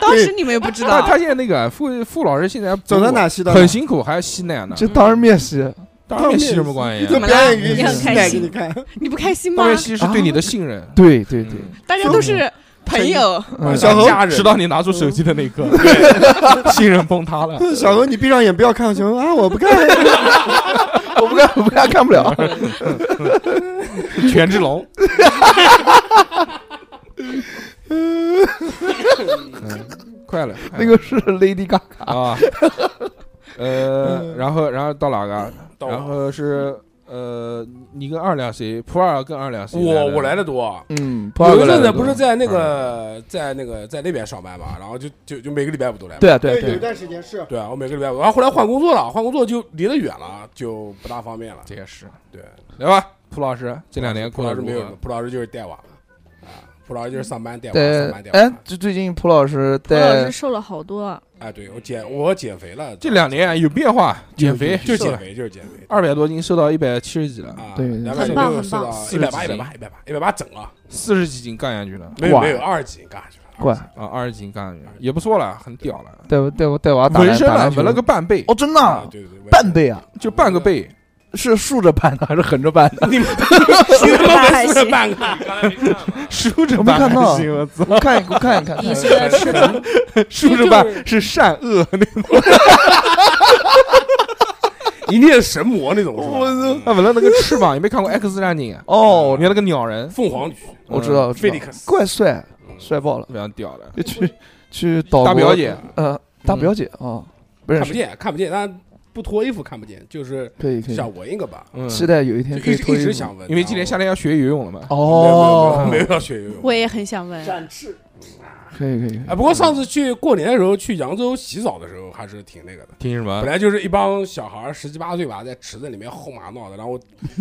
[SPEAKER 16] 当时你们也不知
[SPEAKER 1] 但
[SPEAKER 16] 道
[SPEAKER 1] 他，现在那个啊傅傅老师现在
[SPEAKER 2] 走到哪吸到哪
[SPEAKER 1] 很辛苦，还要吸奶呢。嗯
[SPEAKER 14] 这当然面试，
[SPEAKER 1] 当然面吸什么关系啊？
[SPEAKER 2] 这表演给
[SPEAKER 16] 你很
[SPEAKER 2] 吸
[SPEAKER 16] 开
[SPEAKER 2] 奶给你
[SPEAKER 16] 心
[SPEAKER 2] 看，
[SPEAKER 16] 你不开心吗啊
[SPEAKER 1] 当？然吸是对你的信任，
[SPEAKER 14] 对对对，
[SPEAKER 16] 大家都是朋友，
[SPEAKER 1] 嗯
[SPEAKER 2] 小何
[SPEAKER 1] 家人知道你拿出手机的那一刻，信任崩塌了。
[SPEAKER 2] 小何，你闭上眼不要看，小何啊，我不看，我不看，我不看，看不 了。
[SPEAKER 1] 权志龙，嗯
[SPEAKER 5] 嗯
[SPEAKER 1] 快了，
[SPEAKER 5] 哎
[SPEAKER 14] 那个是 Lady
[SPEAKER 5] 啊
[SPEAKER 14] Gaga
[SPEAKER 1] 嗯啊，呃，然后然后到哪个？
[SPEAKER 14] 到
[SPEAKER 1] 然后是呃，你跟二两谁？普洱跟二两谁？
[SPEAKER 5] 我我来的多，啊
[SPEAKER 14] 嗯普洱
[SPEAKER 5] 有
[SPEAKER 14] 哥
[SPEAKER 5] 一
[SPEAKER 14] 来
[SPEAKER 5] 阵
[SPEAKER 14] 得
[SPEAKER 5] 子
[SPEAKER 14] 多
[SPEAKER 5] 不是在那
[SPEAKER 1] 嗯
[SPEAKER 5] 个在那个在那边上班嘛，然后就就就每个礼拜五都来嘛。
[SPEAKER 14] 对啊对啊对啊对有一
[SPEAKER 2] 段时间是。
[SPEAKER 5] 对啊，我每个礼拜五，然后后来换工作了，换工作就离得远了，就不大方便了。
[SPEAKER 1] 这也是
[SPEAKER 5] 对。
[SPEAKER 1] 来吧，普老师，这两年
[SPEAKER 5] 普
[SPEAKER 1] 过
[SPEAKER 5] 老
[SPEAKER 1] 得
[SPEAKER 5] 师
[SPEAKER 1] 如
[SPEAKER 5] 没有
[SPEAKER 1] 何？，
[SPEAKER 5] 普老师就是带娃啊，普老师就是上班带 娃，
[SPEAKER 14] 对
[SPEAKER 5] 上班带，娃。
[SPEAKER 14] 哎，最最近蒲老师
[SPEAKER 12] 我老
[SPEAKER 14] 带
[SPEAKER 12] 师瘦了好多啊，
[SPEAKER 5] 哎，对我减我减肥了，
[SPEAKER 1] 这两年有变化，减肥
[SPEAKER 5] 就是
[SPEAKER 1] 瘦了
[SPEAKER 5] 减肥就是减肥，
[SPEAKER 1] 二百多斤瘦到一百七十几了，
[SPEAKER 14] 对
[SPEAKER 5] 两
[SPEAKER 14] 对
[SPEAKER 5] 百
[SPEAKER 14] 对
[SPEAKER 5] 六十到一
[SPEAKER 1] 40
[SPEAKER 5] 百八一
[SPEAKER 1] 几
[SPEAKER 5] 百八一百八一百八 整了，
[SPEAKER 1] 四十几斤干下去了，
[SPEAKER 5] 没有没有二十几干下去了。
[SPEAKER 14] 管
[SPEAKER 1] 啊，二十斤干下去了也不错了，很屌了，
[SPEAKER 14] 带我带我带娃打
[SPEAKER 1] 纹
[SPEAKER 14] 篮
[SPEAKER 1] 身
[SPEAKER 14] 打
[SPEAKER 1] 了，
[SPEAKER 14] 篮球
[SPEAKER 1] 纹了个半背，
[SPEAKER 14] 哦，真的啊，半背啊，
[SPEAKER 1] 就半个背，
[SPEAKER 14] 是竖着半的还是 横着半的？
[SPEAKER 5] 你们
[SPEAKER 1] 还行
[SPEAKER 5] 半个，
[SPEAKER 1] 竖
[SPEAKER 14] 我
[SPEAKER 1] 着
[SPEAKER 14] 没
[SPEAKER 1] 半
[SPEAKER 14] 看到
[SPEAKER 1] 还行我操，
[SPEAKER 14] 我看我看一看，
[SPEAKER 1] 你是在吃
[SPEAKER 14] 的
[SPEAKER 1] 竖着半是善恶那种，
[SPEAKER 5] 一定是神魔那种是吧？
[SPEAKER 1] 他纹了那个翅膀，有没有看过《X 战警》啊？
[SPEAKER 14] 哦，
[SPEAKER 1] 你看那个鸟人，
[SPEAKER 5] 凤凰女，
[SPEAKER 14] 我知道，我知
[SPEAKER 5] 菲
[SPEAKER 14] 道
[SPEAKER 5] 利克斯，
[SPEAKER 14] 怪帅，帅爆了，
[SPEAKER 1] 非常屌
[SPEAKER 14] 就
[SPEAKER 1] 的，
[SPEAKER 14] 去去岛
[SPEAKER 1] 大
[SPEAKER 14] 国
[SPEAKER 1] 表姐嗯
[SPEAKER 14] 呃，大表姐啊，不认
[SPEAKER 5] 看不
[SPEAKER 14] 识，
[SPEAKER 5] 见看不见，但不脱衣服看不见，就是
[SPEAKER 14] 可以可以
[SPEAKER 5] 像我应该吧，
[SPEAKER 1] 嗯
[SPEAKER 5] 嗯
[SPEAKER 14] 期待有一天
[SPEAKER 5] 就
[SPEAKER 14] 可以
[SPEAKER 5] 一直
[SPEAKER 14] 脱衣
[SPEAKER 5] 一直
[SPEAKER 14] 服
[SPEAKER 5] 想纹，
[SPEAKER 1] 因为今年夏天要学游泳了嘛。
[SPEAKER 14] 哦
[SPEAKER 5] 没有没有没有要学游泳。
[SPEAKER 16] 我也很想问，展翅。
[SPEAKER 14] 可以可以，
[SPEAKER 5] 哎，不过上次去过年的时候，去扬州洗澡的时候还是挺那个的。
[SPEAKER 1] 听什么？
[SPEAKER 5] 本来就是一帮小孩儿十七八岁吧，在池子里面后妈闹 的，然后我，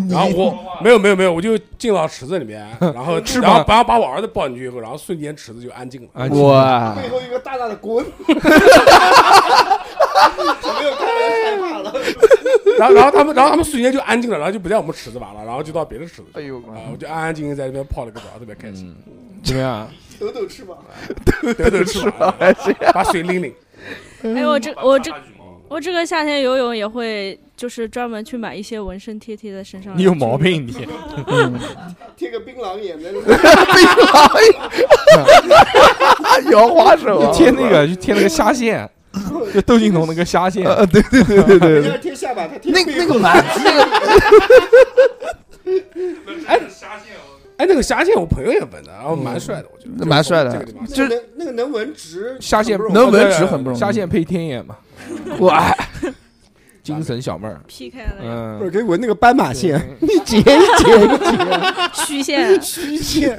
[SPEAKER 5] 然后我没有没有没有，我就进到池子 里面，然后
[SPEAKER 1] 翅
[SPEAKER 5] 然后
[SPEAKER 1] 膀
[SPEAKER 5] 然后把我儿子抱进去以后，然后瞬间池子就安静了。
[SPEAKER 1] 安静了哇
[SPEAKER 2] 背后一个大大的滚。
[SPEAKER 5] 然后然后他们然后他们瞬间就安静了，然后就不在我们池子玩了，然后就到别的池子。哎
[SPEAKER 14] 呦，
[SPEAKER 5] 啊，我就安安静静在那边泡了个澡，特别开心。
[SPEAKER 1] 怎么样？
[SPEAKER 2] 抖抖翅膀，
[SPEAKER 5] 抖 抖翅膀，把水拎拎。
[SPEAKER 12] 哎，我这我这我这个夏天游泳也会，就是专门去买一些纹身贴贴在身上。
[SPEAKER 1] 你有毛病你
[SPEAKER 14] 嗯
[SPEAKER 2] 贴个槟榔眼的。
[SPEAKER 12] 哎
[SPEAKER 14] 摇花手啊
[SPEAKER 1] 就贴那个，就贴那个虾线，就窦靖童那个虾线。
[SPEAKER 14] 对对对对对
[SPEAKER 2] 人家贴下巴，他贴
[SPEAKER 14] 那
[SPEAKER 2] 背
[SPEAKER 14] 那
[SPEAKER 2] 后
[SPEAKER 14] 个蛮那
[SPEAKER 5] 哎，那个虾线我朋友也纹的，然后蛮帅的，我觉得
[SPEAKER 14] 那蛮帅的
[SPEAKER 5] 这个地方
[SPEAKER 2] 那个能那个能纹直，
[SPEAKER 1] 虾线
[SPEAKER 2] 很不容易
[SPEAKER 14] 能纹直很不容易
[SPEAKER 1] 虾啊线配天眼嘛？
[SPEAKER 14] 哇，
[SPEAKER 1] 精神小妹儿，
[SPEAKER 12] 劈开了，
[SPEAKER 1] 嗯，
[SPEAKER 2] 不是给纹那个斑马线， 一截一截一截。
[SPEAKER 12] 虚线，
[SPEAKER 2] 虚线，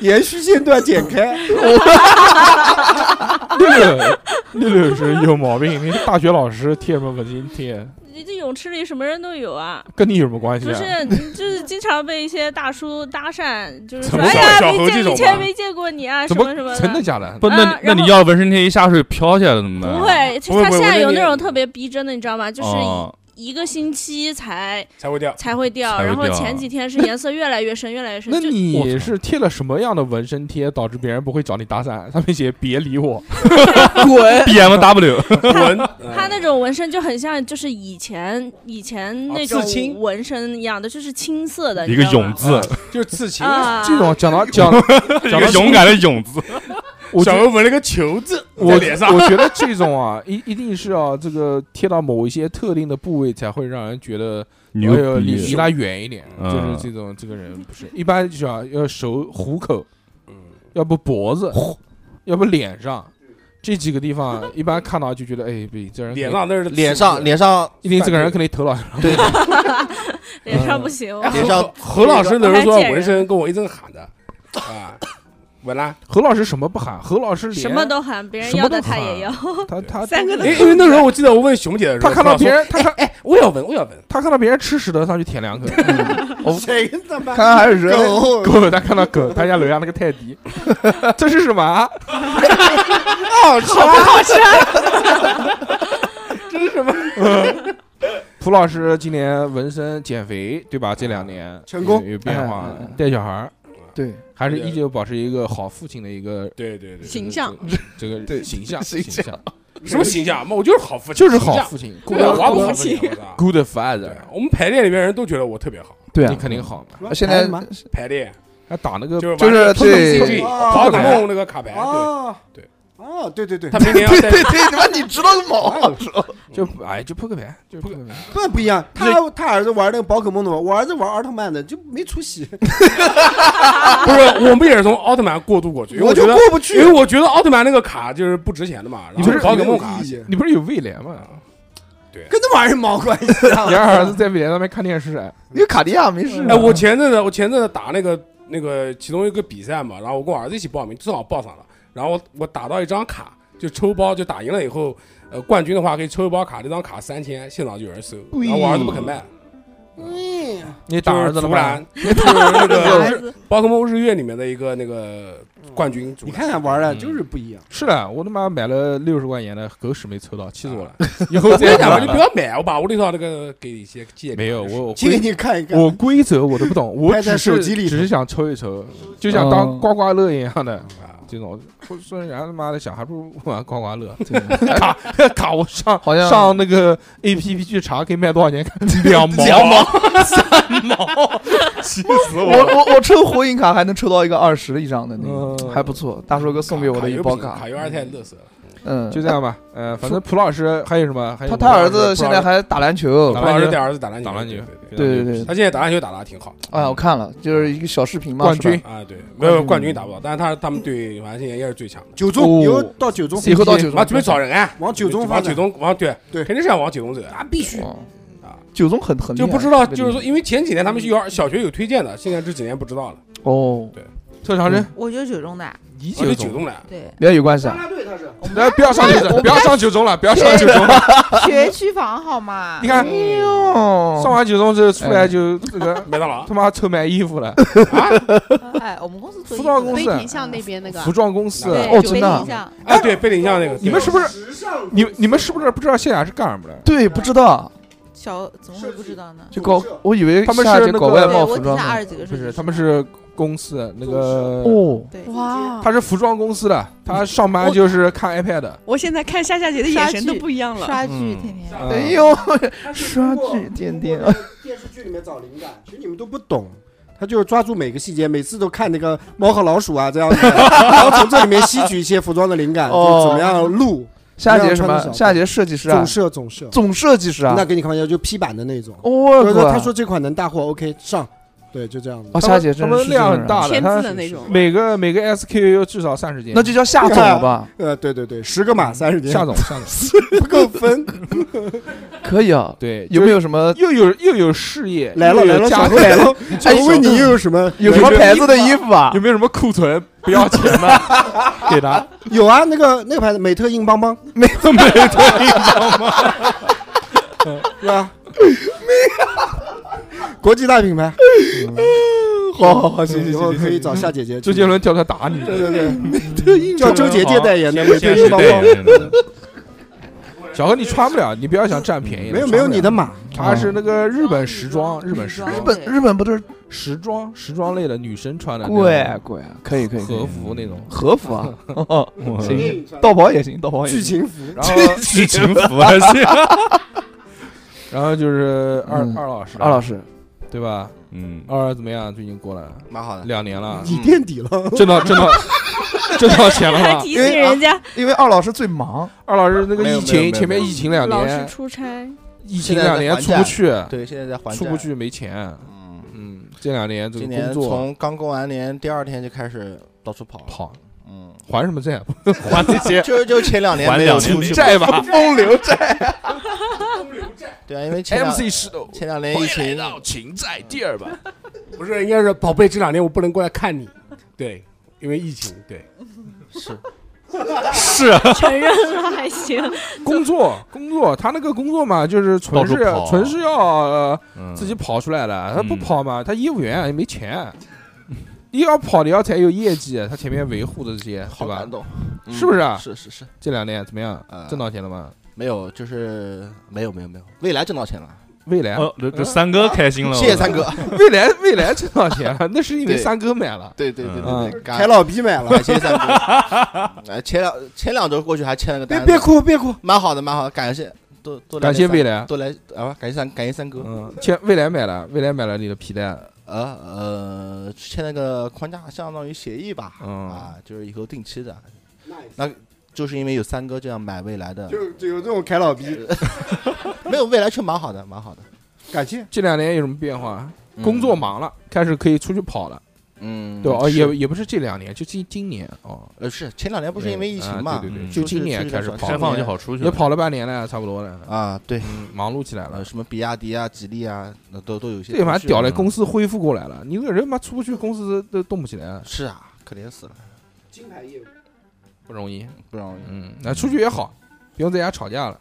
[SPEAKER 2] 延续线段剪开，
[SPEAKER 1] 六六六六是有毛病，你大学老师贴什么文心贴，
[SPEAKER 12] 你这泳池里什么人都有啊。
[SPEAKER 1] 跟你有什么关系
[SPEAKER 12] 不
[SPEAKER 1] 啊？
[SPEAKER 12] 是，你就是经常被一些大叔搭讪，就是
[SPEAKER 1] 怎
[SPEAKER 12] 说，
[SPEAKER 1] 么
[SPEAKER 12] 哎
[SPEAKER 1] 小
[SPEAKER 12] 呀，
[SPEAKER 1] 小
[SPEAKER 12] 没
[SPEAKER 1] 猴
[SPEAKER 12] 见
[SPEAKER 1] 这种
[SPEAKER 12] 以前
[SPEAKER 1] 吗
[SPEAKER 12] 没见过你啊，什
[SPEAKER 1] 怎么
[SPEAKER 12] 么什么
[SPEAKER 1] 真的假的？
[SPEAKER 4] 不，那
[SPEAKER 12] 啊
[SPEAKER 4] 那
[SPEAKER 12] 然后
[SPEAKER 4] 你要纹身贴一下水飘起来了
[SPEAKER 1] 嗯
[SPEAKER 4] 怎么办？
[SPEAKER 12] 不会，其
[SPEAKER 4] 不
[SPEAKER 12] 实他
[SPEAKER 4] 不
[SPEAKER 12] 现在
[SPEAKER 4] 我
[SPEAKER 12] 有
[SPEAKER 4] 那
[SPEAKER 12] 那
[SPEAKER 4] 天
[SPEAKER 12] 种特别逼真的，你知道吗？就是
[SPEAKER 4] 哦
[SPEAKER 12] 一个星期才
[SPEAKER 5] 才会掉，
[SPEAKER 12] 才会掉，
[SPEAKER 1] 才会
[SPEAKER 12] 然后
[SPEAKER 1] 掉
[SPEAKER 12] 前几天是颜色越来越深，越来越深。
[SPEAKER 1] 那
[SPEAKER 12] 就
[SPEAKER 1] 你是贴了什么样的纹身贴，导致别人不会找你搭讪？上面写“别理我”，
[SPEAKER 14] 滚
[SPEAKER 4] B M W，
[SPEAKER 12] 他那种纹身就很像，就是以前以前那种
[SPEAKER 5] 哦刺青
[SPEAKER 12] 纹身一样的，就是青色的，
[SPEAKER 4] 一个
[SPEAKER 12] 你知道吗嗯
[SPEAKER 4] 勇字，
[SPEAKER 5] 就是刺青
[SPEAKER 12] 啊
[SPEAKER 1] 这种讲到讲
[SPEAKER 4] 一
[SPEAKER 1] 讲
[SPEAKER 4] 个
[SPEAKER 1] 到
[SPEAKER 4] 勇敢的勇字，
[SPEAKER 1] 我觉
[SPEAKER 5] 小
[SPEAKER 1] 得
[SPEAKER 5] 猴纹了个球字
[SPEAKER 1] 我
[SPEAKER 5] 在脸上，
[SPEAKER 1] 我觉得这种啊，一一定是要这个贴到某一些特定的部位，才会让人觉得，哎
[SPEAKER 4] 牛
[SPEAKER 1] 呦，
[SPEAKER 4] 逼
[SPEAKER 1] 离离他远一点。
[SPEAKER 4] 嗯
[SPEAKER 1] 就是这种这个人不是一般，就要要手虎口，
[SPEAKER 5] 嗯
[SPEAKER 1] 要不脖子，要不脸上。这几个地方一般看到就觉得，哎，比这人
[SPEAKER 5] 脸上那是
[SPEAKER 10] 脸上脸上
[SPEAKER 1] 一定这个人肯定头脑对
[SPEAKER 12] 脸上不行，我
[SPEAKER 5] 哎
[SPEAKER 10] 嗯脸上
[SPEAKER 5] 何老师那时候说要
[SPEAKER 12] 我还见
[SPEAKER 5] 纹
[SPEAKER 12] 人
[SPEAKER 5] 身，跟我一阵喊的啊，纹啦。
[SPEAKER 1] 何老师什么不喊？何老师连
[SPEAKER 12] 什 么都喊，别人
[SPEAKER 1] 什么
[SPEAKER 12] 要
[SPEAKER 1] 都
[SPEAKER 12] 的他
[SPEAKER 1] 喊
[SPEAKER 12] 也要，
[SPEAKER 1] 他他
[SPEAKER 12] 三个都
[SPEAKER 5] 因因为那时候我记得我问熊姐的时候，
[SPEAKER 1] 他看到
[SPEAKER 5] 何老师
[SPEAKER 1] 别人
[SPEAKER 5] 说哎哎，我要纹，我要纹。
[SPEAKER 1] 他看到别人吃屎的上去舔 两口，
[SPEAKER 5] 嗯
[SPEAKER 2] 谁他妈？
[SPEAKER 14] 看还是人
[SPEAKER 2] 狗
[SPEAKER 1] 狗，他看到狗，他家楼下那个泰 迪，这是什么 啊？
[SPEAKER 2] 好吃啊，好吃啊
[SPEAKER 5] 这是什么？
[SPEAKER 1] 蒲老师今年纹身减肥，对吧？这两
[SPEAKER 5] 啊
[SPEAKER 1] 年
[SPEAKER 2] 成功
[SPEAKER 1] 有有变化
[SPEAKER 14] 哎哎哎，
[SPEAKER 1] 带小孩儿，
[SPEAKER 14] 对，
[SPEAKER 1] 还是依旧保持一个好父亲的一个
[SPEAKER 5] 对对对，
[SPEAKER 16] 形象
[SPEAKER 1] 这个这个形象形象，
[SPEAKER 5] 什么形象？我就是好父亲，
[SPEAKER 1] 就是好父亲
[SPEAKER 5] 形象对啊
[SPEAKER 1] ，good
[SPEAKER 5] 我好
[SPEAKER 1] father
[SPEAKER 5] 父亲。 我操
[SPEAKER 1] good father，
[SPEAKER 5] 我们排练里面人都觉得我特别好，
[SPEAKER 14] 对啊
[SPEAKER 1] 你肯定好嘛。
[SPEAKER 14] 现在
[SPEAKER 5] 排练
[SPEAKER 1] 还打那个
[SPEAKER 5] 就是
[SPEAKER 14] 就是
[SPEAKER 2] 呃
[SPEAKER 5] 玩
[SPEAKER 14] 对
[SPEAKER 1] 哦
[SPEAKER 5] 宝可梦那个卡牌，对，
[SPEAKER 2] 哦，
[SPEAKER 5] 对，
[SPEAKER 2] 哦，对对对，
[SPEAKER 5] 他明年要带
[SPEAKER 14] 你妈你知道个毛？
[SPEAKER 1] 就哎就扑克牌，就扑克牌。
[SPEAKER 2] 那不一样，他他儿子玩那个宝可梦的，我儿子玩奥特曼的就没出息。
[SPEAKER 5] 不是我们也是从奥特曼过渡过去，因为
[SPEAKER 2] 我就
[SPEAKER 5] 觉得
[SPEAKER 2] 过不去
[SPEAKER 5] 因为我觉得奥特曼那个卡就是不值钱的嘛，
[SPEAKER 1] 你
[SPEAKER 5] 然
[SPEAKER 1] 不
[SPEAKER 5] 后宝
[SPEAKER 1] 是
[SPEAKER 5] 可梦卡
[SPEAKER 2] 没有意义
[SPEAKER 1] 你不是有威廉吗？
[SPEAKER 5] 对，啊
[SPEAKER 2] 跟那玩意儿毛关系啊
[SPEAKER 1] 你二儿子在美联那边看电视哎，
[SPEAKER 3] 因为卡地亚没事
[SPEAKER 5] 哎，我前阵子我前阵子打那个那个其中一个比赛嘛，然后我跟我儿子一起报名，正好报上了，然后我我打到一张卡，就抽包，就打赢了以后，呃，冠军的话可以抽一包卡，这张卡三千，现场就有人收，然后我儿子不肯卖。
[SPEAKER 3] 嗯
[SPEAKER 1] 你打儿子了
[SPEAKER 5] 竹篮
[SPEAKER 1] 吗？，
[SPEAKER 5] 就是那 个宝可梦日月里面的一个那个
[SPEAKER 3] 嗯
[SPEAKER 5] 冠军竹篮。
[SPEAKER 2] 你看看
[SPEAKER 1] 嗯
[SPEAKER 2] 玩的就是不一样。
[SPEAKER 1] 是的，我他妈买了六十块钱的，狗屎没抽到，气死我了！以
[SPEAKER 5] 啊我
[SPEAKER 1] 后
[SPEAKER 5] 跟
[SPEAKER 1] 再
[SPEAKER 5] 你讲吧，
[SPEAKER 1] 玩
[SPEAKER 5] 你不要买，我把我那套那个给你先借你。
[SPEAKER 1] 没有我，我
[SPEAKER 5] 借给
[SPEAKER 1] 规
[SPEAKER 5] 你看一看
[SPEAKER 1] 我规则我都不懂，我
[SPEAKER 5] 拍在
[SPEAKER 1] 只
[SPEAKER 5] 手
[SPEAKER 1] 是
[SPEAKER 5] 机里
[SPEAKER 1] 只是想抽一抽，就想
[SPEAKER 5] 哦
[SPEAKER 1] 当
[SPEAKER 3] 嗯
[SPEAKER 1] 刮刮乐一样的
[SPEAKER 5] 啊
[SPEAKER 1] 这种。我说人家他妈的想，还不如玩刮 刮乐。 卡卡，我上
[SPEAKER 3] 好像
[SPEAKER 1] 上那个 A P P 去查，可以卖多少 钱？看两毛，
[SPEAKER 3] 两毛
[SPEAKER 1] 三毛， 气死
[SPEAKER 3] 我
[SPEAKER 1] 我了！
[SPEAKER 3] 我我抽火影卡还能抽到一个二十以上的那
[SPEAKER 1] 嗯
[SPEAKER 3] 个，还不错。大硕哥送给我的一包
[SPEAKER 5] 卡尤二太乐色了。
[SPEAKER 3] 嗯，
[SPEAKER 1] 就这样吧。呃，反正蒲老师还有什么？还
[SPEAKER 3] 他
[SPEAKER 1] 有什么
[SPEAKER 3] 他儿子现在还打篮球，
[SPEAKER 1] 打
[SPEAKER 5] 我
[SPEAKER 1] 篮
[SPEAKER 5] 儿
[SPEAKER 1] 球
[SPEAKER 5] 子带儿子打篮球，
[SPEAKER 1] 打篮球
[SPEAKER 5] 对
[SPEAKER 3] 对对对
[SPEAKER 5] 他现在打篮球打的挺好。
[SPEAKER 3] 哎，我看了，就是一个小视频嘛，
[SPEAKER 5] 冠
[SPEAKER 3] 是吧嗯
[SPEAKER 5] 军啊，对，没有冠军打不到，但是他他们队反正现在也是最强的。
[SPEAKER 2] 九
[SPEAKER 1] 哦
[SPEAKER 2] 中以后到九中，
[SPEAKER 5] 以后到九中，
[SPEAKER 2] 啊
[SPEAKER 5] 往准备找人啊，
[SPEAKER 2] 往九中发
[SPEAKER 5] 往九
[SPEAKER 2] 展。
[SPEAKER 5] 中往对对，肯定是要往九中走啊，必须。
[SPEAKER 1] 哦
[SPEAKER 3] 九宗很很厉
[SPEAKER 5] 就
[SPEAKER 3] 害
[SPEAKER 5] 不知道，
[SPEAKER 3] 特别
[SPEAKER 5] 就是
[SPEAKER 3] 厉
[SPEAKER 5] 说，因为前几年他们有小学有推荐的，现在这几年不知道了。
[SPEAKER 3] 害哦，
[SPEAKER 5] 对，
[SPEAKER 1] 特长生，
[SPEAKER 8] 我就是九中的，
[SPEAKER 1] 你
[SPEAKER 5] 哦你九中的啊
[SPEAKER 8] 对，
[SPEAKER 3] 也有关系啊。
[SPEAKER 1] 来，哎不要 上九中，不要上九中了，不要上九中了。
[SPEAKER 8] 学区房好吗？嗯
[SPEAKER 1] 你看，上完九中之后出来就这个
[SPEAKER 5] 麦当劳，
[SPEAKER 1] 他妈臭买衣服了。
[SPEAKER 5] 啊
[SPEAKER 8] 哎，我们公司做
[SPEAKER 1] 服装公
[SPEAKER 17] 碑
[SPEAKER 1] 司
[SPEAKER 17] 亭巷那边那
[SPEAKER 16] 啊
[SPEAKER 17] 个
[SPEAKER 1] 服装公司
[SPEAKER 17] 对哦真的啊
[SPEAKER 5] 哎，对，贝林巷那个，
[SPEAKER 1] 你们是不是？你你们是不是不知道线下是干什么的？
[SPEAKER 3] 对，不知道，
[SPEAKER 8] 小怎么会不知道呢？
[SPEAKER 3] 就搞，我以为
[SPEAKER 1] 他们
[SPEAKER 3] 下
[SPEAKER 1] 是
[SPEAKER 3] 节
[SPEAKER 1] 那
[SPEAKER 3] 搞
[SPEAKER 1] 个
[SPEAKER 3] 外贸服装
[SPEAKER 8] 下二
[SPEAKER 3] 的，
[SPEAKER 8] 十几个
[SPEAKER 1] 不是，他们是公司那个
[SPEAKER 3] 哦，
[SPEAKER 8] 对，
[SPEAKER 16] 哇，
[SPEAKER 1] 他是服装公司的，他上班
[SPEAKER 16] 我
[SPEAKER 1] 就是看 iPad 的。
[SPEAKER 16] 我现在看夏夏姐的眼神都不一样了。
[SPEAKER 8] 刷
[SPEAKER 1] 剧
[SPEAKER 8] 天天
[SPEAKER 1] 嗯
[SPEAKER 3] 哎呦， 刷剧点点，啊
[SPEAKER 2] 电视剧里面找灵感，其实你们都不懂。他就是抓住每个细节，每次都看那个《猫和老鼠》啊，这样子，然后从这里面吸取一些服装的灵感，
[SPEAKER 3] 哦
[SPEAKER 2] 就怎么样录。
[SPEAKER 3] 夏
[SPEAKER 2] 怎么
[SPEAKER 3] 姐
[SPEAKER 2] 样
[SPEAKER 3] 什
[SPEAKER 2] 穿
[SPEAKER 3] 么
[SPEAKER 2] 得？小
[SPEAKER 3] 夏姐设计师啊，
[SPEAKER 2] 总设总设
[SPEAKER 3] 总设计师啊。
[SPEAKER 2] 那给你开玩笑，就批版的那种。
[SPEAKER 3] 我
[SPEAKER 2] 就是说
[SPEAKER 3] 靠
[SPEAKER 2] 他说这款能大货，OK 上，对，就这样子。
[SPEAKER 3] 哦夏姐真
[SPEAKER 1] 他
[SPEAKER 3] 是
[SPEAKER 1] 们量很大的，
[SPEAKER 2] 签
[SPEAKER 1] 他
[SPEAKER 2] 字的那种
[SPEAKER 1] 每个每个 SKU 至少三十件，
[SPEAKER 2] 那就叫
[SPEAKER 3] 夏
[SPEAKER 2] 总
[SPEAKER 3] 吧。
[SPEAKER 2] 呃，对对对，十个码三十斤。
[SPEAKER 1] 夏总夏总
[SPEAKER 2] 不够 分。
[SPEAKER 3] 可以啊，
[SPEAKER 1] 对，
[SPEAKER 3] 有没有什么
[SPEAKER 1] 又有又有事业
[SPEAKER 2] 来了
[SPEAKER 1] 又有
[SPEAKER 2] 来了，
[SPEAKER 1] 家
[SPEAKER 2] 小
[SPEAKER 1] 庭。
[SPEAKER 2] 何 来了
[SPEAKER 1] 哎
[SPEAKER 2] 小何问你又有什么？
[SPEAKER 1] 有什么牌子的
[SPEAKER 3] 衣服啊？
[SPEAKER 1] 有没有什么库存不要钱的？ 给他
[SPEAKER 2] 有啊，那个那个牌子美特硬邦邦，
[SPEAKER 3] 美
[SPEAKER 2] 特
[SPEAKER 1] 美特
[SPEAKER 2] 硬邦邦， 是吧？国际大 品牌，嗯
[SPEAKER 3] 好好好，行行
[SPEAKER 2] 以后
[SPEAKER 3] 行，
[SPEAKER 2] 可以找夏姐姐。
[SPEAKER 1] 周杰伦叫他打你。
[SPEAKER 2] 对对 对，
[SPEAKER 1] 叫
[SPEAKER 2] 叫周杰界代言的美特
[SPEAKER 1] 现
[SPEAKER 2] 硬
[SPEAKER 1] 实
[SPEAKER 2] 邦
[SPEAKER 1] 代
[SPEAKER 2] 邦，
[SPEAKER 1] 言的。小何，你穿不了，你不要想占便宜。
[SPEAKER 2] 没有
[SPEAKER 1] 穿
[SPEAKER 2] 没有
[SPEAKER 1] 不了
[SPEAKER 2] 你的码，
[SPEAKER 1] 它是那个日本时装，日本时
[SPEAKER 12] 哦
[SPEAKER 1] 装，
[SPEAKER 3] 日本日本不都是
[SPEAKER 1] 时装时装类的女生穿的那种，
[SPEAKER 3] 贵贵啊，可以可以，可以
[SPEAKER 1] 和服那种
[SPEAKER 3] 和服 啊
[SPEAKER 1] 我，
[SPEAKER 3] 行，道袍也行，道袍也行
[SPEAKER 2] 剧情服
[SPEAKER 3] 然后
[SPEAKER 1] 剧情服啊是 然后就是二
[SPEAKER 3] 嗯
[SPEAKER 1] 二老师，啊
[SPEAKER 3] 二老师，
[SPEAKER 1] 对吧？
[SPEAKER 4] 嗯，
[SPEAKER 1] 二老师怎么样？最近过来
[SPEAKER 10] 蛮好的
[SPEAKER 1] 两年
[SPEAKER 3] 嗯
[SPEAKER 1] 了，
[SPEAKER 2] 你垫底了，
[SPEAKER 1] 挣到 挣到挣到钱了吗？
[SPEAKER 12] 提醒人家，
[SPEAKER 3] 因为二老师最忙，
[SPEAKER 1] 二老师那个
[SPEAKER 10] 没有没有
[SPEAKER 1] 疫
[SPEAKER 10] 没
[SPEAKER 1] 情
[SPEAKER 10] 有
[SPEAKER 1] 前面疫情两
[SPEAKER 12] 老是
[SPEAKER 1] 年，
[SPEAKER 12] 出差，
[SPEAKER 1] 疫情两年出不去
[SPEAKER 10] 现在在还，债对现在在还债
[SPEAKER 1] 出不去没钱，嗯嗯，这两年这个
[SPEAKER 10] 今
[SPEAKER 1] 工
[SPEAKER 10] 年
[SPEAKER 1] 作
[SPEAKER 10] 从刚过完年第二天就开始到处跑
[SPEAKER 1] 跑，
[SPEAKER 10] 嗯，
[SPEAKER 1] 还什么债？ 还这些
[SPEAKER 10] 就 就前两年
[SPEAKER 1] 还
[SPEAKER 10] 没有
[SPEAKER 1] 两年
[SPEAKER 10] 出 去
[SPEAKER 1] 债吧，
[SPEAKER 3] 风流债，
[SPEAKER 10] 对啊，因为前两
[SPEAKER 1] MC 石头
[SPEAKER 10] 前两年疫情，
[SPEAKER 1] 情债第二吧，
[SPEAKER 5] 不是，应该是宝贝，这两天我不能过来看你，对，因为疫情，对，
[SPEAKER 10] 是
[SPEAKER 1] 是啊
[SPEAKER 12] 承认了还行。
[SPEAKER 1] 工作工作，他那个工作嘛，就是纯是
[SPEAKER 4] 到处跑
[SPEAKER 1] 纯是要、呃
[SPEAKER 4] 嗯
[SPEAKER 1] 自己跑出来的，他不
[SPEAKER 4] 嗯
[SPEAKER 1] 跑嘛，他业务员啊也没钱。你要跑，你要才有业绩，啊他前面维护的这些，好吧？
[SPEAKER 10] 难懂嗯
[SPEAKER 1] 是不是啊？
[SPEAKER 10] 是是呃是。
[SPEAKER 1] 这两年怎么样？挣到钱了吗？
[SPEAKER 10] 没有，就是没有没有没有，未来挣到钱了。
[SPEAKER 1] 未来。
[SPEAKER 4] 哦这这三哥开心了
[SPEAKER 10] 谢谢三哥
[SPEAKER 1] 未来未来挣到钱了，那是因为
[SPEAKER 10] 对
[SPEAKER 1] 三哥买了。
[SPEAKER 10] 对对对对
[SPEAKER 1] 嗯
[SPEAKER 10] 对对，
[SPEAKER 2] 凯老逼买了
[SPEAKER 10] 感谢三哥。哎，前两前两周过去还签了个单，
[SPEAKER 2] 别别哭别哭，
[SPEAKER 10] 蛮好的蛮好的，感谢多多来
[SPEAKER 1] 感谢
[SPEAKER 10] 点三
[SPEAKER 1] 未来
[SPEAKER 10] 多来啊，感谢三感谢三哥。
[SPEAKER 1] 嗯，签未来买了，未来买了你的皮带，啊
[SPEAKER 10] 呃呃，签那个框架相当于协议吧，
[SPEAKER 1] 嗯
[SPEAKER 10] 啊，就是以后定期的。那就是因为有三哥这样买未来的，
[SPEAKER 2] 就就有这种凯老逼，
[SPEAKER 10] 没有未来却蛮好的，蛮好的。
[SPEAKER 2] 感谢。
[SPEAKER 1] 这两年有什么变化？工作忙了，开始可以出去跑了。
[SPEAKER 10] 嗯
[SPEAKER 1] 对吧？哦，
[SPEAKER 10] 是
[SPEAKER 1] 也也不是这两年，就今今年哦，
[SPEAKER 10] 呃，是前两年不是因为疫情嘛
[SPEAKER 1] 哎对对对，
[SPEAKER 10] 嗯
[SPEAKER 1] 就
[SPEAKER 10] 就是
[SPEAKER 1] 今年
[SPEAKER 10] 就是
[SPEAKER 1] 开始
[SPEAKER 10] 开
[SPEAKER 1] 跑，
[SPEAKER 10] 开放就好出去
[SPEAKER 1] 也
[SPEAKER 10] 了
[SPEAKER 1] 跑了半年了，差不多了。
[SPEAKER 10] 啊，对，
[SPEAKER 1] 忙碌起来了，
[SPEAKER 10] 什么比亚迪啊、吉利啊，那都都有一些。
[SPEAKER 1] 这蛮屌嘞，
[SPEAKER 10] 的
[SPEAKER 1] 公司恢复过来了，你这个人妈出不去，公司都动不起来。
[SPEAKER 10] 是啊，可怜死了，
[SPEAKER 2] 金牌业务
[SPEAKER 1] 不容易，
[SPEAKER 10] 不容易。
[SPEAKER 1] 嗯，那出去也好，不用在家吵架了。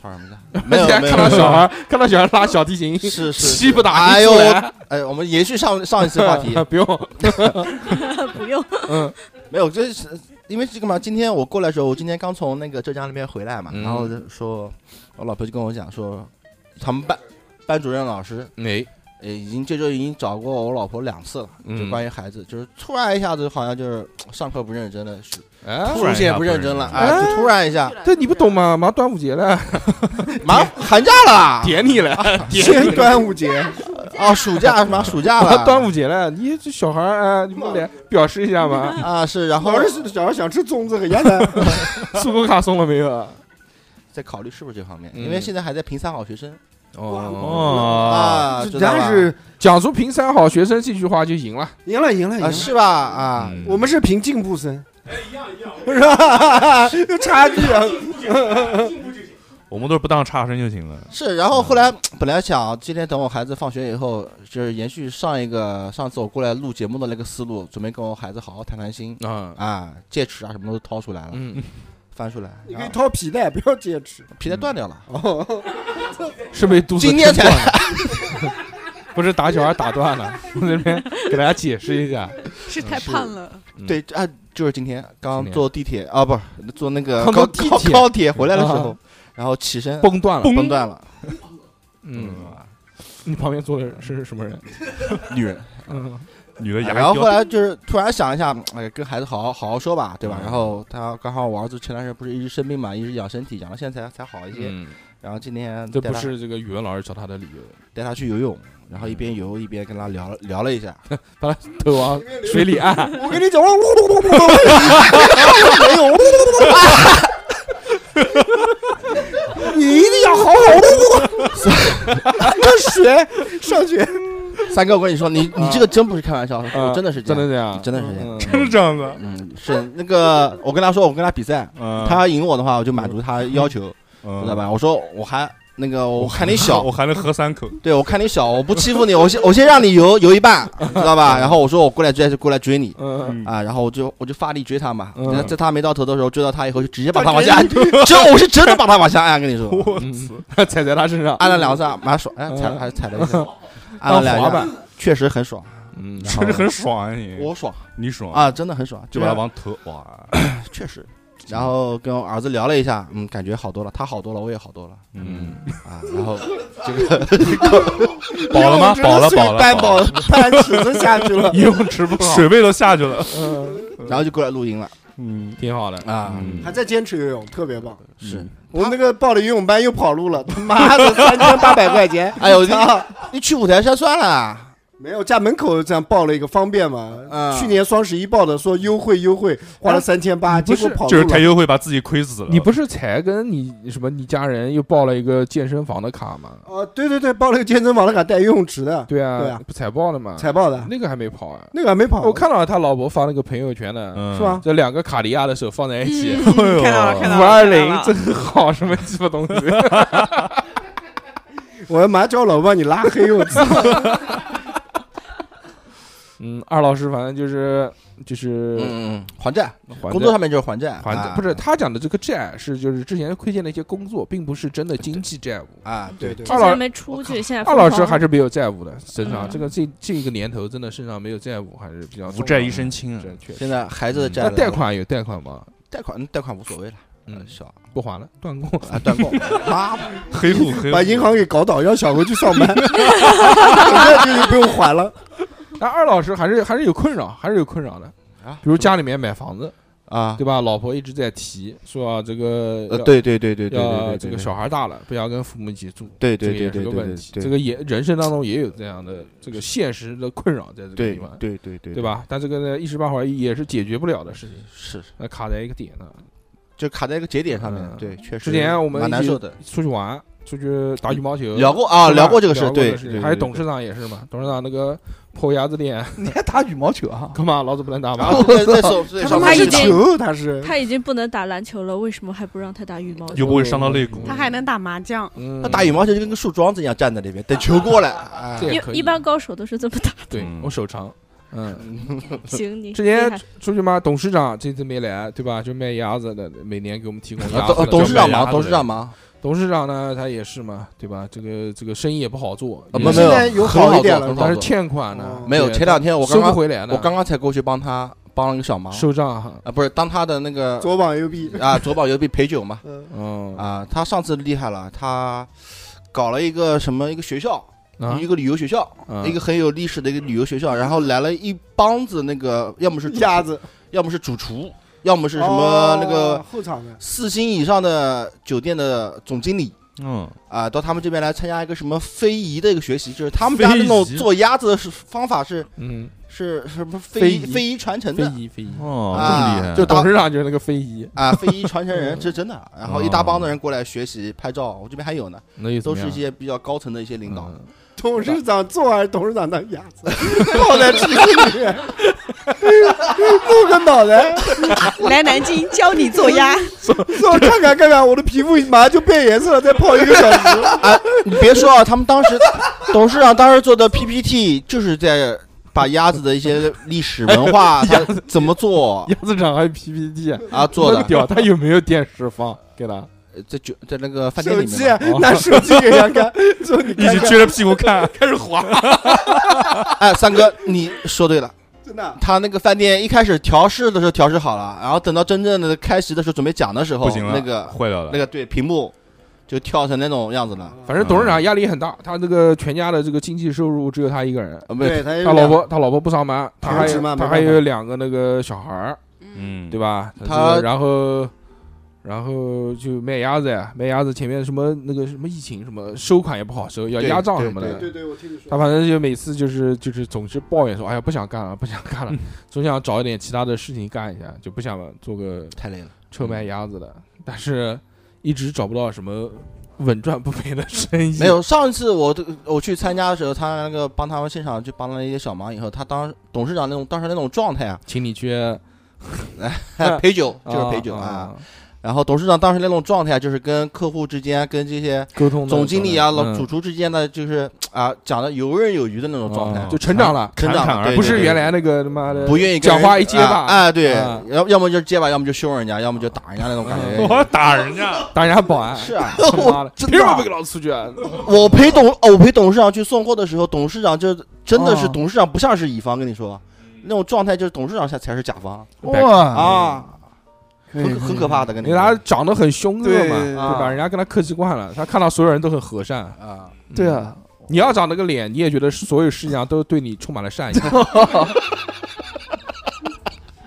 [SPEAKER 10] 吵什么架？ 没有
[SPEAKER 1] 人家
[SPEAKER 10] 没
[SPEAKER 1] 看
[SPEAKER 10] 有
[SPEAKER 1] 到
[SPEAKER 10] 没有
[SPEAKER 1] 小孩，看到小孩拉小提琴，
[SPEAKER 10] 是是
[SPEAKER 1] 气不打一
[SPEAKER 10] 哎呦
[SPEAKER 1] 处来，，
[SPEAKER 10] 哎，我们延续上上一次话题
[SPEAKER 1] 不用
[SPEAKER 12] 不用，
[SPEAKER 10] 嗯，没有，这是因为这个嘛。今天我过来的时候，我今天刚从那个浙江那边回来嘛，
[SPEAKER 1] 嗯
[SPEAKER 10] 然后就说，我老婆就跟我讲说，他们班班主任老师，
[SPEAKER 1] 哎，
[SPEAKER 10] 已经这周已经找过我老婆两次了，就
[SPEAKER 1] 嗯
[SPEAKER 10] 关于孩子，就是突然一下子好像就是上课不认真了，是
[SPEAKER 1] 哎
[SPEAKER 10] 出现不认真了，
[SPEAKER 1] 哎
[SPEAKER 10] 哎，就突然一下，
[SPEAKER 1] 这你不懂吗？马上端午节了，
[SPEAKER 10] 马寒假了啦，
[SPEAKER 1] 点你 了，点你了
[SPEAKER 10] 先端午节啊，暑假什 么暑假了，
[SPEAKER 1] 端午节了，你这小孩儿啊，你不得表示一下吗？
[SPEAKER 10] 啊是，然后
[SPEAKER 2] 老是小孩想吃粽子和 鸭蛋，
[SPEAKER 1] 速扣卡送了没有？
[SPEAKER 10] 在考虑是不是这方面，
[SPEAKER 1] 嗯
[SPEAKER 10] 因为现在还在评三好学生。
[SPEAKER 1] 哦
[SPEAKER 10] 啊知道吧
[SPEAKER 1] 讲出评三好学生这句话就赢了，
[SPEAKER 2] 赢了赢了赢
[SPEAKER 10] 啊，
[SPEAKER 2] 了，
[SPEAKER 10] 是吧？啊，
[SPEAKER 1] 嗯
[SPEAKER 2] 我们是评进步生，哎一样一样，是吧？有差距啊，
[SPEAKER 4] 我们都是不当差生就行了。
[SPEAKER 10] 是，然
[SPEAKER 1] 嗯
[SPEAKER 10] 后后来本来想今天等我孩子放学以后，就是延续上一个上次我过来录节目的那个思路，准备跟我孩子好好谈谈心
[SPEAKER 1] 啊
[SPEAKER 10] 啊，戒尺啊什么都掏出来了，
[SPEAKER 1] 嗯，
[SPEAKER 10] 翻出来，
[SPEAKER 2] 你可以掏皮带，不要戒指，
[SPEAKER 10] 皮带断掉了，
[SPEAKER 2] 哦，
[SPEAKER 1] 是被肚子
[SPEAKER 10] 今天才
[SPEAKER 1] 撑断了 不是打小孩打断了， 我这边给大家解释一下，嗯
[SPEAKER 16] 是太
[SPEAKER 10] 是
[SPEAKER 16] 胖了，
[SPEAKER 10] 对啊，就是今天刚
[SPEAKER 1] 天
[SPEAKER 10] 坐地铁啊，不是坐那个
[SPEAKER 1] 嗯 刚
[SPEAKER 10] 高
[SPEAKER 1] 坐地
[SPEAKER 10] 高
[SPEAKER 1] 铁
[SPEAKER 10] 高铁回来的时候
[SPEAKER 1] 啊，
[SPEAKER 10] 然后起身
[SPEAKER 1] 崩断了
[SPEAKER 10] 崩断了，
[SPEAKER 1] 嗯，你旁边坐的是什么人？
[SPEAKER 10] 女人，
[SPEAKER 1] 嗯，
[SPEAKER 4] 女的牙
[SPEAKER 10] 然后
[SPEAKER 4] 掉
[SPEAKER 10] 后来就是突然想一下，哎，跟孩子好好好好说吧，对吧？
[SPEAKER 4] 嗯
[SPEAKER 10] 然后他刚好我儿子前段时间不是一直生病嘛，一直养身体，养到现在才才好一些。
[SPEAKER 1] 嗯
[SPEAKER 10] 然后今天
[SPEAKER 1] 这
[SPEAKER 10] 带
[SPEAKER 1] 不
[SPEAKER 10] 他
[SPEAKER 1] 是这个语文老师教他的理由，
[SPEAKER 10] 带他去游泳，然后一边游一边跟他聊聊了一下，
[SPEAKER 1] 把他头往水里 按。
[SPEAKER 2] 我跟你讲，我没有，你一定要好好的，学上学。
[SPEAKER 10] 三哥，我跟你说，你你这个真不是开玩笑，
[SPEAKER 1] 嗯
[SPEAKER 10] 真的是
[SPEAKER 1] 真的这样，
[SPEAKER 10] 真的是这样。
[SPEAKER 4] 真是这样子，
[SPEAKER 10] 嗯，是那个，我跟他说，我跟他比赛，
[SPEAKER 4] 嗯
[SPEAKER 10] 他要赢我的话，我就满足他要求，
[SPEAKER 4] 嗯
[SPEAKER 10] 知道吧？我说我还那个，我看你小，
[SPEAKER 4] 我还能喝三口。
[SPEAKER 10] 对我看你小，我不欺负你，我先我先让你游游一半，知道吧？然后我说我过来追，过来追你，
[SPEAKER 1] 嗯
[SPEAKER 10] 啊，然后我就我就发力追他嘛，
[SPEAKER 1] 嗯
[SPEAKER 10] 在他没到头的时候追到他以后，就直接把他往下按，这我是真的把他往下按，跟你说，
[SPEAKER 1] 嗯我踩在他身上，
[SPEAKER 10] 按了两下，蛮爽，哎，踩还踩了一下，按了
[SPEAKER 1] 当
[SPEAKER 10] 两
[SPEAKER 1] 滑
[SPEAKER 10] 下
[SPEAKER 1] 板，
[SPEAKER 10] 确实很爽，
[SPEAKER 1] 嗯
[SPEAKER 10] 然后
[SPEAKER 4] 确实很爽啊你，
[SPEAKER 10] 我爽，
[SPEAKER 4] 你爽
[SPEAKER 10] 啊，真的很爽，
[SPEAKER 4] 就把他往头哇，
[SPEAKER 10] 确实。然后跟我儿子聊了一下，嗯，感觉好多了，他好多了，我也好多了，
[SPEAKER 4] 嗯
[SPEAKER 10] 啊，然 后这个
[SPEAKER 4] 饱了吗？饱了，饱了，
[SPEAKER 10] 单
[SPEAKER 4] 饱
[SPEAKER 10] 饱
[SPEAKER 4] 了，
[SPEAKER 2] 半尺子下 去了
[SPEAKER 4] 游泳池不好，水位都下去了，
[SPEAKER 10] 嗯然后就过来录音了，
[SPEAKER 4] 嗯，
[SPEAKER 1] 挺好的
[SPEAKER 10] 啊，
[SPEAKER 2] 还在坚持游泳，特别棒。
[SPEAKER 10] 是，，
[SPEAKER 2] 我那个报了游泳班又跑路了，他妈的三千八百块钱
[SPEAKER 10] 哎呦，你
[SPEAKER 2] 操！
[SPEAKER 10] 你去五台山算了，
[SPEAKER 2] 没有，家门口这样报了一个方便嘛。
[SPEAKER 10] 嗯啊
[SPEAKER 2] 去年双十一报的，说优惠优惠，花了三千八，结果跑路
[SPEAKER 4] 就是
[SPEAKER 2] 了。
[SPEAKER 4] 太优惠把自己亏死了。
[SPEAKER 1] 你不是才跟你什么你家人又报了一个健身房的卡吗？
[SPEAKER 2] 哦，对对对，报了个健身房的卡，带游泳池的。
[SPEAKER 1] 对
[SPEAKER 2] 对啊
[SPEAKER 1] 啊，，不才报了吗？
[SPEAKER 2] 才报的
[SPEAKER 1] 那个还没跑啊。
[SPEAKER 2] 那个还没跑。
[SPEAKER 1] 我看到他老婆发了个朋友圈呢，
[SPEAKER 4] 嗯
[SPEAKER 2] 是吧
[SPEAKER 1] 这两个卡地亚的手放在一起，
[SPEAKER 4] 嗯哎呦看到了看到了
[SPEAKER 1] 五二零
[SPEAKER 4] 看到了
[SPEAKER 1] 真好，什么鸡巴东西？
[SPEAKER 2] 我马上叫我老婆帮你拉黑我操。
[SPEAKER 1] 嗯，二老师反正就是就是
[SPEAKER 10] 嗯还债，
[SPEAKER 1] 还
[SPEAKER 10] 工作上面就是还债
[SPEAKER 1] 还债
[SPEAKER 10] 啊
[SPEAKER 1] 不是他讲的这个债是就是之前亏欠的一些工作，并不是真的经济债务
[SPEAKER 10] 啊。对
[SPEAKER 12] 之
[SPEAKER 1] 二老
[SPEAKER 12] 前没 出去，现在
[SPEAKER 1] 二老师
[SPEAKER 12] 疯狂
[SPEAKER 1] 还是没有债务的，身上、
[SPEAKER 12] 嗯
[SPEAKER 1] 这个这这个年头真的身上没有债务还是比较
[SPEAKER 4] 无债一身轻啊
[SPEAKER 1] 正确实。
[SPEAKER 10] 现在孩子的债
[SPEAKER 1] 那
[SPEAKER 10] 来
[SPEAKER 1] 贷
[SPEAKER 10] 了
[SPEAKER 1] 款有贷款吗？
[SPEAKER 10] 贷款贷款无所谓了，
[SPEAKER 1] 嗯，
[SPEAKER 10] 小
[SPEAKER 1] 不还了，断供
[SPEAKER 10] 啊，断 供妈黑户黑户
[SPEAKER 2] 把银行给搞倒，让小何去上 班，那 就不用还了。
[SPEAKER 1] 但二老师还是还是有困扰，还是有困扰的
[SPEAKER 10] 啊
[SPEAKER 1] 比如家里面买房子
[SPEAKER 10] 啊，
[SPEAKER 1] 对吧？老婆一直在提说啊这个
[SPEAKER 10] 呃
[SPEAKER 1] 要
[SPEAKER 10] 对对对对对对
[SPEAKER 1] 要
[SPEAKER 10] 对对
[SPEAKER 1] 这
[SPEAKER 10] 对
[SPEAKER 1] 个小孩大了，不要跟父母一起住，
[SPEAKER 10] 对对
[SPEAKER 1] 这个也
[SPEAKER 10] 对对
[SPEAKER 1] 是个
[SPEAKER 10] 对
[SPEAKER 1] 问
[SPEAKER 10] 对
[SPEAKER 1] 题。
[SPEAKER 10] 对
[SPEAKER 1] 这个也人生当中也有这样的这个现实的困扰在这个
[SPEAKER 10] 对
[SPEAKER 1] 地方，
[SPEAKER 10] 对对对
[SPEAKER 1] 对吧？但这个呢，一时半会儿也是解决不了的事情，
[SPEAKER 10] 是
[SPEAKER 1] 那卡在一个点呢。嗯
[SPEAKER 10] 就卡在一个节点上面，对，确实。
[SPEAKER 1] 之前我们
[SPEAKER 10] 蛮
[SPEAKER 1] 一
[SPEAKER 10] 难
[SPEAKER 1] 起
[SPEAKER 10] 受的，
[SPEAKER 1] 出去玩，出去打羽毛球，
[SPEAKER 10] 聊过啊
[SPEAKER 1] 是吧
[SPEAKER 10] 聊过这个事
[SPEAKER 1] 聊
[SPEAKER 10] 对
[SPEAKER 1] 这个
[SPEAKER 10] 对对
[SPEAKER 1] 还有
[SPEAKER 10] 对
[SPEAKER 1] 董事长也是嘛，董事长那个破鸭 子脸。
[SPEAKER 3] 你还打羽毛球啊？
[SPEAKER 1] 干嘛？老子不能打吗？
[SPEAKER 10] 在在手在手
[SPEAKER 12] 他已经
[SPEAKER 2] 他是
[SPEAKER 12] 他已经不能打篮球了，为什么还不让他打羽毛球？
[SPEAKER 4] 又不会伤到肋骨。
[SPEAKER 16] 他还能打麻将，
[SPEAKER 1] 嗯
[SPEAKER 10] 他打羽毛球就跟个树桩子一样站在那边等球过来。哎
[SPEAKER 1] 这也可
[SPEAKER 12] 一一
[SPEAKER 1] 以。
[SPEAKER 12] 般高手都是这么打。
[SPEAKER 1] 对我手长。嗯，
[SPEAKER 12] 行你
[SPEAKER 1] 之
[SPEAKER 12] 厉
[SPEAKER 1] 前
[SPEAKER 12] 害
[SPEAKER 1] 出去嘛，董事长这次没来，对吧？就卖鸭子的，每年给我们提供
[SPEAKER 10] 啊
[SPEAKER 1] 鸭子
[SPEAKER 10] 董
[SPEAKER 1] 的。
[SPEAKER 10] 董事长忙
[SPEAKER 1] 卖鸭子的
[SPEAKER 10] 董事长忙。
[SPEAKER 1] 董事长呢，他也是嘛，对吧？这个这个生意也不好做，
[SPEAKER 10] 啊，
[SPEAKER 1] 也
[SPEAKER 10] 没
[SPEAKER 1] 是
[SPEAKER 10] 没有，很好做很好做
[SPEAKER 1] 但是欠款
[SPEAKER 2] 哦
[SPEAKER 1] 呢，
[SPEAKER 10] 没有，
[SPEAKER 1] 对
[SPEAKER 10] 前两天我
[SPEAKER 1] 收
[SPEAKER 10] 刚
[SPEAKER 1] 不
[SPEAKER 10] 刚
[SPEAKER 1] 回来呢。
[SPEAKER 10] 我刚刚才过去帮他帮了个小忙，
[SPEAKER 1] 收账哈
[SPEAKER 10] 啊，不是当他的那个
[SPEAKER 2] 左膀右臂
[SPEAKER 10] 啊，左膀右臂陪酒嘛，
[SPEAKER 1] 嗯
[SPEAKER 10] 啊，他上次厉害了，他搞了一个什么一个学校
[SPEAKER 1] 啊。
[SPEAKER 10] 一个旅游学校，
[SPEAKER 1] 啊
[SPEAKER 10] 一个很有历史的一个旅游学校，然后来了一帮子那个，要么是
[SPEAKER 2] 鸭子，
[SPEAKER 10] 要么是主厨，要么是 什么那个
[SPEAKER 2] 哦后场的
[SPEAKER 10] 四星以上的酒店的总经理，
[SPEAKER 4] 嗯
[SPEAKER 10] 啊，到他们这边来参加一个什么非遗的一个学习，就是他们家那种
[SPEAKER 4] 非遗
[SPEAKER 10] 做鸭子的是方法是，
[SPEAKER 1] 嗯，
[SPEAKER 10] 是什么
[SPEAKER 1] 非
[SPEAKER 10] 非遗
[SPEAKER 1] 遗
[SPEAKER 10] 非遗传承的，
[SPEAKER 1] 非遗非遗
[SPEAKER 4] 哦
[SPEAKER 10] 啊
[SPEAKER 4] 这么厉害
[SPEAKER 1] 就董事长就是那个非遗
[SPEAKER 10] 啊，非遗传承
[SPEAKER 1] 嗯
[SPEAKER 10] 人，这是真的。啊然后一大
[SPEAKER 1] 哦
[SPEAKER 10] 帮子人过来学习拍照，我这边还有呢
[SPEAKER 1] 那又，
[SPEAKER 10] 都
[SPEAKER 1] 怎么
[SPEAKER 10] 是
[SPEAKER 1] 样嗯
[SPEAKER 10] 一些比较高层的一些领导。
[SPEAKER 2] 董事长做完董事长的鸭 子，
[SPEAKER 10] 放在这
[SPEAKER 2] 里面，露个脑 袋，
[SPEAKER 16] 来南京教你做鸭。
[SPEAKER 2] 说看看看看，我的皮肤马上就变颜色了，再泡一个 小时。
[SPEAKER 10] 啊，你别说啊，他们当时董事长当时做的 PPT 就是在把鸭子的一些历史文化，它怎么做
[SPEAKER 1] 鸭子厂还有 PPT
[SPEAKER 10] 啊做的
[SPEAKER 1] 那个屌，他有 没有电视放给他？
[SPEAKER 10] 在酒在那个饭店里面
[SPEAKER 1] 手机
[SPEAKER 10] 嘛
[SPEAKER 1] 拿手机给人 家看说你看看一起撅着屁股 看
[SPEAKER 4] 开始滑。
[SPEAKER 10] 哎，三哥，你说对了。
[SPEAKER 2] 真
[SPEAKER 1] 啊
[SPEAKER 2] 的，
[SPEAKER 10] 他那个饭店一开始调试的时候调试好了，然后等到真正的开席的时候准备讲的时候，
[SPEAKER 4] 不行了
[SPEAKER 10] 那个
[SPEAKER 4] 坏掉了
[SPEAKER 10] 那个对屏幕就跳成那种样子了。
[SPEAKER 1] 反正董事长压力很大，他这个全家的这个经济收入只有他一个人，
[SPEAKER 10] 没有对他有
[SPEAKER 1] 他
[SPEAKER 10] 两
[SPEAKER 1] 老婆他老婆不上班，他还
[SPEAKER 10] 全职
[SPEAKER 1] 有
[SPEAKER 10] 嘛没
[SPEAKER 1] 他
[SPEAKER 10] 办法
[SPEAKER 1] 还有两个那个小孩儿，
[SPEAKER 4] 嗯，
[SPEAKER 1] 对吧？
[SPEAKER 10] 他
[SPEAKER 1] 这个然后然后就卖鸭子呀，卖鸭子前面什么那个什么疫情什么收款也不好收，要
[SPEAKER 2] 对
[SPEAKER 1] 压账
[SPEAKER 2] 对
[SPEAKER 1] 什么的。
[SPEAKER 2] 对对对我听你说
[SPEAKER 1] 他反正就每次就是就是总是抱怨说，哎呀不想干了，不想干了， 总想找一点其他的事情干一下，就不想做个
[SPEAKER 10] 太累了
[SPEAKER 1] 臭卖鸭子的，但是一直找不到什么稳赚不赔的生意。
[SPEAKER 10] 没有，上一次我这个我去参加的时候，他那个帮他们现场去帮了一些小忙以后，他当董事长那种当时那种状态啊，哎
[SPEAKER 1] 请你去
[SPEAKER 10] 陪酒，就是陪酒
[SPEAKER 1] 啊
[SPEAKER 10] 啊。然后董事长当时那种状态，就是跟客户之间、跟这些
[SPEAKER 1] 沟通的
[SPEAKER 10] 总经理啊、
[SPEAKER 1] 状态
[SPEAKER 10] 老
[SPEAKER 1] 嗯
[SPEAKER 10] 主厨之间的，就是啊，讲的游刃有余的那种状态，
[SPEAKER 1] 哦
[SPEAKER 10] 啊
[SPEAKER 1] 就成长了，
[SPEAKER 10] 成长了，对
[SPEAKER 1] 不是
[SPEAKER 10] 对对
[SPEAKER 1] 原来那个他妈的
[SPEAKER 10] 不愿意跟
[SPEAKER 1] 讲
[SPEAKER 10] 人
[SPEAKER 1] 话一结巴
[SPEAKER 10] 啊，哎对
[SPEAKER 1] 啊，
[SPEAKER 10] 要要么就是结巴，要么就凶人家，要么就打人家那种感觉。
[SPEAKER 1] 我
[SPEAKER 4] 打人家，
[SPEAKER 1] 打人家保安
[SPEAKER 10] 是啊，
[SPEAKER 1] 他 妈的，
[SPEAKER 10] 真
[SPEAKER 1] 凭
[SPEAKER 10] 的
[SPEAKER 1] 什么不给老子 出去啊？
[SPEAKER 10] 我陪董，哦我陪董事长去送货的时候，董事长就真的是
[SPEAKER 1] 哦
[SPEAKER 10] 董事长不像是乙方，跟你说，那种状态就是董事长才才是甲方，
[SPEAKER 1] 哇
[SPEAKER 10] 啊，
[SPEAKER 1] 可以
[SPEAKER 10] 很很可怕的，跟你
[SPEAKER 1] 嗯因为
[SPEAKER 10] 说
[SPEAKER 1] 他长得很凶恶
[SPEAKER 10] 对
[SPEAKER 1] 嘛，
[SPEAKER 10] 对
[SPEAKER 1] 对吧？
[SPEAKER 10] 啊
[SPEAKER 1] 人家跟他客气惯了，他看到所有人都很和善嗯
[SPEAKER 10] 啊。
[SPEAKER 3] 对啊，
[SPEAKER 1] 你要长那个脸，你也觉得所有事情上都对你充满了善意。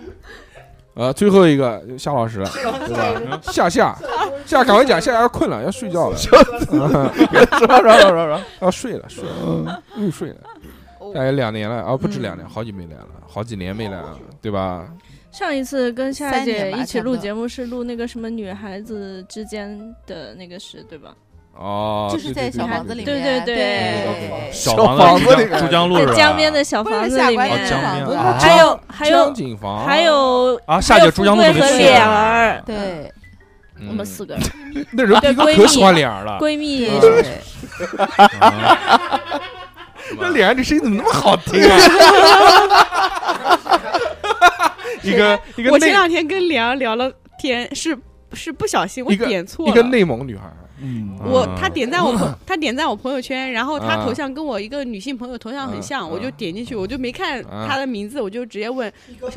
[SPEAKER 1] 呃，最后一个 夏老师了，对吧？夏夏夏，赶快讲，夏夏要困了，要睡觉 了，
[SPEAKER 3] 说说说说
[SPEAKER 1] 要睡了，睡
[SPEAKER 10] 嗯
[SPEAKER 1] 了，入睡了。大概两年了啊，不止两年，好久没来了，好几年没来了，对吧？
[SPEAKER 12] 上一次跟夏
[SPEAKER 9] 三
[SPEAKER 12] 姐
[SPEAKER 9] 年吧
[SPEAKER 12] 一起
[SPEAKER 9] 差不
[SPEAKER 12] 录
[SPEAKER 9] 多
[SPEAKER 12] 节目是录那个什么女孩子之间的那个事，对吧？
[SPEAKER 1] 哦，
[SPEAKER 9] 就是
[SPEAKER 1] 对
[SPEAKER 9] 在
[SPEAKER 1] 对对
[SPEAKER 9] 小
[SPEAKER 1] 对
[SPEAKER 9] 房子
[SPEAKER 1] 对
[SPEAKER 9] 里
[SPEAKER 12] 对
[SPEAKER 9] 面
[SPEAKER 12] 对
[SPEAKER 9] 对
[SPEAKER 1] 小房子里面
[SPEAKER 4] 珠江路是吧
[SPEAKER 12] 在江边的小
[SPEAKER 9] 不是
[SPEAKER 12] 房子
[SPEAKER 9] 下
[SPEAKER 12] 里
[SPEAKER 9] 关
[SPEAKER 12] 面，
[SPEAKER 9] 的小房子
[SPEAKER 4] 啊
[SPEAKER 12] 还有还有
[SPEAKER 1] 江景房，
[SPEAKER 12] 还有
[SPEAKER 4] 啊夏姐珠江路
[SPEAKER 12] 还有
[SPEAKER 4] 怎
[SPEAKER 12] 富
[SPEAKER 4] 么
[SPEAKER 12] 贵
[SPEAKER 4] 去
[SPEAKER 12] 和
[SPEAKER 4] 啊
[SPEAKER 12] 脸儿，
[SPEAKER 9] 对，
[SPEAKER 12] 我们四个人
[SPEAKER 1] 那时候
[SPEAKER 12] 对
[SPEAKER 1] 逼哥
[SPEAKER 12] 闺
[SPEAKER 1] 可
[SPEAKER 12] 蜜
[SPEAKER 1] 喜欢脸儿了
[SPEAKER 12] 闺蜜
[SPEAKER 1] 嗯
[SPEAKER 12] 是
[SPEAKER 1] 那脸上这声音怎么那么好听啊？
[SPEAKER 16] 啊
[SPEAKER 1] 一个一个
[SPEAKER 16] 我前两
[SPEAKER 1] 内
[SPEAKER 16] 天跟莲儿聊了天，是是不小心我
[SPEAKER 1] 一个
[SPEAKER 16] 点错
[SPEAKER 1] 一
[SPEAKER 16] 了。
[SPEAKER 1] 个内蒙女孩儿，
[SPEAKER 4] 嗯
[SPEAKER 16] 我他点赞我朋他点赞我朋友圈，然后他
[SPEAKER 1] 啊
[SPEAKER 16] 头像跟我一个女性朋友头像很像，我就点进去，我就没看
[SPEAKER 1] 啊
[SPEAKER 16] 他的名字，我就直接问，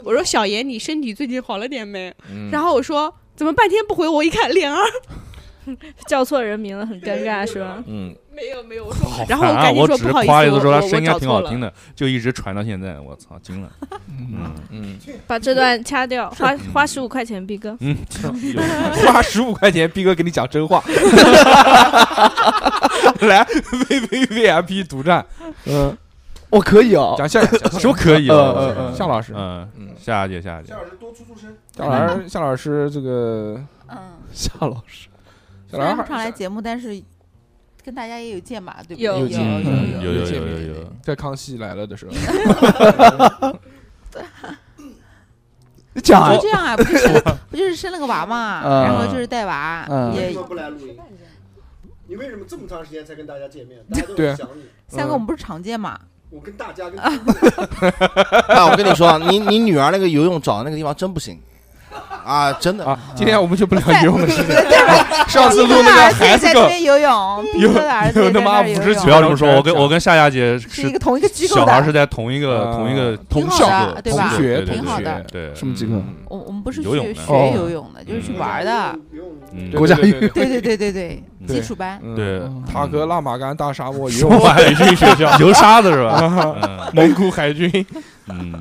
[SPEAKER 16] 我说小严你身体最近好了点没
[SPEAKER 1] 嗯？
[SPEAKER 16] 然后我说怎么半天不回我，一看脸儿
[SPEAKER 12] 叫错人名了，很尴尬是吧？
[SPEAKER 1] 嗯，
[SPEAKER 16] 没有没有，我说
[SPEAKER 4] 好
[SPEAKER 16] 然后
[SPEAKER 4] 烦啊
[SPEAKER 16] 赶紧
[SPEAKER 4] 我
[SPEAKER 16] 说
[SPEAKER 4] 只是
[SPEAKER 16] 不好意思，
[SPEAKER 4] 夸了一次，
[SPEAKER 16] 我
[SPEAKER 4] 说
[SPEAKER 16] 我
[SPEAKER 4] 他声音还挺好听
[SPEAKER 16] 的。
[SPEAKER 4] 的，就一直传到现在，我操，惊了。嗯
[SPEAKER 1] 嗯
[SPEAKER 12] 把这段掐掉，花花十五块钱，逼哥。
[SPEAKER 4] 嗯，
[SPEAKER 1] 花十五块钱，逼哥给你讲真话， 来 V V V I P 独占，嗯，
[SPEAKER 3] 我可以哦，
[SPEAKER 1] 讲夏
[SPEAKER 4] 说可以哦
[SPEAKER 1] 嗯嗯嗯
[SPEAKER 4] 夏
[SPEAKER 1] 夏老师，
[SPEAKER 4] 嗯，夏姐，夏姐，
[SPEAKER 1] 夏老师夏老师这个
[SPEAKER 9] 嗯，
[SPEAKER 1] 夏老师，夏
[SPEAKER 9] 虽
[SPEAKER 1] 老
[SPEAKER 9] 然
[SPEAKER 1] 师
[SPEAKER 9] 不常来节目，但是
[SPEAKER 17] 跟大家也有见嘛，对不对？
[SPEAKER 12] 有
[SPEAKER 17] 有
[SPEAKER 12] 有
[SPEAKER 1] 嗯
[SPEAKER 4] 有有
[SPEAKER 1] 见
[SPEAKER 4] 有
[SPEAKER 1] 面
[SPEAKER 4] 有有
[SPEAKER 1] 在康熙来了的时候，
[SPEAKER 3] 你讲啊
[SPEAKER 17] 就这样啊，不就是 不就是生了个娃嘛，
[SPEAKER 3] 嗯
[SPEAKER 17] 然后就是带娃，
[SPEAKER 3] 嗯
[SPEAKER 17] 也
[SPEAKER 2] 为什么不来录音？你为什么这么长时间才跟大家见面？大家都
[SPEAKER 10] 对
[SPEAKER 1] 啊
[SPEAKER 2] 很想你。
[SPEAKER 17] 三哥
[SPEAKER 1] 嗯
[SPEAKER 17] 我们不是常见 嘛，
[SPEAKER 2] 我跟大 家跟
[SPEAKER 10] 那我跟你说啊，你你女儿那个游泳找的那个地方真不行啊，真的。
[SPEAKER 1] 今天我们就不聊游泳的 事情。
[SPEAKER 17] 上
[SPEAKER 1] 次录那个孩子
[SPEAKER 17] 在
[SPEAKER 1] 梗
[SPEAKER 17] 这边 游泳，斌
[SPEAKER 1] 有
[SPEAKER 17] 哥的儿子
[SPEAKER 1] 有
[SPEAKER 17] 也在
[SPEAKER 1] 他
[SPEAKER 17] 那
[SPEAKER 1] 妈
[SPEAKER 17] 儿
[SPEAKER 1] 五
[SPEAKER 17] 游泳
[SPEAKER 1] 十九，
[SPEAKER 4] 不要这么说，我跟我跟夏夏姐
[SPEAKER 17] 是一个同一个机构
[SPEAKER 4] 小
[SPEAKER 17] 的
[SPEAKER 4] 孩是在同一
[SPEAKER 1] 啊
[SPEAKER 4] 个同一个
[SPEAKER 17] 挺好
[SPEAKER 4] 校
[SPEAKER 17] 的，
[SPEAKER 4] 队
[SPEAKER 17] 对吧？
[SPEAKER 4] 同学
[SPEAKER 17] 挺好的。
[SPEAKER 4] 对
[SPEAKER 3] 什么机构？
[SPEAKER 17] 我我们不是去
[SPEAKER 4] 游泳
[SPEAKER 17] 学
[SPEAKER 4] 的
[SPEAKER 1] 哦
[SPEAKER 17] 游泳的，就是去玩的。
[SPEAKER 1] 嗯
[SPEAKER 4] 国家
[SPEAKER 17] 对对对对对，基础班。
[SPEAKER 4] 对，
[SPEAKER 1] 塔克拉玛干大沙 漠
[SPEAKER 4] 什
[SPEAKER 1] 游
[SPEAKER 4] 么海军学 校游沙子是吧嗯
[SPEAKER 1] 蒙古海军，
[SPEAKER 4] 嗯，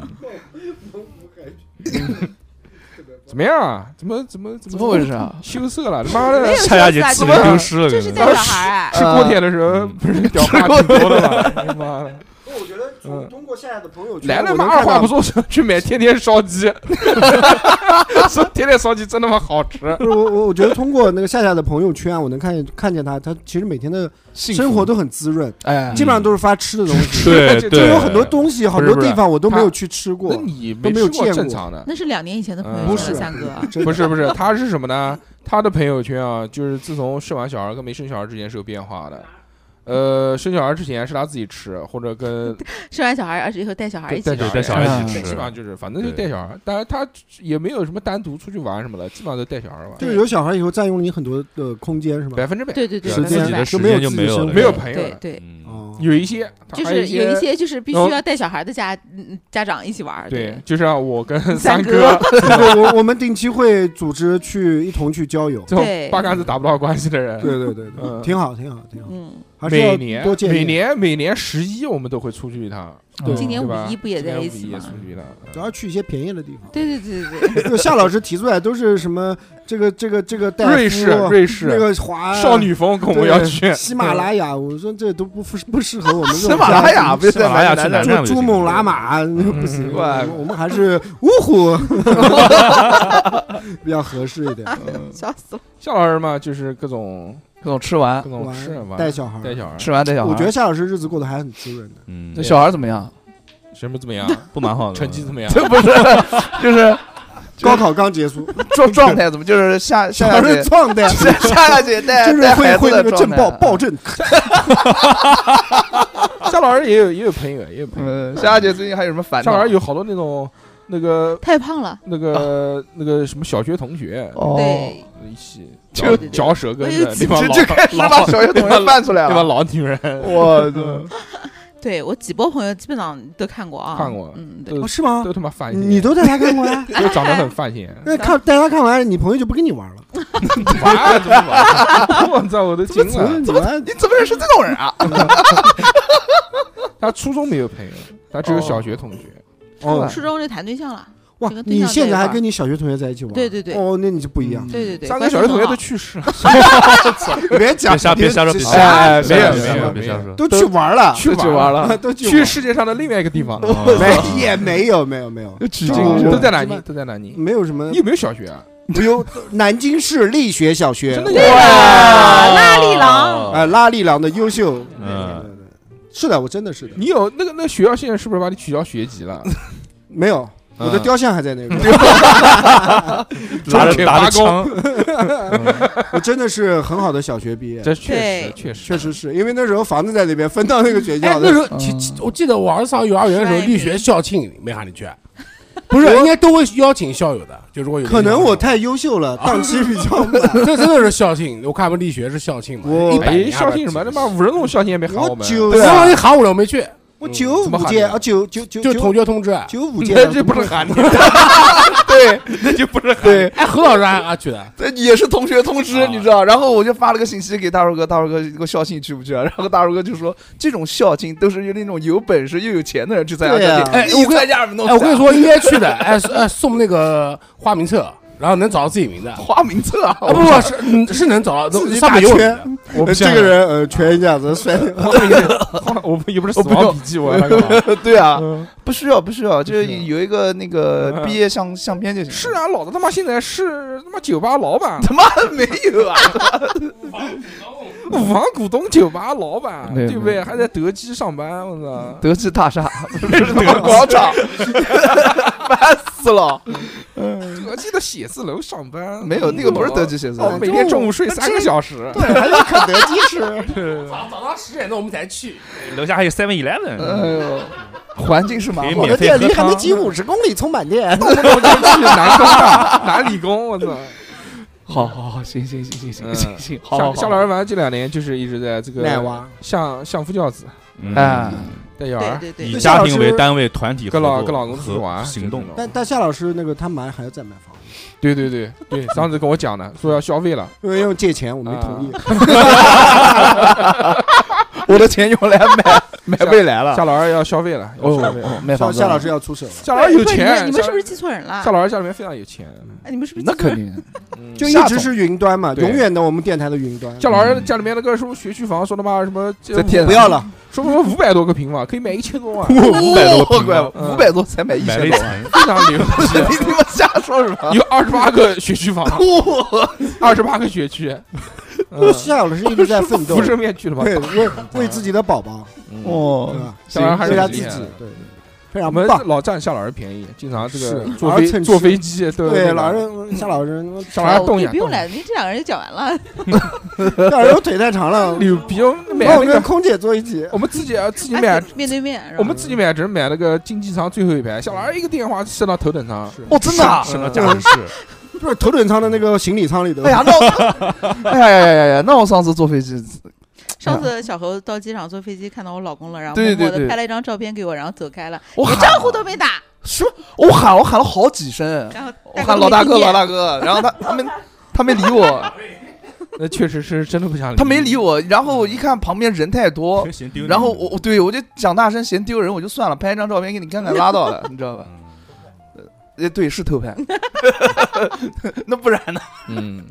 [SPEAKER 1] 怎么样啊？怎么怎么怎么回事啊？羞涩了，他妈
[SPEAKER 17] 没
[SPEAKER 1] 的！
[SPEAKER 17] 有夏夏姐羞涩气
[SPEAKER 4] 氛丢失了就是
[SPEAKER 17] 在小孩啊
[SPEAKER 1] 吃吃锅贴的时候不是屌话挺多的吗？他妈的！
[SPEAKER 2] 我觉得从通过夏夏的朋友圈，
[SPEAKER 1] 来了
[SPEAKER 2] 我
[SPEAKER 1] 嘛，
[SPEAKER 2] 能
[SPEAKER 1] 二
[SPEAKER 2] 看到
[SPEAKER 1] 话不说就去买天天烧鸡，说天天烧鸡真他妈好吃。
[SPEAKER 2] 不是 我我我觉得通过那个夏夏的朋友圈，啊我能看见看见他，他其实每天的生活都很滋润，
[SPEAKER 1] 哎
[SPEAKER 2] 基本上都是发吃的东西，
[SPEAKER 1] 对
[SPEAKER 2] 就
[SPEAKER 1] 对
[SPEAKER 2] 有很多东西，好
[SPEAKER 1] 不是
[SPEAKER 2] 多
[SPEAKER 1] 不是
[SPEAKER 2] 地方我都没有
[SPEAKER 1] 他
[SPEAKER 2] 去吃过，
[SPEAKER 1] 那你没
[SPEAKER 2] 都没有
[SPEAKER 1] 吃过
[SPEAKER 2] 见
[SPEAKER 1] 正常的
[SPEAKER 17] 那是两年以前的朋
[SPEAKER 1] 嗯
[SPEAKER 17] 友圈了，三哥。啊
[SPEAKER 1] 不是不是，他是什么呢？他的朋友圈啊，就是自从生完小孩跟没生小孩之间是有变化的。呃，生小孩之前是他自己吃，或者跟
[SPEAKER 17] 生完小孩，而且以后带小孩一起
[SPEAKER 1] 带
[SPEAKER 17] 玩。
[SPEAKER 4] 带小孩一起
[SPEAKER 1] 对
[SPEAKER 4] 吃
[SPEAKER 1] 基本上就是反正就带小孩，但是他也没有什么单独出去玩什么的，基本上都带小孩玩。
[SPEAKER 2] 就是有小孩以后占用了你很多的空间，是吗？
[SPEAKER 1] 百分之百
[SPEAKER 17] 对对对
[SPEAKER 2] 时
[SPEAKER 1] 自己
[SPEAKER 2] 间
[SPEAKER 1] 的
[SPEAKER 2] 就
[SPEAKER 1] 时
[SPEAKER 2] 没有
[SPEAKER 1] 间就
[SPEAKER 2] 自己
[SPEAKER 1] 没有
[SPEAKER 2] 生
[SPEAKER 1] 了
[SPEAKER 2] 活
[SPEAKER 1] 没有朋友
[SPEAKER 17] 对
[SPEAKER 1] 了
[SPEAKER 17] 对，
[SPEAKER 1] 有一些，他
[SPEAKER 17] 就
[SPEAKER 1] 还有
[SPEAKER 17] 是有一些就是必须要
[SPEAKER 1] 嗯
[SPEAKER 17] 带小孩的家嗯家长一起玩儿。
[SPEAKER 1] 哎对，就像我跟三
[SPEAKER 2] 哥
[SPEAKER 1] 哥，，
[SPEAKER 2] 我我我们定期会组织去一同去郊游，
[SPEAKER 1] 这种八竿子打不到关系的人，
[SPEAKER 2] 对对对
[SPEAKER 1] 嗯
[SPEAKER 2] 对，挺好挺好挺好，还是
[SPEAKER 1] 每
[SPEAKER 2] 要
[SPEAKER 1] 年
[SPEAKER 2] 多见
[SPEAKER 1] 每
[SPEAKER 2] 面
[SPEAKER 1] 年每年十一我们都会出去一趟，
[SPEAKER 2] 对
[SPEAKER 17] 今年
[SPEAKER 1] 对
[SPEAKER 17] 五
[SPEAKER 1] 吧
[SPEAKER 17] 一不也在一起
[SPEAKER 1] 今年五一也
[SPEAKER 17] 吗
[SPEAKER 1] 出去一趟，
[SPEAKER 2] 主要去一些便宜的地方。
[SPEAKER 17] 对对对对对。
[SPEAKER 2] 就夏老师提出来都是什么这个这个这个戴夫啊
[SPEAKER 1] 瑞士瑞士
[SPEAKER 2] 那个华
[SPEAKER 1] 少女峰跟我们
[SPEAKER 2] 对
[SPEAKER 1] 要去
[SPEAKER 2] 喜马拉雅，我说这都不符不适合我们这种
[SPEAKER 3] 喜马拉雅
[SPEAKER 2] 家庭
[SPEAKER 3] 不是在南南
[SPEAKER 2] 就
[SPEAKER 3] 站不就
[SPEAKER 2] 珠
[SPEAKER 3] 行
[SPEAKER 2] 穆朗玛不行，我
[SPEAKER 3] 哇
[SPEAKER 2] 们 我 们还是芜湖比较合适 一点。
[SPEAKER 17] 笑死我！
[SPEAKER 1] 夏老师嘛，就是各种
[SPEAKER 3] 各种吃完
[SPEAKER 1] 各种吃玩
[SPEAKER 2] 带小孩儿，
[SPEAKER 1] 带小孩儿
[SPEAKER 3] 吃完带小孩儿
[SPEAKER 2] 我觉得夏老师日子过得还很滋润的。
[SPEAKER 4] 嗯
[SPEAKER 3] 那 小孩怎么 样？
[SPEAKER 1] 什么怎么样？
[SPEAKER 4] 不蛮好的
[SPEAKER 1] 成绩怎么 样？
[SPEAKER 3] 这不 是，就是
[SPEAKER 2] 高考刚结束，
[SPEAKER 3] 状状态怎么就是下下下
[SPEAKER 2] 小孩
[SPEAKER 3] 姐
[SPEAKER 2] 的状 态
[SPEAKER 3] 下下姐带
[SPEAKER 2] 就是
[SPEAKER 3] 带
[SPEAKER 2] 会
[SPEAKER 3] 孩子
[SPEAKER 2] 会那
[SPEAKER 3] 的
[SPEAKER 2] 个
[SPEAKER 3] 状
[SPEAKER 2] 震
[SPEAKER 3] 态
[SPEAKER 2] 爆 暴震。
[SPEAKER 1] 夏老师也有也有朋友，啊也有朋友。
[SPEAKER 3] 嗯夏姐最近还有什么烦恼
[SPEAKER 1] 夏老师有好多那种那个
[SPEAKER 17] 太胖了，
[SPEAKER 1] 那个那个什么小学同学
[SPEAKER 3] 啊哦对，
[SPEAKER 1] 一起
[SPEAKER 3] 就
[SPEAKER 1] 嚼嚼舌根
[SPEAKER 3] 哎呦
[SPEAKER 1] 的那帮
[SPEAKER 3] 就
[SPEAKER 1] 老
[SPEAKER 3] 就开始
[SPEAKER 1] 老
[SPEAKER 3] 把小学同学
[SPEAKER 1] 那帮
[SPEAKER 3] 搬出来了
[SPEAKER 1] 那帮老女 人，
[SPEAKER 3] 我操！
[SPEAKER 17] 对我几波朋友基本上都看过啊，
[SPEAKER 1] 看过，
[SPEAKER 17] 嗯，
[SPEAKER 1] 对，
[SPEAKER 2] 哦是吗？
[SPEAKER 1] 都他妈犯贱，
[SPEAKER 2] 你都带他看过呀？，
[SPEAKER 1] 都长得很犯贱
[SPEAKER 2] 那看带他看完，你朋友就不跟你玩了。
[SPEAKER 1] 玩怎么玩？ 我操，我都惊
[SPEAKER 2] 怎么
[SPEAKER 1] 了，
[SPEAKER 2] 怎么
[SPEAKER 3] 你怎么认识这种人啊？
[SPEAKER 1] 他初中没有朋友，他只有小学同学。
[SPEAKER 2] 哦
[SPEAKER 17] 初中就谈对象了。
[SPEAKER 2] 哇
[SPEAKER 17] 就跟对
[SPEAKER 2] 你
[SPEAKER 17] 象
[SPEAKER 2] 现在
[SPEAKER 17] 在一
[SPEAKER 2] 还
[SPEAKER 17] 块儿
[SPEAKER 2] 跟你小学同学在一起玩？
[SPEAKER 17] 对对对
[SPEAKER 2] 哦，那你就不一样。，
[SPEAKER 17] 对对对，
[SPEAKER 1] 三个
[SPEAKER 17] 关系
[SPEAKER 1] 小学
[SPEAKER 17] 很
[SPEAKER 1] 同学
[SPEAKER 17] 好
[SPEAKER 1] 都去世了
[SPEAKER 2] 别讲别瞎别瞎说别瞎说
[SPEAKER 1] 哎哎没有没
[SPEAKER 2] 别瞎说
[SPEAKER 1] 有
[SPEAKER 2] 别
[SPEAKER 1] 没
[SPEAKER 2] 瞎
[SPEAKER 1] 有
[SPEAKER 2] 说都去玩了
[SPEAKER 1] 去
[SPEAKER 2] 都去玩了
[SPEAKER 1] 都
[SPEAKER 2] 都去
[SPEAKER 1] 去
[SPEAKER 2] 玩了
[SPEAKER 1] 世界上的另外一个地 方了，
[SPEAKER 2] 没也没有没有没有，
[SPEAKER 1] 取经
[SPEAKER 2] 我
[SPEAKER 1] 都在南
[SPEAKER 2] 基
[SPEAKER 1] 宁
[SPEAKER 2] 本
[SPEAKER 1] 都在南宁
[SPEAKER 2] 没有什么，
[SPEAKER 1] 你有没有小学啊？
[SPEAKER 2] 没有，南京市力学小学，真的
[SPEAKER 1] 有哇
[SPEAKER 2] 拉力郎，哎，拉力郎的优秀，嗯，是的，我真的是的，
[SPEAKER 1] 你有那个那学校现在是不是把你取消学籍了？
[SPEAKER 2] 没有，我的
[SPEAKER 1] 嗯，
[SPEAKER 2] 雕像还在那边
[SPEAKER 1] 拿 着拿着枪
[SPEAKER 2] 我真的是很好的小学毕业，
[SPEAKER 1] 这确
[SPEAKER 5] 实对
[SPEAKER 1] 确
[SPEAKER 2] 实确实是因为那时候房子在那边，分到那个学
[SPEAKER 5] 哎
[SPEAKER 2] 校，
[SPEAKER 5] 那时候其其我记得我儿子上幼儿园的时候，力学校庆没喊你去，不是应该都会邀请校友的，就如果有
[SPEAKER 2] 可能我太优秀了，档期比较满，
[SPEAKER 5] 这真的是校庆，我看我们力学是校庆嘛，一百
[SPEAKER 1] 哎，
[SPEAKER 5] 年
[SPEAKER 1] 校庆什么？他妈五十弄校庆也没喊我们，啊
[SPEAKER 5] 九然后你喊我了，我没去。
[SPEAKER 2] 我九
[SPEAKER 1] 怎么
[SPEAKER 2] 五
[SPEAKER 1] 喊
[SPEAKER 2] 届
[SPEAKER 1] 你
[SPEAKER 2] 啊，九九九
[SPEAKER 5] 就同学通知啊，
[SPEAKER 2] 九 五届
[SPEAKER 1] 那就不是喊你，对，那就不是喊
[SPEAKER 3] 对，
[SPEAKER 5] 哎，何 老师喊俺去的，
[SPEAKER 3] 这也是同学通知，你知道？然后我就发了个信息给大树哥，大树哥这个校庆去不去啊？然后大树哥就说，这种校庆都是那种有本事又有钱的人去参加
[SPEAKER 5] 对呀
[SPEAKER 3] 校庆，
[SPEAKER 5] 哎
[SPEAKER 3] 你
[SPEAKER 5] 我跟
[SPEAKER 3] 参加什么东西
[SPEAKER 5] 哎，
[SPEAKER 3] 啊？
[SPEAKER 5] 我跟你说，应该 去的， 哎是哎，送那个花名册，然后能找到自己名字。
[SPEAKER 3] 花名册啊？
[SPEAKER 5] 不不是嗯是能找到，
[SPEAKER 2] 自己
[SPEAKER 5] 上
[SPEAKER 2] 打
[SPEAKER 5] 面有我
[SPEAKER 2] 圈
[SPEAKER 5] 名字。，
[SPEAKER 2] 呃这个人呃拳一下子摔，
[SPEAKER 1] 我又不是
[SPEAKER 3] 我不用 对啊
[SPEAKER 1] 嗯，
[SPEAKER 3] 不需要不需要，就是有一个那个
[SPEAKER 1] 嗯
[SPEAKER 3] 毕业相相片就行。
[SPEAKER 1] 是啊，老子他妈现在是他妈酒吧老板，
[SPEAKER 3] 他妈没有啊！
[SPEAKER 1] 五房股东酒吧老板，
[SPEAKER 3] 没有
[SPEAKER 1] 对不
[SPEAKER 3] 没
[SPEAKER 4] 嗯
[SPEAKER 1] 对？
[SPEAKER 3] 有
[SPEAKER 1] 还在德基上班，我 操！
[SPEAKER 3] 德基大厦，不是德基广场， 烦死了。
[SPEAKER 1] 德基的写字楼上 班，
[SPEAKER 3] 没有那个不是德基写字楼
[SPEAKER 1] 哦每天中午睡三个小 时，
[SPEAKER 3] 对还
[SPEAKER 2] 得肯德基吃。
[SPEAKER 5] 早早上十点钟我们才去，
[SPEAKER 4] 楼下还有 Seven Eleven，
[SPEAKER 3] 哎呦，环境是蛮
[SPEAKER 4] 好
[SPEAKER 2] 我的店离还没几五十公里，从满店，动不动就
[SPEAKER 1] 去南工 大、南理工，我操！
[SPEAKER 3] 好好好，行行行行行行行，好好
[SPEAKER 1] 像
[SPEAKER 3] 好
[SPEAKER 1] 像老师反正这两年就是一直在这个
[SPEAKER 2] 奶娃
[SPEAKER 1] 相相夫教子
[SPEAKER 4] 嗯
[SPEAKER 1] 哎，带小孩
[SPEAKER 2] 对对对
[SPEAKER 4] 以家庭为单位，团体
[SPEAKER 1] 跟
[SPEAKER 4] 合
[SPEAKER 1] 老
[SPEAKER 4] 作
[SPEAKER 1] 跟老公出去
[SPEAKER 4] 和
[SPEAKER 1] 玩
[SPEAKER 4] 行动。
[SPEAKER 2] 但但夏老师那个他马上还要再买房，
[SPEAKER 1] 对对对对，上次跟我讲的，说要消费了，啊
[SPEAKER 2] 因为要借钱，我没同意。
[SPEAKER 3] 我的钱用来 买买未来了。
[SPEAKER 1] 夏老二要消费了，要
[SPEAKER 3] 哦
[SPEAKER 1] 消费了
[SPEAKER 3] 哦卖房子
[SPEAKER 2] 夏夏老师要出手了
[SPEAKER 1] 夏老二有
[SPEAKER 17] 不是你
[SPEAKER 1] 钱，
[SPEAKER 17] 们你们
[SPEAKER 1] 夏
[SPEAKER 17] 是不是记错人了？
[SPEAKER 1] 夏老二家里面非常有钱，
[SPEAKER 17] 哎，你们是不是
[SPEAKER 1] 那
[SPEAKER 17] 记错人
[SPEAKER 1] 肯定
[SPEAKER 2] 就一直是云端嘛，永远的我们电台的云端。
[SPEAKER 1] 夏老 二家里面那个什么学区房，说他妈什么这
[SPEAKER 2] 在天
[SPEAKER 1] 五
[SPEAKER 2] 上不要了，
[SPEAKER 1] 说什么五百多个平方可以买一千 多万，
[SPEAKER 3] 500多个平方
[SPEAKER 1] 嗯
[SPEAKER 3] 500多才买一千多万
[SPEAKER 1] 买了一层非常牛逼，
[SPEAKER 3] 你他妈瞎说什么
[SPEAKER 1] 有二十八个学区 房，二十八个学区，嗯
[SPEAKER 2] 夏老师一直在奋 斗，
[SPEAKER 1] 辐射面具了吧
[SPEAKER 2] 对，为为自己的宝宝，
[SPEAKER 1] 哦
[SPEAKER 2] 对吧？
[SPEAKER 1] 夏老师还是
[SPEAKER 2] 为他
[SPEAKER 1] 很
[SPEAKER 2] 自
[SPEAKER 1] 厉害
[SPEAKER 2] 己
[SPEAKER 1] 的，
[SPEAKER 2] 对，非
[SPEAKER 1] 非
[SPEAKER 2] 常
[SPEAKER 1] 们
[SPEAKER 2] 棒。
[SPEAKER 1] 老占夏老师便宜，经常这个
[SPEAKER 2] 是
[SPEAKER 1] 坐
[SPEAKER 2] 老
[SPEAKER 1] 飞
[SPEAKER 2] 是趁
[SPEAKER 1] 坐
[SPEAKER 2] 虚
[SPEAKER 1] 飞机，对
[SPEAKER 2] 对
[SPEAKER 1] 对，
[SPEAKER 2] 老是夏老师，
[SPEAKER 1] 夏老师动一
[SPEAKER 17] 也
[SPEAKER 1] 下
[SPEAKER 17] 不，用哦来，你这两个人就讲完了。
[SPEAKER 2] 夏老师我腿太长 了，
[SPEAKER 1] 牛逼！我们买
[SPEAKER 2] 那我
[SPEAKER 1] 那个
[SPEAKER 2] 跟空姐坐一起，
[SPEAKER 1] 我们自己自己买。
[SPEAKER 17] 哎面对面，啊
[SPEAKER 1] 我们自己买只买了个经济舱最后一排，夏老师一个电话伸到头等舱，
[SPEAKER 3] 哦真的啊
[SPEAKER 1] 升到
[SPEAKER 3] 嗯
[SPEAKER 1] 驾驶室，
[SPEAKER 2] 不是头等舱的那个行李舱里头。
[SPEAKER 3] 哎呀，那我哎呀呀呀呀！那我上次坐飞机，
[SPEAKER 17] 上次小猴到机场坐飞机看到我老公了，然后
[SPEAKER 3] 对
[SPEAKER 17] 默
[SPEAKER 3] 对
[SPEAKER 17] 默的
[SPEAKER 3] 对
[SPEAKER 17] 拍了一张照片给我，然后走开了，
[SPEAKER 3] 我
[SPEAKER 17] 连
[SPEAKER 3] 喊
[SPEAKER 17] 招呼都没打。
[SPEAKER 3] 什么？我喊我喊了好几声，
[SPEAKER 17] 然后
[SPEAKER 3] 我喊老大哥老大哥，然后他他没他没理我，
[SPEAKER 1] 那确实是真的不想理。
[SPEAKER 3] 他没理我，然后一看旁边人太多
[SPEAKER 4] 嫌丢，人
[SPEAKER 3] 然后我我对我就讲大声嫌丢人，我就算了，拍一张照片给你看
[SPEAKER 1] 嗯
[SPEAKER 3] 看拉倒了，你知道吧？呃，对，是偷拍，那不然呢？
[SPEAKER 1] 嗯，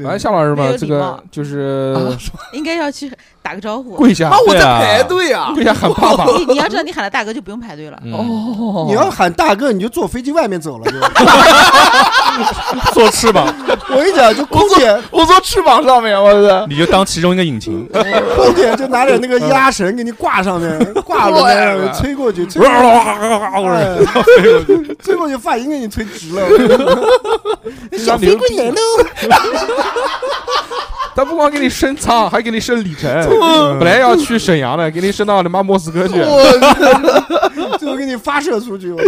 [SPEAKER 1] 反正夏老师
[SPEAKER 17] 没
[SPEAKER 1] 嘛，
[SPEAKER 17] 有
[SPEAKER 1] 这
[SPEAKER 17] 礼
[SPEAKER 1] 个
[SPEAKER 17] 貌
[SPEAKER 1] 就是
[SPEAKER 17] 应该要去打个招呼，
[SPEAKER 1] 跪下啊我在对啊排队啊跪下喊爸爸嗯
[SPEAKER 17] 你你要知道，你喊了大哥就不用排队了。
[SPEAKER 3] 哦
[SPEAKER 2] 你要喊大哥，你就坐飞机外面走了，就
[SPEAKER 4] 做翅膀，
[SPEAKER 2] 我跟你讲，就空姐，
[SPEAKER 3] 我坐翅膀上面，我的
[SPEAKER 4] 你就当其中一个引擎。
[SPEAKER 2] 空姐就拿点那个鸭绳给你挂上面，挂轮胎上面，吹过去，吹过去，吹过去，发型给你吹直了。小飞棍人喽，
[SPEAKER 1] 他不光给你升舱，还给你升里 程
[SPEAKER 2] 嗯。
[SPEAKER 1] 本来要去沈阳的，给你升到他妈莫斯科去。
[SPEAKER 2] 我最后给你发射出去。我操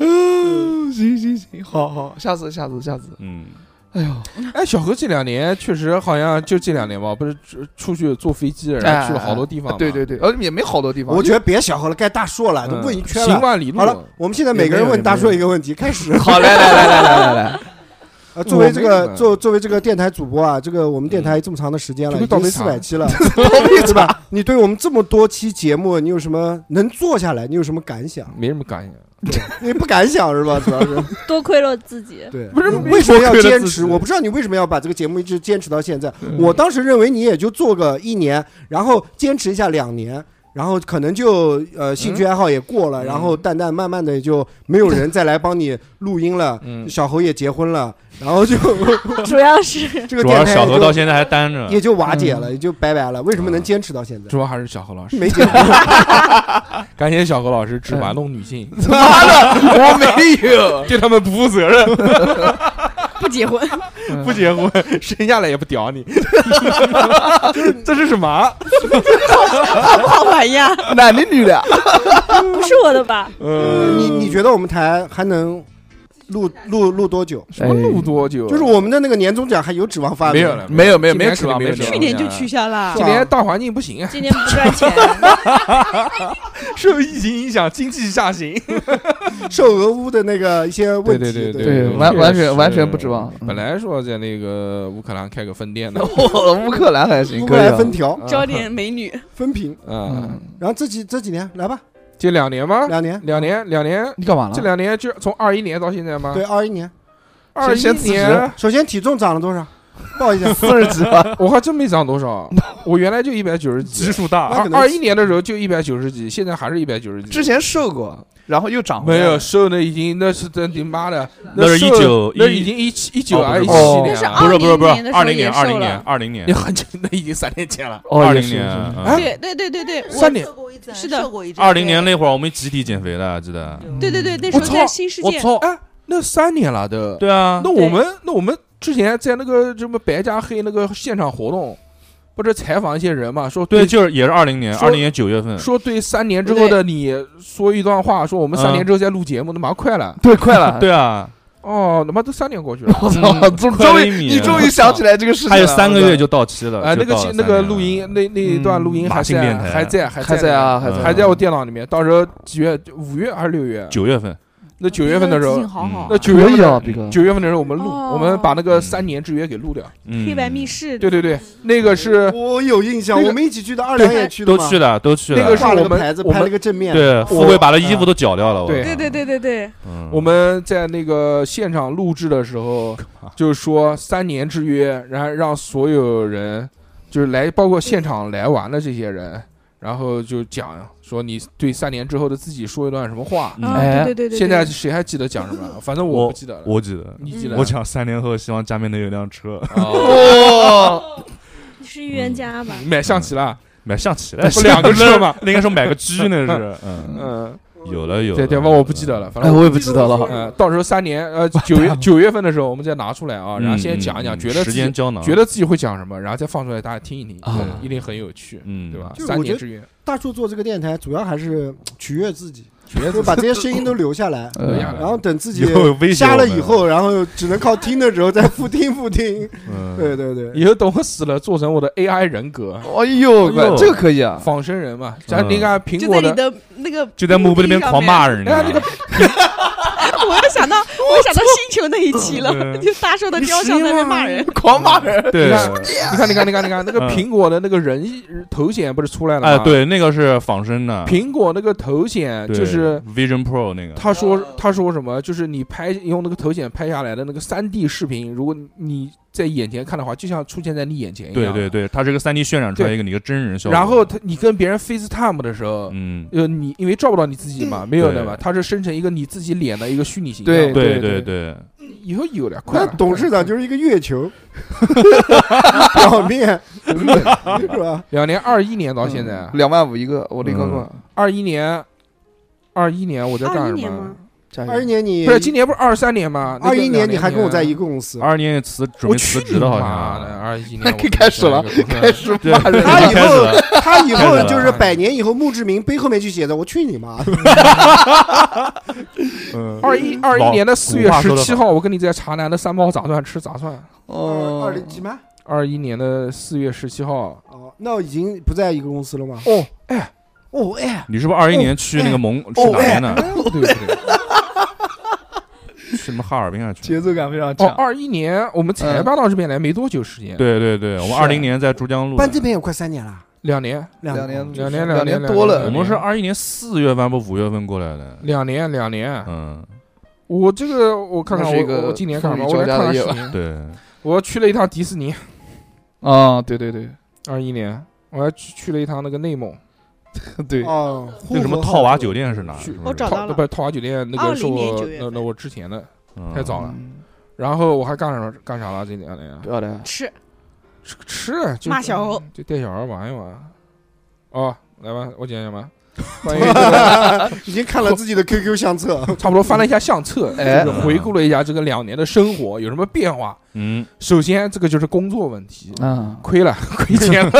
[SPEAKER 3] 嗯，行行行，好好，下次下次下次，
[SPEAKER 4] 嗯，
[SPEAKER 3] 哎呦，
[SPEAKER 1] 哎，小何这两年确实好像就这两年吧，不是出出去坐飞机，然后去了好多地方嘛。
[SPEAKER 3] 哎对对对，呃，也没好多地方。
[SPEAKER 2] 我觉得别小猴了，该大硕了，都
[SPEAKER 1] 嗯
[SPEAKER 2] 问一圈了。
[SPEAKER 1] 行万里路
[SPEAKER 2] 好了，我们现在每个人问大硕一个问题，开始。
[SPEAKER 3] 好来来来来来来来。
[SPEAKER 2] 呃，作为这
[SPEAKER 1] 我没
[SPEAKER 2] 个
[SPEAKER 1] 什么
[SPEAKER 2] 作作为这个电台主播啊，这个我们电台这么长的时间了，
[SPEAKER 1] 就
[SPEAKER 2] 已
[SPEAKER 1] 跟倒
[SPEAKER 2] 经
[SPEAKER 1] 杯
[SPEAKER 2] 四
[SPEAKER 1] 茶
[SPEAKER 2] 百期 了，对吧？你对我们这么多期节目，你有什么能做下来？你有什么感想？
[SPEAKER 1] 没什么感想，
[SPEAKER 2] 你不敢想是吧？主要是
[SPEAKER 12] 多亏了自己。
[SPEAKER 2] 对，不是为什么要坚持？我不知道你为什么要把这个节目一直坚持到现在。我当时认为你也就做个一年，然后坚持一下两年。然后可能就呃兴
[SPEAKER 1] 嗯
[SPEAKER 2] 趣爱好也过了，然后蛋蛋慢慢的也就没有人再来帮你录 音了，
[SPEAKER 1] 嗯
[SPEAKER 2] 小侯也结婚了，然 后就
[SPEAKER 12] 主要是
[SPEAKER 2] 这个
[SPEAKER 4] 主要是
[SPEAKER 2] 电台
[SPEAKER 4] 小何
[SPEAKER 2] 就
[SPEAKER 4] 到现在还单着，
[SPEAKER 2] 也就瓦解了，也就拜拜了。为什么能坚持到现在？
[SPEAKER 1] 嗯主要还是小何老师
[SPEAKER 2] 没结婚，
[SPEAKER 1] 感谢小何老师只玩弄女性，
[SPEAKER 3] 妈的，哎我没有， 哎
[SPEAKER 1] 对他们不负责 任，
[SPEAKER 12] 不结婚，
[SPEAKER 1] 不结婚，生下来也不屌你，这是什么？
[SPEAKER 12] 好不好玩哎呀？
[SPEAKER 3] 男的女的？啊
[SPEAKER 12] 不是我的吧？
[SPEAKER 2] 你你觉得我们台还能录录录多久？
[SPEAKER 1] 什么录多久？
[SPEAKER 2] 就是我们的那个年终奖还有指望发
[SPEAKER 1] 没有了，
[SPEAKER 3] 哎没有没有
[SPEAKER 1] 今
[SPEAKER 3] 没有
[SPEAKER 1] 年
[SPEAKER 3] 指望
[SPEAKER 1] 肯定
[SPEAKER 3] 没有
[SPEAKER 1] 没有指望
[SPEAKER 3] 去年
[SPEAKER 12] 就取消了
[SPEAKER 1] 今年大环境不行啊，
[SPEAKER 12] 今年不赚钱，
[SPEAKER 1] 受疫情影响， 经济下行。
[SPEAKER 2] 售俄乌的那个一些问题，
[SPEAKER 1] 对
[SPEAKER 3] 对
[SPEAKER 1] 对，嗯
[SPEAKER 3] 完
[SPEAKER 1] 确
[SPEAKER 3] 完全
[SPEAKER 1] 实
[SPEAKER 3] 完全不指
[SPEAKER 2] 啊
[SPEAKER 3] 望
[SPEAKER 1] 本来说在那个乌克兰开个分店 的，
[SPEAKER 3] 我乌克兰还行，
[SPEAKER 2] 乌
[SPEAKER 3] 可
[SPEAKER 2] 克
[SPEAKER 3] 以
[SPEAKER 2] 兰
[SPEAKER 3] 啊
[SPEAKER 2] 分条
[SPEAKER 1] 嗯
[SPEAKER 12] 招点美女，
[SPEAKER 2] 分屏。
[SPEAKER 1] 嗯，
[SPEAKER 2] 然后这几这几年来吧，
[SPEAKER 1] 就两年吗？
[SPEAKER 2] 两年，
[SPEAKER 1] 两年，两年。
[SPEAKER 3] 你干嘛了
[SPEAKER 1] 这两年就从二一年到现在吗？
[SPEAKER 2] 对，，二一年，
[SPEAKER 1] 二一
[SPEAKER 2] 先辞职
[SPEAKER 1] 年
[SPEAKER 2] 首先体重长了多少？报 一下
[SPEAKER 1] 哎 我还真没涨多少。 我原来就一百九十几，
[SPEAKER 3] 基数大那可
[SPEAKER 1] 二
[SPEAKER 3] 能
[SPEAKER 1] 二一年的时候就一百九十几，现在还是一百九十几。
[SPEAKER 3] 之前瘦过，然后又长回
[SPEAKER 1] 没
[SPEAKER 3] 来了
[SPEAKER 1] 有瘦的已经那是真你妈的，
[SPEAKER 4] 那是
[SPEAKER 1] 瘦
[SPEAKER 4] 19
[SPEAKER 1] 那已经一七一九
[SPEAKER 4] 哦
[SPEAKER 1] 啊一
[SPEAKER 4] 不
[SPEAKER 1] 七
[SPEAKER 4] 是
[SPEAKER 1] 年
[SPEAKER 4] 哦
[SPEAKER 1] 啊，
[SPEAKER 4] 不是不是不是20年的时候20年也瘦20年了20年
[SPEAKER 1] 你很久，那已经三年前了，
[SPEAKER 4] 哦也
[SPEAKER 1] 20
[SPEAKER 4] 是
[SPEAKER 1] 年
[SPEAKER 4] 是是
[SPEAKER 1] 啊
[SPEAKER 4] 哎
[SPEAKER 16] 对对对对对，我
[SPEAKER 1] 三年
[SPEAKER 16] 是的，
[SPEAKER 4] 嗯二零年那会儿我们集体减肥的，记得。
[SPEAKER 16] 对对对，那时
[SPEAKER 1] 我
[SPEAKER 16] 候在
[SPEAKER 1] 操
[SPEAKER 16] 新世
[SPEAKER 1] 我
[SPEAKER 16] 界，
[SPEAKER 1] 操，哎，那三年了都。
[SPEAKER 4] 对啊
[SPEAKER 1] 那我们那我们之前在那个什么白加黑那个现场活动，不是采访一些人嘛，说
[SPEAKER 4] 对，就是嗯也是二零年，
[SPEAKER 1] 说
[SPEAKER 4] 二零年九月份。
[SPEAKER 1] 说对三年之后的你说一段话，说我们三年之后再录节目，那马上快了，
[SPEAKER 3] 对快 了
[SPEAKER 4] 嗯 对啊，
[SPEAKER 1] 哦，他妈都三年过去 了，我
[SPEAKER 3] 操终终于你终于想起来这个事情了
[SPEAKER 4] 还有三个月就到期了。
[SPEAKER 1] 哎，那
[SPEAKER 4] 就
[SPEAKER 1] 个
[SPEAKER 4] 到了
[SPEAKER 1] 其那
[SPEAKER 4] 三
[SPEAKER 1] 个
[SPEAKER 4] 年
[SPEAKER 1] 录音，那那一段录音
[SPEAKER 4] 马
[SPEAKER 1] 还
[SPEAKER 4] 信
[SPEAKER 1] 在，啊
[SPEAKER 4] 电台
[SPEAKER 1] 还在，
[SPEAKER 4] 还在啊还
[SPEAKER 1] 还
[SPEAKER 4] 在
[SPEAKER 1] 还在我电脑里面。到时候几月？五月还是六月？
[SPEAKER 4] 九月份。
[SPEAKER 1] 那九月份的时候
[SPEAKER 4] 毕哥记性好好啊，哦
[SPEAKER 1] 那九月份
[SPEAKER 4] 可以啊
[SPEAKER 1] 的
[SPEAKER 4] 毕哥
[SPEAKER 1] 九月份的时候，我们录，我们把那个三年之约给录掉。
[SPEAKER 4] 嗯
[SPEAKER 16] 黑白密室，
[SPEAKER 1] 对对对，那个是
[SPEAKER 2] 我有印象，
[SPEAKER 1] 那个
[SPEAKER 2] 我们一起去的二两也去的
[SPEAKER 4] 都
[SPEAKER 2] 嘛，
[SPEAKER 4] 去了，都去了。
[SPEAKER 1] 那个是
[SPEAKER 2] 挂了
[SPEAKER 1] 我
[SPEAKER 2] 个
[SPEAKER 1] 们
[SPEAKER 2] 牌子，
[SPEAKER 1] 我
[SPEAKER 2] 拍
[SPEAKER 1] 们
[SPEAKER 2] 了个正面，
[SPEAKER 4] 对，富贵把他衣服都
[SPEAKER 1] 嗯
[SPEAKER 4] 绞掉了。我
[SPEAKER 1] 对
[SPEAKER 16] 对对对对对，
[SPEAKER 4] 嗯
[SPEAKER 1] 我们在那个现场录制的时候，就是说三年之约，然后让所有人，就是来包括现场来玩的这些人，然后就讲说你对三年之后的自己说一段什么话。
[SPEAKER 4] 嗯哎对对对对对
[SPEAKER 1] 现在谁还记得讲什么？反正我
[SPEAKER 4] 我
[SPEAKER 1] 不记得了。啊
[SPEAKER 4] 我记得，
[SPEAKER 1] 你记得？
[SPEAKER 4] 我讲三年后希望家里面能有辆车。
[SPEAKER 1] 哦，
[SPEAKER 12] 你是预言家吧？
[SPEAKER 2] 嗯
[SPEAKER 1] 买象棋了，
[SPEAKER 4] 买象棋了，？
[SPEAKER 1] 不两个车吗
[SPEAKER 4] 那个时候买 个车那是，嗯
[SPEAKER 1] 嗯，
[SPEAKER 4] 有了有了。
[SPEAKER 1] 对对，吧？我不记得了，反正
[SPEAKER 4] 哎我也不记得了
[SPEAKER 1] 嗯，到时候三年，呃，九月九月份的时候，我们再拿出来啊，然后先讲一
[SPEAKER 4] 嗯嗯
[SPEAKER 1] 讲，
[SPEAKER 4] 嗯
[SPEAKER 1] 觉得自己
[SPEAKER 4] 时间胶囊
[SPEAKER 1] 觉得自己会讲什么，然后再放出来，大家听一听，
[SPEAKER 4] 啊
[SPEAKER 1] 对一定很有趣，
[SPEAKER 4] 嗯，
[SPEAKER 1] 对吧？
[SPEAKER 2] 就是
[SPEAKER 1] 啊三
[SPEAKER 2] 我觉
[SPEAKER 1] 年
[SPEAKER 2] 得
[SPEAKER 1] 之约，
[SPEAKER 2] 大树做这个电台，主要还是呃取悦自己，
[SPEAKER 1] 取悦自己
[SPEAKER 2] 就把这些声音都留下 来，
[SPEAKER 1] 嗯
[SPEAKER 2] 然后等自己
[SPEAKER 1] 以后有威胁
[SPEAKER 2] 瞎
[SPEAKER 1] 我
[SPEAKER 2] 了
[SPEAKER 1] 们
[SPEAKER 2] 以后，然后只能靠听的时 候再复听复听。
[SPEAKER 1] 嗯
[SPEAKER 2] 对对对，
[SPEAKER 1] 以后等我死了，做成我的 AI 人格，
[SPEAKER 3] 哎呦乖这个可以啊
[SPEAKER 1] 仿生人嘛，咱你
[SPEAKER 4] 嗯
[SPEAKER 1] 看苹
[SPEAKER 16] 就
[SPEAKER 1] 果
[SPEAKER 16] 在你的那个
[SPEAKER 4] 就在幕布那边狂骂人
[SPEAKER 16] 哎呀那个 我又想到，我又想到星球那一期了，
[SPEAKER 1] 嗯
[SPEAKER 16] 就大寿的雕像在那骂人，
[SPEAKER 3] 狂骂人
[SPEAKER 4] 对
[SPEAKER 1] 你看，你看，你看，你看，你看，那个
[SPEAKER 4] 嗯
[SPEAKER 1] 苹果的那个人呃头显不是出来了吗？
[SPEAKER 4] 哎，对，那个是仿生的，
[SPEAKER 1] 苹果那个头显
[SPEAKER 4] 对
[SPEAKER 1] 就是。
[SPEAKER 4] Vision Pro 那个。
[SPEAKER 1] 他说
[SPEAKER 2] 哦
[SPEAKER 1] 他说什么？就是你拍用那个头显拍下来的那个三 D 视频，如果你在眼前看的话，就像出现在你眼前一
[SPEAKER 4] 对
[SPEAKER 1] 样。
[SPEAKER 4] 对对，它是个三 D 渲染出来一个你个真人效果。
[SPEAKER 1] 然后他你跟别人 FaceTime 的时候，
[SPEAKER 4] 嗯，
[SPEAKER 1] 呃，你因为照不到你自己嘛，没有的
[SPEAKER 4] 对
[SPEAKER 1] 嘛，它是生成一个你自己脸的一个虚拟形象。
[SPEAKER 4] 对对
[SPEAKER 1] 对
[SPEAKER 4] 对对，
[SPEAKER 1] 以后有了， 快
[SPEAKER 2] 那
[SPEAKER 1] 了。
[SPEAKER 2] 董事长就是一个月 球表面，是吧？
[SPEAKER 1] 两年，二一年到现在，
[SPEAKER 3] 两万五一个，我的个个，
[SPEAKER 1] 二一年，二一年我在干什么？
[SPEAKER 2] 二一年你
[SPEAKER 1] 不是今年不是二三年吗？那个
[SPEAKER 2] 二一
[SPEAKER 1] 两
[SPEAKER 2] 年你还跟我在一个公司，
[SPEAKER 4] 二年辞准
[SPEAKER 1] 我
[SPEAKER 4] 备
[SPEAKER 1] 去
[SPEAKER 4] 辞
[SPEAKER 1] 你
[SPEAKER 4] 职了，好
[SPEAKER 1] 妈
[SPEAKER 4] 像
[SPEAKER 1] 的二一年
[SPEAKER 2] 开开始了
[SPEAKER 1] 开始
[SPEAKER 4] 骂人
[SPEAKER 2] 他以后他以后就
[SPEAKER 4] 开始
[SPEAKER 2] 是
[SPEAKER 4] 了
[SPEAKER 2] 百年以后墓志铭碑后面就写着“我去你 妈的
[SPEAKER 4] 嗯
[SPEAKER 1] 二一二一
[SPEAKER 4] 老
[SPEAKER 1] 年的四月
[SPEAKER 4] 古话
[SPEAKER 1] 十
[SPEAKER 4] 说得
[SPEAKER 1] 七
[SPEAKER 4] 好
[SPEAKER 1] 号，我跟你在茶南的三包炸蒜吃炸蒜。”。
[SPEAKER 2] 哦，二零几吗？
[SPEAKER 1] 二一年的四月十七号，
[SPEAKER 2] 哦，那我已经不在一个公司了吗？
[SPEAKER 1] 哦，
[SPEAKER 2] 哎，哦哎，
[SPEAKER 4] 你是不是二一年去
[SPEAKER 3] 哦
[SPEAKER 4] 那个蒙
[SPEAKER 3] 哎
[SPEAKER 4] 去哪边呢？
[SPEAKER 1] 对不对？
[SPEAKER 4] 去什么哈尔滨啊？去？
[SPEAKER 3] 节奏感非常
[SPEAKER 1] 哦，二一年我们才搬到这边来没多久时间，
[SPEAKER 4] 对对对，我们
[SPEAKER 1] 是
[SPEAKER 4] 二零年在珠江路的，
[SPEAKER 2] 搬这边有快三年了，
[SPEAKER 1] 两年，
[SPEAKER 2] 两
[SPEAKER 3] 两年
[SPEAKER 1] 两年，
[SPEAKER 3] 两
[SPEAKER 1] 年
[SPEAKER 3] 年多了
[SPEAKER 4] 我们是二一年四月份不五月份过来的，
[SPEAKER 1] 两年，两年。
[SPEAKER 4] 嗯，
[SPEAKER 1] 我这个我看看
[SPEAKER 3] 那是一个
[SPEAKER 1] 我我今年干什么？
[SPEAKER 3] 风雨
[SPEAKER 1] 我来
[SPEAKER 3] 交加的
[SPEAKER 1] 看看
[SPEAKER 3] 夜
[SPEAKER 1] 十
[SPEAKER 3] 晚
[SPEAKER 1] 年。
[SPEAKER 4] 对，
[SPEAKER 1] 我去了一趟迪士尼，
[SPEAKER 3] 啊，对对对，
[SPEAKER 1] 二一年，我还去去了一趟那个内 蒙。
[SPEAKER 3] 对
[SPEAKER 2] 哦，
[SPEAKER 4] 那个什么套娃酒店是哪？
[SPEAKER 1] 去
[SPEAKER 4] 是不是
[SPEAKER 1] 我找到了，不是套娃酒店那个是
[SPEAKER 2] 20年
[SPEAKER 1] 我
[SPEAKER 2] 9月
[SPEAKER 1] 那那我之前的
[SPEAKER 4] 嗯，
[SPEAKER 1] 太早了。然后我还干什么干啥了？这两年
[SPEAKER 3] 不要的，
[SPEAKER 16] 吃
[SPEAKER 1] 吃吃就
[SPEAKER 16] 骂小猴
[SPEAKER 1] 就带小孩玩一玩。哦，来吧，我讲讲 吧。
[SPEAKER 2] 已经看了自己的 QQ 相册，
[SPEAKER 1] 差不多翻了一下相册，就
[SPEAKER 2] 哎
[SPEAKER 1] 是回顾了一下这个两年的生活有什么变化。
[SPEAKER 4] 嗯，
[SPEAKER 1] 首先这个就是工作问题，
[SPEAKER 3] 嗯，
[SPEAKER 1] 亏了， 亏钱了，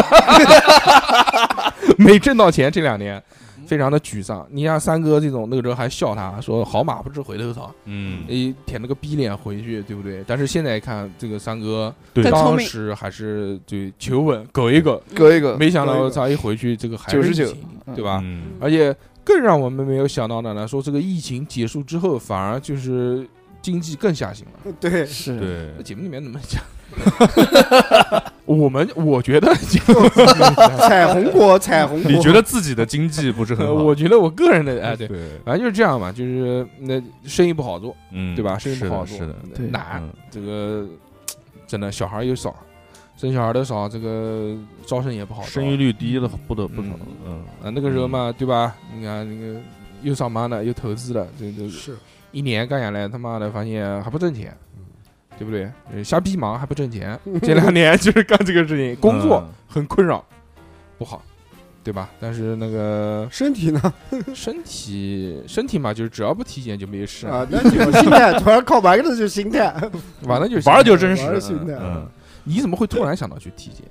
[SPEAKER 1] 没挣到钱这两年。非常的沮丧，你像三哥这种，那个时候还笑他说“好马不吃回头草”，
[SPEAKER 4] 嗯
[SPEAKER 1] 一舔了个逼脸回去，对不对？但是现在看这个三哥，
[SPEAKER 4] 对更聪
[SPEAKER 1] 当
[SPEAKER 4] 明
[SPEAKER 1] 时还是就求稳，苟一
[SPEAKER 4] 嗯
[SPEAKER 1] 苟，
[SPEAKER 3] 苟一苟
[SPEAKER 1] 没想
[SPEAKER 3] 苟一
[SPEAKER 1] 到
[SPEAKER 3] 苟
[SPEAKER 1] 他一回去，这个还是
[SPEAKER 3] 99
[SPEAKER 1] 疫情对吧？
[SPEAKER 4] 嗯
[SPEAKER 1] 而且更让我们没有想到的呢，说这个疫情结束之后，反而就是经济更下行了。
[SPEAKER 2] 对，
[SPEAKER 3] 是
[SPEAKER 4] 对
[SPEAKER 1] 那节目里面怎么讲？我们我觉得
[SPEAKER 2] 彩虹国彩虹国
[SPEAKER 4] 你觉得自己的经济不是很好？
[SPEAKER 1] 呃我觉得我个人的哎对
[SPEAKER 4] 对，
[SPEAKER 1] 反正就是这样嘛，就是那生意不好做，
[SPEAKER 4] 嗯
[SPEAKER 1] 对吧？生意不好做，
[SPEAKER 4] 是的是的
[SPEAKER 1] 难，这个真的小孩儿又少，生小孩儿的少，这个招生也不好招，
[SPEAKER 4] 生育率低的不得不可能，嗯，
[SPEAKER 1] 啊，那个时候嘛，对吧？你看那个又上班了，又投资了，这这
[SPEAKER 2] 是嗯
[SPEAKER 1] 一年干下来，他妈的发现还不挣钱，对不对？呃瞎逼忙还不挣 钱这两年就是干这个事情，工作
[SPEAKER 4] 嗯
[SPEAKER 1] 很困扰，不好，对吧？但是那个
[SPEAKER 2] 身体呢？
[SPEAKER 1] 身体身体嘛，就是只要不体检就没事
[SPEAKER 2] 啊，那就心态，突然靠玩的就是 心态，
[SPEAKER 1] 完了就是
[SPEAKER 2] 玩儿就
[SPEAKER 1] 心态
[SPEAKER 2] 真实玩儿就心态
[SPEAKER 1] 嗯，你怎么会突然想到去体检？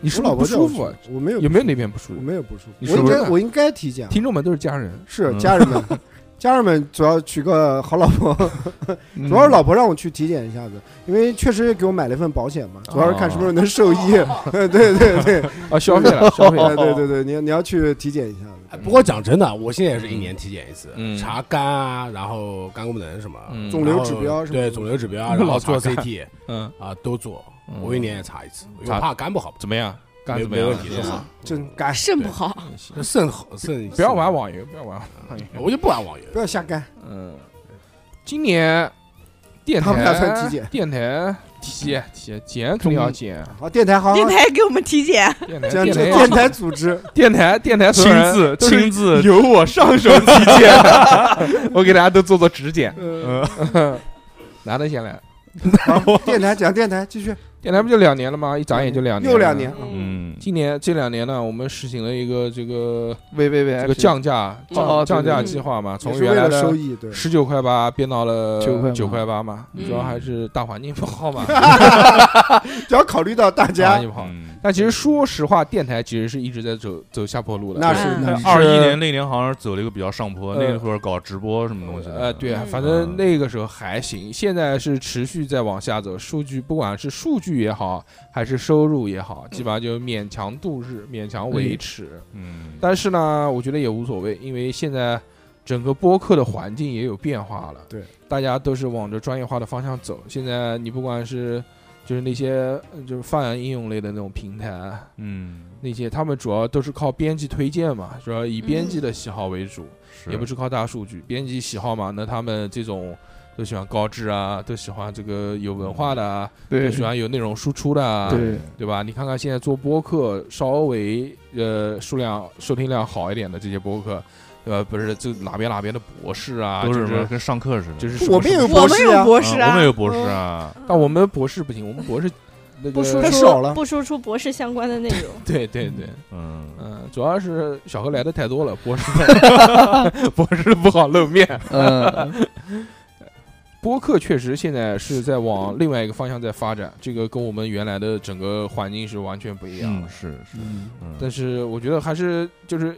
[SPEAKER 1] 你是
[SPEAKER 2] 我
[SPEAKER 1] 不是
[SPEAKER 2] 老
[SPEAKER 1] 不舒
[SPEAKER 2] 婆叫
[SPEAKER 1] 服啊
[SPEAKER 2] 去？我没有
[SPEAKER 1] 有没有哪边不舒服？
[SPEAKER 2] 我没有不舒服
[SPEAKER 1] 你
[SPEAKER 2] 我
[SPEAKER 1] 是
[SPEAKER 2] 应
[SPEAKER 1] 不是
[SPEAKER 2] 该我应该体检
[SPEAKER 1] 听众们都是家人，
[SPEAKER 2] 是
[SPEAKER 1] 嗯
[SPEAKER 2] 家人们， 家人们主要娶个好老婆， 主要是老婆让我去体检一下子，因为确实给我买了一份保险嘛，主要是看什么时候能受益。 对对对，
[SPEAKER 1] 啊消费了消费了
[SPEAKER 2] 对对对，你要你要去体检一下子。
[SPEAKER 5] 不过讲真的，我现在也是一年体检一次，
[SPEAKER 1] 嗯
[SPEAKER 5] 查肝啊，然后肝功能什么，
[SPEAKER 1] 嗯
[SPEAKER 2] 肿瘤指标
[SPEAKER 5] 然后
[SPEAKER 2] 什么的
[SPEAKER 5] 对肿瘤指 标，啊
[SPEAKER 1] 嗯
[SPEAKER 5] 然后
[SPEAKER 1] 老
[SPEAKER 5] 查
[SPEAKER 1] 做肝
[SPEAKER 5] CT，
[SPEAKER 1] 嗯
[SPEAKER 5] 啊都做，
[SPEAKER 1] 嗯
[SPEAKER 5] 我一年也查一次，因为
[SPEAKER 1] 查
[SPEAKER 5] 我怕肝不好。
[SPEAKER 1] 怎么样？肝
[SPEAKER 5] 没
[SPEAKER 1] 怎么样
[SPEAKER 5] 没问题
[SPEAKER 1] 现在
[SPEAKER 5] 都好
[SPEAKER 2] 真肝
[SPEAKER 16] 肾不好，
[SPEAKER 5] 肾好肾啊
[SPEAKER 1] 不要玩网游，不要玩网游，
[SPEAKER 5] 我就不玩网游。
[SPEAKER 2] 不要瞎干。
[SPEAKER 1] 嗯，今年电台
[SPEAKER 2] 他们打算体检
[SPEAKER 1] 电台体体检肯定要检。
[SPEAKER 2] 好，电台好，
[SPEAKER 16] 电台给我们体检，
[SPEAKER 1] 电台
[SPEAKER 2] 这样子
[SPEAKER 1] 电台
[SPEAKER 2] 电台组织，
[SPEAKER 1] 电台电台所有人
[SPEAKER 4] 亲自
[SPEAKER 1] 都是
[SPEAKER 4] 亲自
[SPEAKER 1] 由我上手体检， 我给大家都做做指检。
[SPEAKER 2] 嗯
[SPEAKER 1] 嗯，男的先来，
[SPEAKER 2] 电台讲电台，继续。
[SPEAKER 1] 电台不就两年了吗？一眨眼就两年，
[SPEAKER 2] 又两年
[SPEAKER 4] 嗯，
[SPEAKER 1] 今年这两年呢，我们实行了一个这个
[SPEAKER 3] V V V
[SPEAKER 1] 这个降价
[SPEAKER 3] 哦哦
[SPEAKER 1] 降降价
[SPEAKER 3] 对对对
[SPEAKER 1] 计划嘛，从
[SPEAKER 2] 也是
[SPEAKER 1] 原来
[SPEAKER 2] 为了
[SPEAKER 1] 的
[SPEAKER 2] 收益对
[SPEAKER 1] 十九块八变到了
[SPEAKER 3] 9块八
[SPEAKER 1] 九块八嘛，
[SPEAKER 2] 嗯
[SPEAKER 1] 主要还是
[SPEAKER 3] 啊
[SPEAKER 1] 大环境不好嘛，
[SPEAKER 2] 只要考虑 到大
[SPEAKER 1] 大
[SPEAKER 2] 家
[SPEAKER 1] 环境不好。但其实说实话，电台其实是一直在走走下坡路的，
[SPEAKER 2] 那是嗯那是
[SPEAKER 4] 二一年那年好像是走了一个比较上坡，
[SPEAKER 1] 呃
[SPEAKER 4] 那会儿搞直播什么东西的，嗯
[SPEAKER 1] 呃，对啊，反正那个时候还行，现在是持续在往下走，数据不管是数据也好，还是收入也好，基本上就勉强度日，勉强维持。
[SPEAKER 4] 嗯，
[SPEAKER 1] 但是呢，我觉得也无所谓，因为现在整个播客的环境也有变化了，
[SPEAKER 2] 对，
[SPEAKER 1] 大家都是往着专业化的方向走。现在你不管是就是那些呃就是泛应用类的那种平台，啊
[SPEAKER 4] 嗯，
[SPEAKER 1] 那些他们主要都是靠编辑推荐嘛，主要以
[SPEAKER 2] 嗯
[SPEAKER 1] 编辑的喜好为主，
[SPEAKER 4] 嗯
[SPEAKER 1] 也不是靠大数据，编辑喜好嘛，那他们这种都喜欢高质啊，都喜欢这个有文化的啊，
[SPEAKER 3] 对
[SPEAKER 1] 都喜欢有内容输出的啊，
[SPEAKER 3] 对
[SPEAKER 1] 对吧？你看看现在做播客稍微呃数量收听量好一点的这些播客。呃，不是，就哪边哪边的博士啊，
[SPEAKER 4] 都是
[SPEAKER 1] 就
[SPEAKER 4] 什么
[SPEAKER 1] 是
[SPEAKER 4] 跟上课似的
[SPEAKER 1] 就是什
[SPEAKER 2] 我
[SPEAKER 1] 么
[SPEAKER 2] 们
[SPEAKER 1] 什
[SPEAKER 2] 也
[SPEAKER 1] 么
[SPEAKER 2] 有博士啊我们有博士
[SPEAKER 4] 啊
[SPEAKER 2] 啊
[SPEAKER 4] 我们有博士啊，
[SPEAKER 1] 但我们博士不行，我们博士那
[SPEAKER 12] 不输
[SPEAKER 1] 个
[SPEAKER 12] 出不输出博士相关的内容。
[SPEAKER 1] 对对对，
[SPEAKER 4] 嗯
[SPEAKER 1] 主要是小何来的太多了，博 士博士不好露面。
[SPEAKER 3] 嗯，
[SPEAKER 1] 播客确实现在是在往另外一个方向在发展，这个跟我们原来的整个环境是完全不一样的。
[SPEAKER 4] 嗯是是，嗯
[SPEAKER 1] 但是我觉得还是就是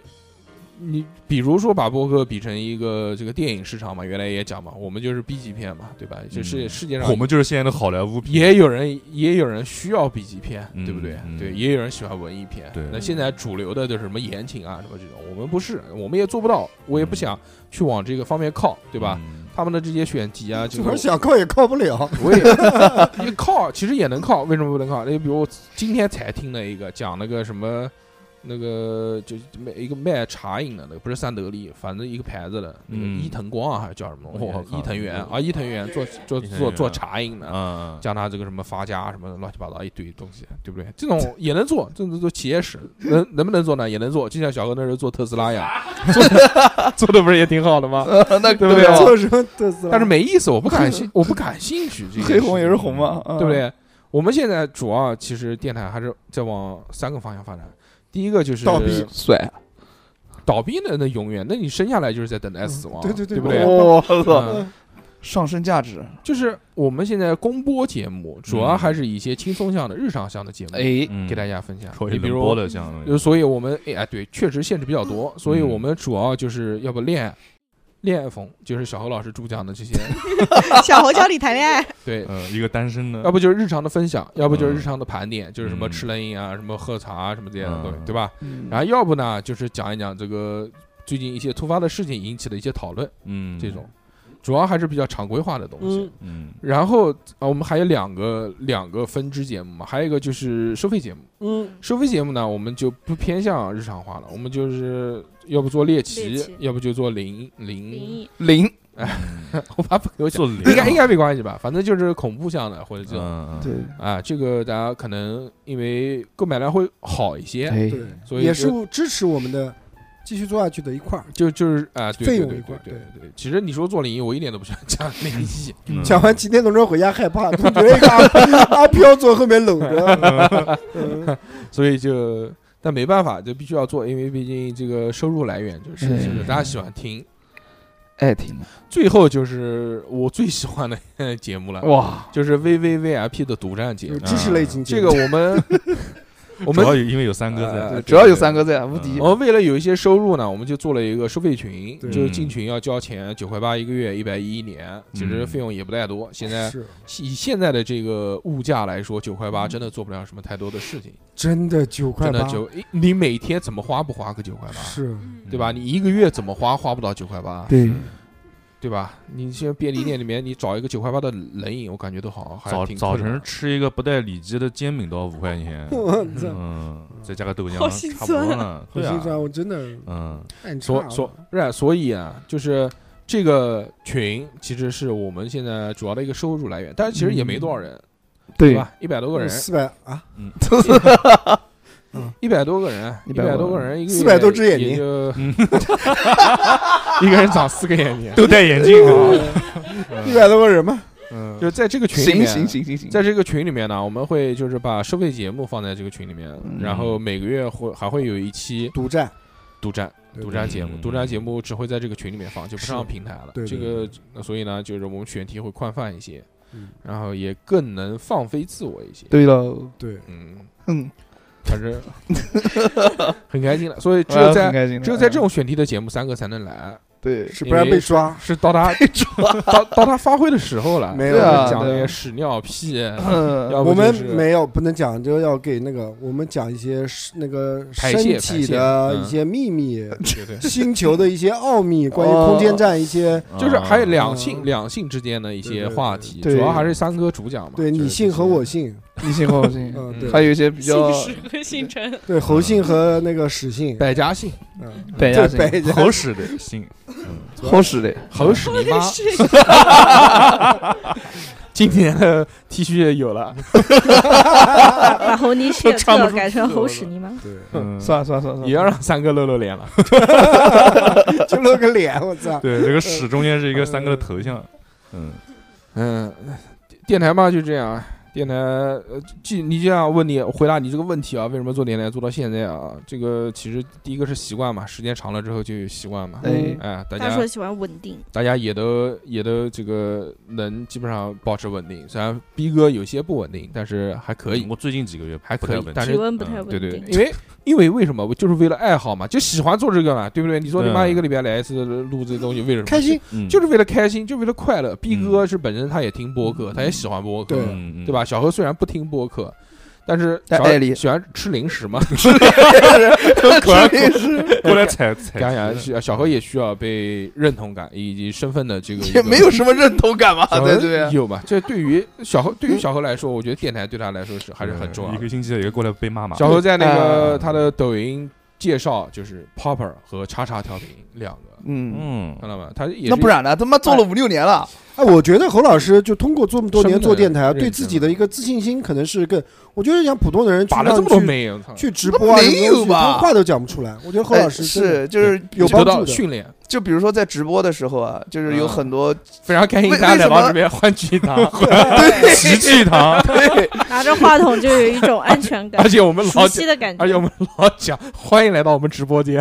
[SPEAKER 1] 你比如说把播客比成一个这个电影市场嘛，原来也讲嘛，我们就是 B 级片嘛，对吧？这是
[SPEAKER 4] 嗯
[SPEAKER 1] 世界上
[SPEAKER 4] 我们就是现在的好莱坞片
[SPEAKER 1] 也有人也有人需要 B 级片，
[SPEAKER 4] 嗯
[SPEAKER 1] 对不对？
[SPEAKER 4] 嗯
[SPEAKER 1] 对，也有人喜欢文艺片。
[SPEAKER 4] 对
[SPEAKER 1] 那现在主流的就是什么言情啊什么这种，我们不是，我们也做不到，我也不
[SPEAKER 4] 嗯
[SPEAKER 1] 想去往这个方面靠，对吧？他们的这些选题 啊，这
[SPEAKER 2] 主
[SPEAKER 1] 个
[SPEAKER 2] 要想靠也靠不了。
[SPEAKER 1] 我也也靠，其实也能靠，为什么不能靠？你比如我今天才听了一个讲那个什么。那个就卖一个卖茶饮的，那个不是三得利，反正一个牌子的，那个
[SPEAKER 4] 嗯
[SPEAKER 1] 伊藤光啊，还是叫什么
[SPEAKER 4] 我
[SPEAKER 1] 东西？
[SPEAKER 4] 靠
[SPEAKER 1] 伊藤园啊，伊藤园做做
[SPEAKER 4] 伊藤
[SPEAKER 1] 做
[SPEAKER 4] 园
[SPEAKER 1] 做
[SPEAKER 4] 啊
[SPEAKER 1] 茶饮的，
[SPEAKER 4] 嗯，
[SPEAKER 1] 讲他这个什么发家什么乱七八糟一堆东西，对不对？这种 也能做，这种都企业史能能不能做呢？也能做，就像小何那时候做特斯拉 一样，做的做的不是也挺好的吗？
[SPEAKER 3] 那啊
[SPEAKER 1] 对不对？
[SPEAKER 2] 做什么特斯拉？
[SPEAKER 1] 但是没意思，我不 感兴，我不感兴趣。这个
[SPEAKER 3] 黑红也是红嘛，嗯
[SPEAKER 1] 对不对？？我们现在主要其实电台还是在往三个方向发展，第一个就是
[SPEAKER 3] 倒闭甩，
[SPEAKER 1] 倒闭那那永远，那你生下来就是在等待死亡，
[SPEAKER 3] 嗯对
[SPEAKER 1] 对
[SPEAKER 3] 对对
[SPEAKER 1] 不对？
[SPEAKER 3] 我操
[SPEAKER 1] 嗯，
[SPEAKER 3] 哦上升价值，
[SPEAKER 1] 就是我们现在公播节目，主要还是一些轻松向的、日常向的节目，
[SPEAKER 3] 哎
[SPEAKER 1] 给大家分享
[SPEAKER 4] 说。一
[SPEAKER 1] 你比
[SPEAKER 4] 轮
[SPEAKER 1] 如
[SPEAKER 4] 播的这样的东西
[SPEAKER 1] 呃所以我们哎哎对，确实限制比较多，所以
[SPEAKER 4] 嗯
[SPEAKER 1] 我们主要就是要不恋爱，恋爱风，就是小侯老师主讲的这 些，
[SPEAKER 16] 小侯教你谈恋爱，
[SPEAKER 1] 对，
[SPEAKER 4] 嗯，一个单身的，嗯
[SPEAKER 1] 要不就是日常的分享，要不就是日常的盘点，就是什么吃冷饮啊、什么喝茶啊、什么这些的东西，对吧？然后要不呢，就是讲一讲这个最近一些突发的事情引起的一些讨论，
[SPEAKER 4] 嗯，
[SPEAKER 1] 这种主要还是比较常规化的东西。
[SPEAKER 4] 嗯，
[SPEAKER 1] 然后啊，我们还有两个两个分支节目嘛，还有一个就是收费节目。
[SPEAKER 2] 嗯，
[SPEAKER 1] 收费节目呢，我们就不偏向日常化了，我们就是要不做猎奇，
[SPEAKER 12] 猎奇
[SPEAKER 1] 要不就做灵灵
[SPEAKER 12] 灵异
[SPEAKER 1] 灵， 我怕朋友
[SPEAKER 4] 嗯做
[SPEAKER 1] 讲
[SPEAKER 4] 脸，
[SPEAKER 1] 应该应该没关系吧？反正就是恐怖向的或者这
[SPEAKER 4] 嗯
[SPEAKER 1] 种，
[SPEAKER 4] 对
[SPEAKER 1] 啊，这个大家可能因为购买量会好一些，
[SPEAKER 2] 对
[SPEAKER 1] 所以就
[SPEAKER 2] 也
[SPEAKER 1] 是
[SPEAKER 2] 支持我们的继续做下去的一块儿。
[SPEAKER 1] 就就是啊，对对
[SPEAKER 2] 费用
[SPEAKER 1] 对
[SPEAKER 2] 一块
[SPEAKER 1] 对对对对。其实你说做灵异，我一点都不想讲灵异。
[SPEAKER 3] 嗯
[SPEAKER 2] 讲完骑电动车回家害怕，总觉得一个阿阿飘坐后面搂着。嗯
[SPEAKER 1] 所以就但没办法，就必须要做，因为毕竟这个收入来源就是
[SPEAKER 3] 哎
[SPEAKER 1] 就是大家喜欢听。
[SPEAKER 3] 爱听
[SPEAKER 1] 最后就是我最喜欢的 节目了，
[SPEAKER 3] 哇，
[SPEAKER 1] 就是 V V V I P 的独占节目，啊
[SPEAKER 4] 知识类型节
[SPEAKER 1] 这
[SPEAKER 4] 目
[SPEAKER 1] 个我们我们
[SPEAKER 4] 嗯主要有因为有三哥在
[SPEAKER 1] 呃
[SPEAKER 4] 对
[SPEAKER 1] 对
[SPEAKER 4] 主要有
[SPEAKER 1] 对
[SPEAKER 4] 三哥在
[SPEAKER 1] 对
[SPEAKER 4] 无敌嗯
[SPEAKER 1] 我们为了有一些收入呢，我们就做了一个收费群，
[SPEAKER 4] 对
[SPEAKER 1] 就是进群要交钱，九块八一个月，一百一一年，其实
[SPEAKER 4] 嗯
[SPEAKER 1] 费用也不太多。现在
[SPEAKER 2] 是
[SPEAKER 1] 以现在的这个物价来说，九块
[SPEAKER 4] 嗯
[SPEAKER 1] 八真的做不了什么太多的事情。
[SPEAKER 2] 真的九块
[SPEAKER 1] 真的
[SPEAKER 2] 八，
[SPEAKER 1] 九，一你每天怎么花不花个九块八？
[SPEAKER 2] 是，
[SPEAKER 4] 嗯
[SPEAKER 1] 对吧？你一个月怎么花花不到九块八？
[SPEAKER 2] 对，
[SPEAKER 1] 对吧？你现在便利店里面，你找一个九块八的冷饮，我感觉都好，还
[SPEAKER 4] 早
[SPEAKER 1] 挺
[SPEAKER 4] 早
[SPEAKER 1] 困难
[SPEAKER 4] 晨吃一个不带里脊的煎饼都要五块钱，
[SPEAKER 2] 我操
[SPEAKER 4] 嗯，再加个豆
[SPEAKER 2] 好
[SPEAKER 4] 浆，
[SPEAKER 2] 心
[SPEAKER 4] 差不多
[SPEAKER 2] 酸
[SPEAKER 4] 了，
[SPEAKER 2] 好
[SPEAKER 4] 对啊
[SPEAKER 2] 心，酸我真的
[SPEAKER 4] 嗯
[SPEAKER 2] 哎你，
[SPEAKER 1] 所
[SPEAKER 2] 差
[SPEAKER 1] 所是所以啊，就是这个群其实是我们现在主要的一个收入来源，但是其实也没多少人，
[SPEAKER 3] 对
[SPEAKER 1] 吧？一百多个人，
[SPEAKER 2] 嗯四百啊
[SPEAKER 1] 嗯
[SPEAKER 2] 嗯，
[SPEAKER 1] 一百多个人，一
[SPEAKER 2] 100
[SPEAKER 1] 多个人，一个月
[SPEAKER 2] 400多只眼睛
[SPEAKER 1] 也就 一个人长四个眼睛，
[SPEAKER 4] 都戴眼镜
[SPEAKER 1] 啊
[SPEAKER 2] 一百多个人嘛，
[SPEAKER 1] 嗯，就在这个群里面，
[SPEAKER 2] 行行行行行
[SPEAKER 1] 在这个群里面呢，我们会就是把收费节目放在这个群里面，然后每个月会还会有一期
[SPEAKER 2] 嗯独占，
[SPEAKER 1] 独占。独占节目，独占节目只会在这个群里面放，就不上
[SPEAKER 2] 是
[SPEAKER 1] 平台了。
[SPEAKER 2] 对
[SPEAKER 1] 这
[SPEAKER 2] 对
[SPEAKER 1] 个，那所以呢，就是我们选题会宽泛一些
[SPEAKER 2] 嗯，
[SPEAKER 1] 然后也更能放飞自我一些。
[SPEAKER 3] 对喽，
[SPEAKER 2] 对，
[SPEAKER 1] 嗯
[SPEAKER 3] 嗯，
[SPEAKER 1] 反 正很开心了。所以只
[SPEAKER 3] 哎
[SPEAKER 2] 啊
[SPEAKER 1] 有
[SPEAKER 3] 很
[SPEAKER 1] 在
[SPEAKER 3] 开心了
[SPEAKER 1] 只有在这种选题的节目，三个才能来。
[SPEAKER 3] 对
[SPEAKER 2] 嗯是不然被抓
[SPEAKER 1] 是到他到到他发挥的时候了。
[SPEAKER 2] 没有
[SPEAKER 1] 要不
[SPEAKER 2] 对啊
[SPEAKER 1] 讲
[SPEAKER 2] 对啊
[SPEAKER 1] 那些屎尿 屁，啊
[SPEAKER 2] 嗯
[SPEAKER 1] 要不
[SPEAKER 2] 我们
[SPEAKER 1] 就是
[SPEAKER 2] 没有不能讲，就要给那个我们讲一些是那个
[SPEAKER 1] 排泄
[SPEAKER 2] 身
[SPEAKER 1] 排
[SPEAKER 2] 体
[SPEAKER 1] 泄
[SPEAKER 2] 的
[SPEAKER 1] 嗯
[SPEAKER 2] 一些秘密
[SPEAKER 1] 对对，
[SPEAKER 2] 星球的一些奥秘，关于空间站一些，
[SPEAKER 1] 哦
[SPEAKER 2] 啊嗯
[SPEAKER 1] 就是还有两性两性之间的一些话题，
[SPEAKER 2] 对
[SPEAKER 1] 主要还是三哥主讲嘛。
[SPEAKER 2] 对你信和我信，
[SPEAKER 3] 你信和我信
[SPEAKER 2] 嗯，对，
[SPEAKER 3] 还有一些比较
[SPEAKER 12] 姓史和姓陈，
[SPEAKER 2] 对侯姓和那个史姓，
[SPEAKER 1] 嗯百家姓，
[SPEAKER 2] 嗯，
[SPEAKER 3] 百家姓
[SPEAKER 2] 对百嗯
[SPEAKER 4] 好使的姓，
[SPEAKER 3] 好使的
[SPEAKER 1] 嗯好使你妈！ 今年的 T 恤也有了，
[SPEAKER 12] 把侯尼写
[SPEAKER 1] 穿不
[SPEAKER 12] 字
[SPEAKER 1] 出
[SPEAKER 12] 改成
[SPEAKER 1] 去
[SPEAKER 12] 侯
[SPEAKER 1] 我
[SPEAKER 12] 史尼吗？
[SPEAKER 1] 嗯
[SPEAKER 3] 算了算了算了，
[SPEAKER 1] 也要让三哥露露脸了。
[SPEAKER 2] 就露个脸，我操！
[SPEAKER 4] 对，这个屎中间是一个三哥的头像，嗯
[SPEAKER 1] 嗯，电台嘛就这样，啊电台呃，就你这样问你回答你这个问题啊，为什么做电台做到现在啊？这个其实第一个是习惯嘛，时间长了之后就有习惯嘛。
[SPEAKER 12] 哎
[SPEAKER 1] 哎，大
[SPEAKER 12] 他
[SPEAKER 1] 家
[SPEAKER 12] 说喜欢稳定，
[SPEAKER 1] 大家也都也都这个能基本上保持稳定，虽然逼哥有些不稳定，但是还可以。
[SPEAKER 4] 嗯我最近几个月
[SPEAKER 1] 还
[SPEAKER 4] 不
[SPEAKER 1] 可
[SPEAKER 4] 太
[SPEAKER 1] 以
[SPEAKER 4] 稳，
[SPEAKER 1] 但是嗯
[SPEAKER 12] 体温不太稳
[SPEAKER 1] 对对，
[SPEAKER 12] 定
[SPEAKER 1] 因为因为为什么？我就是为了爱好嘛，就喜欢做这个嘛，对不对？你说你妈
[SPEAKER 4] 对嗯
[SPEAKER 1] 一个礼拜来一次录这东西，为什么？
[SPEAKER 2] 开心
[SPEAKER 1] 就就是为了开心，就为了快乐。逼哥是本身他也听播
[SPEAKER 3] 嗯
[SPEAKER 1] 客，他也喜欢播客
[SPEAKER 2] 对，
[SPEAKER 4] 嗯
[SPEAKER 1] 对吧？小何虽然不听播客。但是
[SPEAKER 3] 但
[SPEAKER 1] 小
[SPEAKER 3] 爱你
[SPEAKER 1] 喜欢吃零食 嘛？
[SPEAKER 4] 果然过来踩踩
[SPEAKER 1] 想
[SPEAKER 4] 吃的
[SPEAKER 1] 想小小何也需要被认同感以及身份的这个一个
[SPEAKER 3] 也没有什么认同感嘛，
[SPEAKER 1] 小
[SPEAKER 3] 对对
[SPEAKER 1] 何有吧？这呃对于小何，对于小何来说，我觉得电台对他来说是还是很重要
[SPEAKER 4] 一
[SPEAKER 1] 的。
[SPEAKER 4] 个星期有一个过来被骂嘛。
[SPEAKER 1] 小何在那
[SPEAKER 3] 嗯
[SPEAKER 1] 个他的抖音介绍就是 Popper 和叉叉调频两个，
[SPEAKER 3] 嗯
[SPEAKER 1] 看到吗？他也是
[SPEAKER 3] 那不然呢？他妈做了五六年了，
[SPEAKER 2] 哎，我觉得侯老师就通过这么多年做电台，啊
[SPEAKER 1] 真的
[SPEAKER 2] 对自己的一个自信心可能是更，我觉得像普通的人去
[SPEAKER 1] 把了
[SPEAKER 2] 那
[SPEAKER 1] 这么多
[SPEAKER 2] 去
[SPEAKER 1] 妹我操
[SPEAKER 2] 去直播啊，
[SPEAKER 3] 没有吧
[SPEAKER 2] 什么东西他话都讲不出来。我觉得侯老师
[SPEAKER 3] 哎
[SPEAKER 2] 真的
[SPEAKER 3] 是就是
[SPEAKER 2] 有帮助的，
[SPEAKER 1] 练。
[SPEAKER 3] 就比如说在直播的时候啊，就是有
[SPEAKER 1] 嗯
[SPEAKER 3] 很多
[SPEAKER 1] 非常开心
[SPEAKER 3] 为
[SPEAKER 1] 大家
[SPEAKER 3] 为
[SPEAKER 1] 来
[SPEAKER 3] 什
[SPEAKER 1] 到
[SPEAKER 3] 么
[SPEAKER 1] 这边欢聚一 堂
[SPEAKER 3] 对
[SPEAKER 1] 齐聚一堂
[SPEAKER 3] 对，
[SPEAKER 12] 拿着话筒就有一种安全感，
[SPEAKER 1] 而且我们老
[SPEAKER 12] 熟悉的感觉，
[SPEAKER 1] 而且我们老讲欢迎来到我们直播间。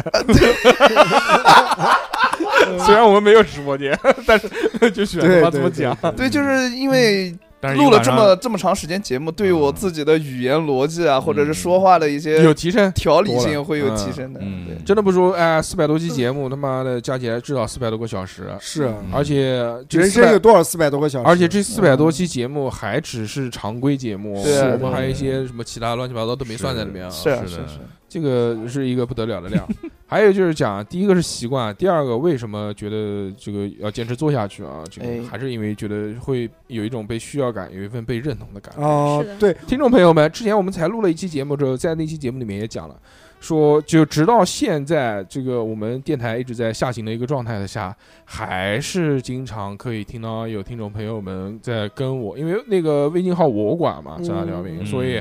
[SPEAKER 1] 虽然我们没有直播间， 但是就选
[SPEAKER 3] 对对
[SPEAKER 1] 择怎么
[SPEAKER 3] 对
[SPEAKER 1] 讲。
[SPEAKER 3] 对，就是因为
[SPEAKER 4] 但是
[SPEAKER 3] 录了这
[SPEAKER 4] 一晚
[SPEAKER 3] 么
[SPEAKER 4] 上
[SPEAKER 3] 这么长时间节目，对于我自己的语言逻辑啊，或者是说话的一些
[SPEAKER 1] 有提升，
[SPEAKER 3] 呃条理
[SPEAKER 1] 多了
[SPEAKER 3] 性会有提升的。
[SPEAKER 4] 嗯
[SPEAKER 3] 对，
[SPEAKER 1] 真的不说，哎，四百多期节目，他妈的加起来至少四百多个小时。嗯
[SPEAKER 2] 是啊
[SPEAKER 1] 而且这
[SPEAKER 2] 人生
[SPEAKER 1] 400
[SPEAKER 2] 有多少400多个小时
[SPEAKER 1] 而且这四百多期节目还只是常规节目，
[SPEAKER 4] 对啊
[SPEAKER 1] 我们还有一些什么其他乱七八糟都没算在里啊面啊。
[SPEAKER 4] 是是是的是
[SPEAKER 1] 这个是一个不得了的量。 还有就是讲，第一个是习惯，第二个为什么觉得这个要坚持做下去啊？这
[SPEAKER 2] 哎
[SPEAKER 1] 个还是因为觉得会有一种被需要感，有一份被认同的感觉。
[SPEAKER 2] 哦是的对，
[SPEAKER 1] 听众朋友们，之前我们才录了一期节目之后，在那期节目里面也讲了，说就直到现在，这个我们电台一直在下行的一个状态的下，还是经常可以听到有听众朋友们在跟我，因为那个微信号我管嘛，在聊明，
[SPEAKER 4] 嗯
[SPEAKER 1] 所以